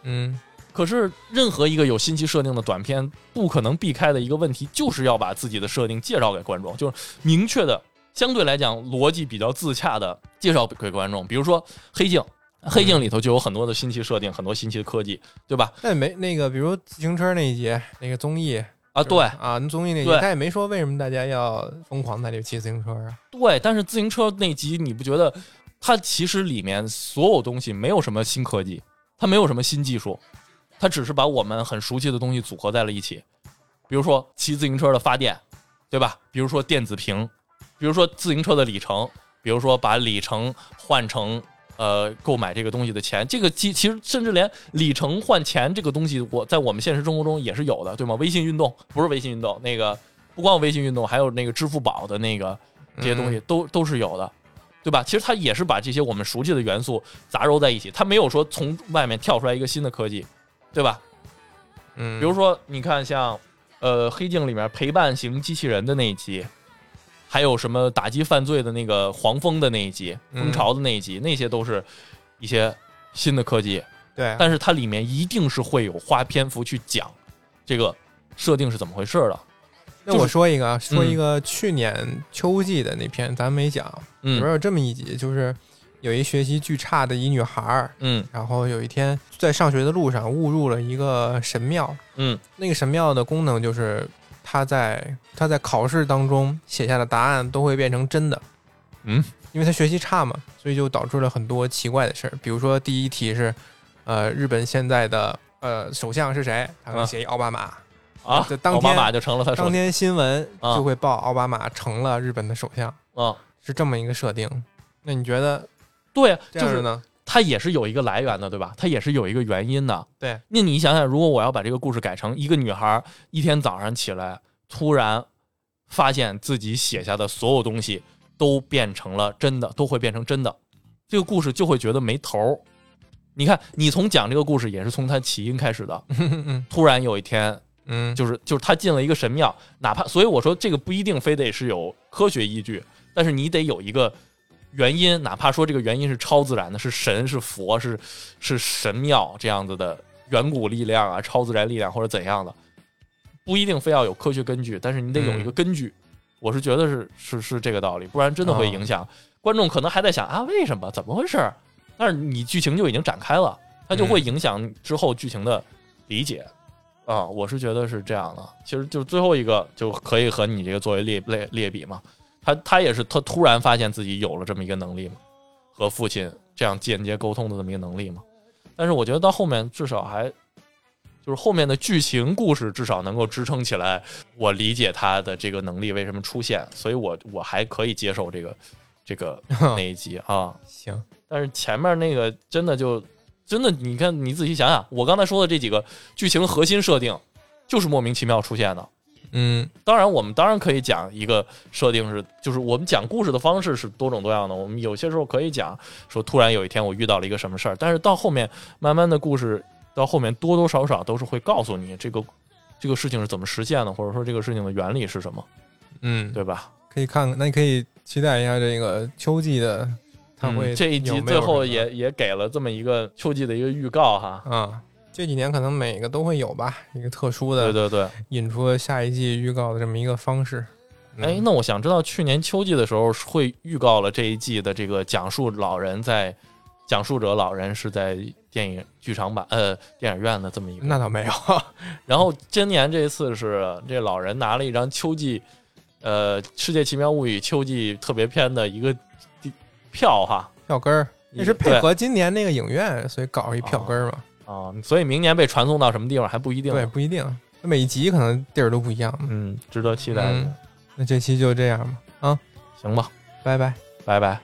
嗯，
可是，任何一个有新奇设定的短片，不可能避开的一个问题，就是要把自己的设定介绍给观众，就是明确的，相对来讲逻辑比较自洽的介绍给观众。比如说《黑镜》，《黑镜》里头就有很多的新奇设定，很多新奇的科技，对吧？
但没那个，比如自行车那一节那个综艺
啊，对
啊，那综艺那一节
对
他也没说为什么大家要疯狂在里骑自行车啊。
对。但是自行车那集，你不觉得它其实里面所有东西没有什么新科技，它没有什么新技术，它只是把我们很熟悉的东西组合在了一起，比如说骑自行车的发电，对吧？比如说电子屏，比如说自行车的里程，比如说把里程换成呃购买这个东西的钱，这个其其实甚至连里程换钱这个东西，我在我们现实生活中也是有的，对吗？微信运动不是微信运动，那个不光有微信运动，还有那个支付宝的那个这些
嗯
东西都都是有的。对吧？其实它也是把这些我们熟悉的元素杂糅在一起，它没有说从外面跳出来一个新的科技，对吧？
嗯，
比如说，你看像呃《黑镜》里面陪伴型机器人的那一集，还有什么打击犯罪的那个黄蜂的那一集、
嗯
蜂巢的那一集，那些都是一些新的科技，
对，
但是它里面一定是会有花篇幅去讲这个设定是怎么回事的。
那
就是
我说一个啊，说
嗯
一个去年秋季的那篇，咱没讲，里边
嗯
有这么一集，就是有一学习巨差的一女孩儿，
嗯
然后有一天在上学的路上误入了一个神庙，
嗯
那个神庙的功能就是她在她在考试当中写下的答案都会变成真的，
嗯，
因为她学习差嘛，所以就导致了很多奇怪的事儿，比如说第一题是，呃，日本现在的呃首相是谁？他
啊
会写一奥巴马。
啊
这，当
奥巴
天
马就成了他手
当
机
天新闻
啊
就会报奥巴马成了日本的首相，
啊，
是这么一个设定。那你觉得
对，啊
这
就
样的
是
呢？
它也是有一个来源的，对吧？它也是有一个原因的。
对，
那你想想，如果我要把这个故事改成一个女孩一天早上起来，突然发现自己写下的所有东西都变成了真的，都会变成真的，这个故事就会觉得没头儿。你看，你从讲这个故事也是从它起因开始的。
嗯
突然有
[laughs]
一天，
嗯，
[laughs] 就是就是他进了一个神庙，哪怕所以我说这个不一定非得是有科学依据，但是你得有一个原因，哪怕说这个原因是超自然的，是神是佛是是神庙这样子的远古力量啊，超自然力量或者怎样的，不一定非要有科学根据，但是你得有一个根据。我是觉得是是是这个道理，不然真的会影响、观众，可能还在想啊为什么怎么回事儿，但是你剧情就已经展开了，它就会影响之后剧情的理解。啊，我是觉得是这样的。其实就最后一个就可以和你这个作为列列列比嘛，他他也是他突然发现自己有了这么一个能力嘛，和父亲这样间接沟通的这么一个能力嘛。但是我觉得到后面至少还就是后面的剧情故事至少能够支撑起来，我理解他的这个能力为什么出现，所以我我还可以接受这个这个那一集啊。
行，
但是前面那个真的就真的，你看你仔细想想，我刚才说的这几个剧情核心设定，就是莫名其妙出现的。
嗯
当然，我们当然可以讲一个设定是，就是我们讲故事的方式是多种多样的。我们有些时候可以讲说，突然有一天我遇到了一个什么事儿，但是到后面慢慢的故事到后面多多少少都是会告诉你这个这个事情是怎么实现的，或者说这个事情的原理是什么，
嗯，
对吧？
可以看看，那你可以期待一下这个秋季的，它会、
嗯这一集最后也也给了这么一个秋季的一个预告哈。
啊、这几年可能每个都会有吧，一个特殊
对
的
对对，
引出下一季预告的这么一个方式。嗯
哎，那我想知道去年秋季的时候会预告了这一季的这个讲述老人在讲述者老人是在电影剧场版呃电影院的这么一个
那倒没有，
然后今年这一次是这老人拿了一张秋季，呃，《世界奇妙物语》秋季特别篇的一个地 [laughs] 票哈
票根儿，那是配合今年那个影院，所以搞一票根儿嘛。
啊、所以明年被传送到什么地方还不一定。啊
对，，不一定，每一集可能地儿都不一样嘛。
嗯，值得期待的。
嗯那这期就这样吧，啊，
行吧，
拜拜。
拜拜。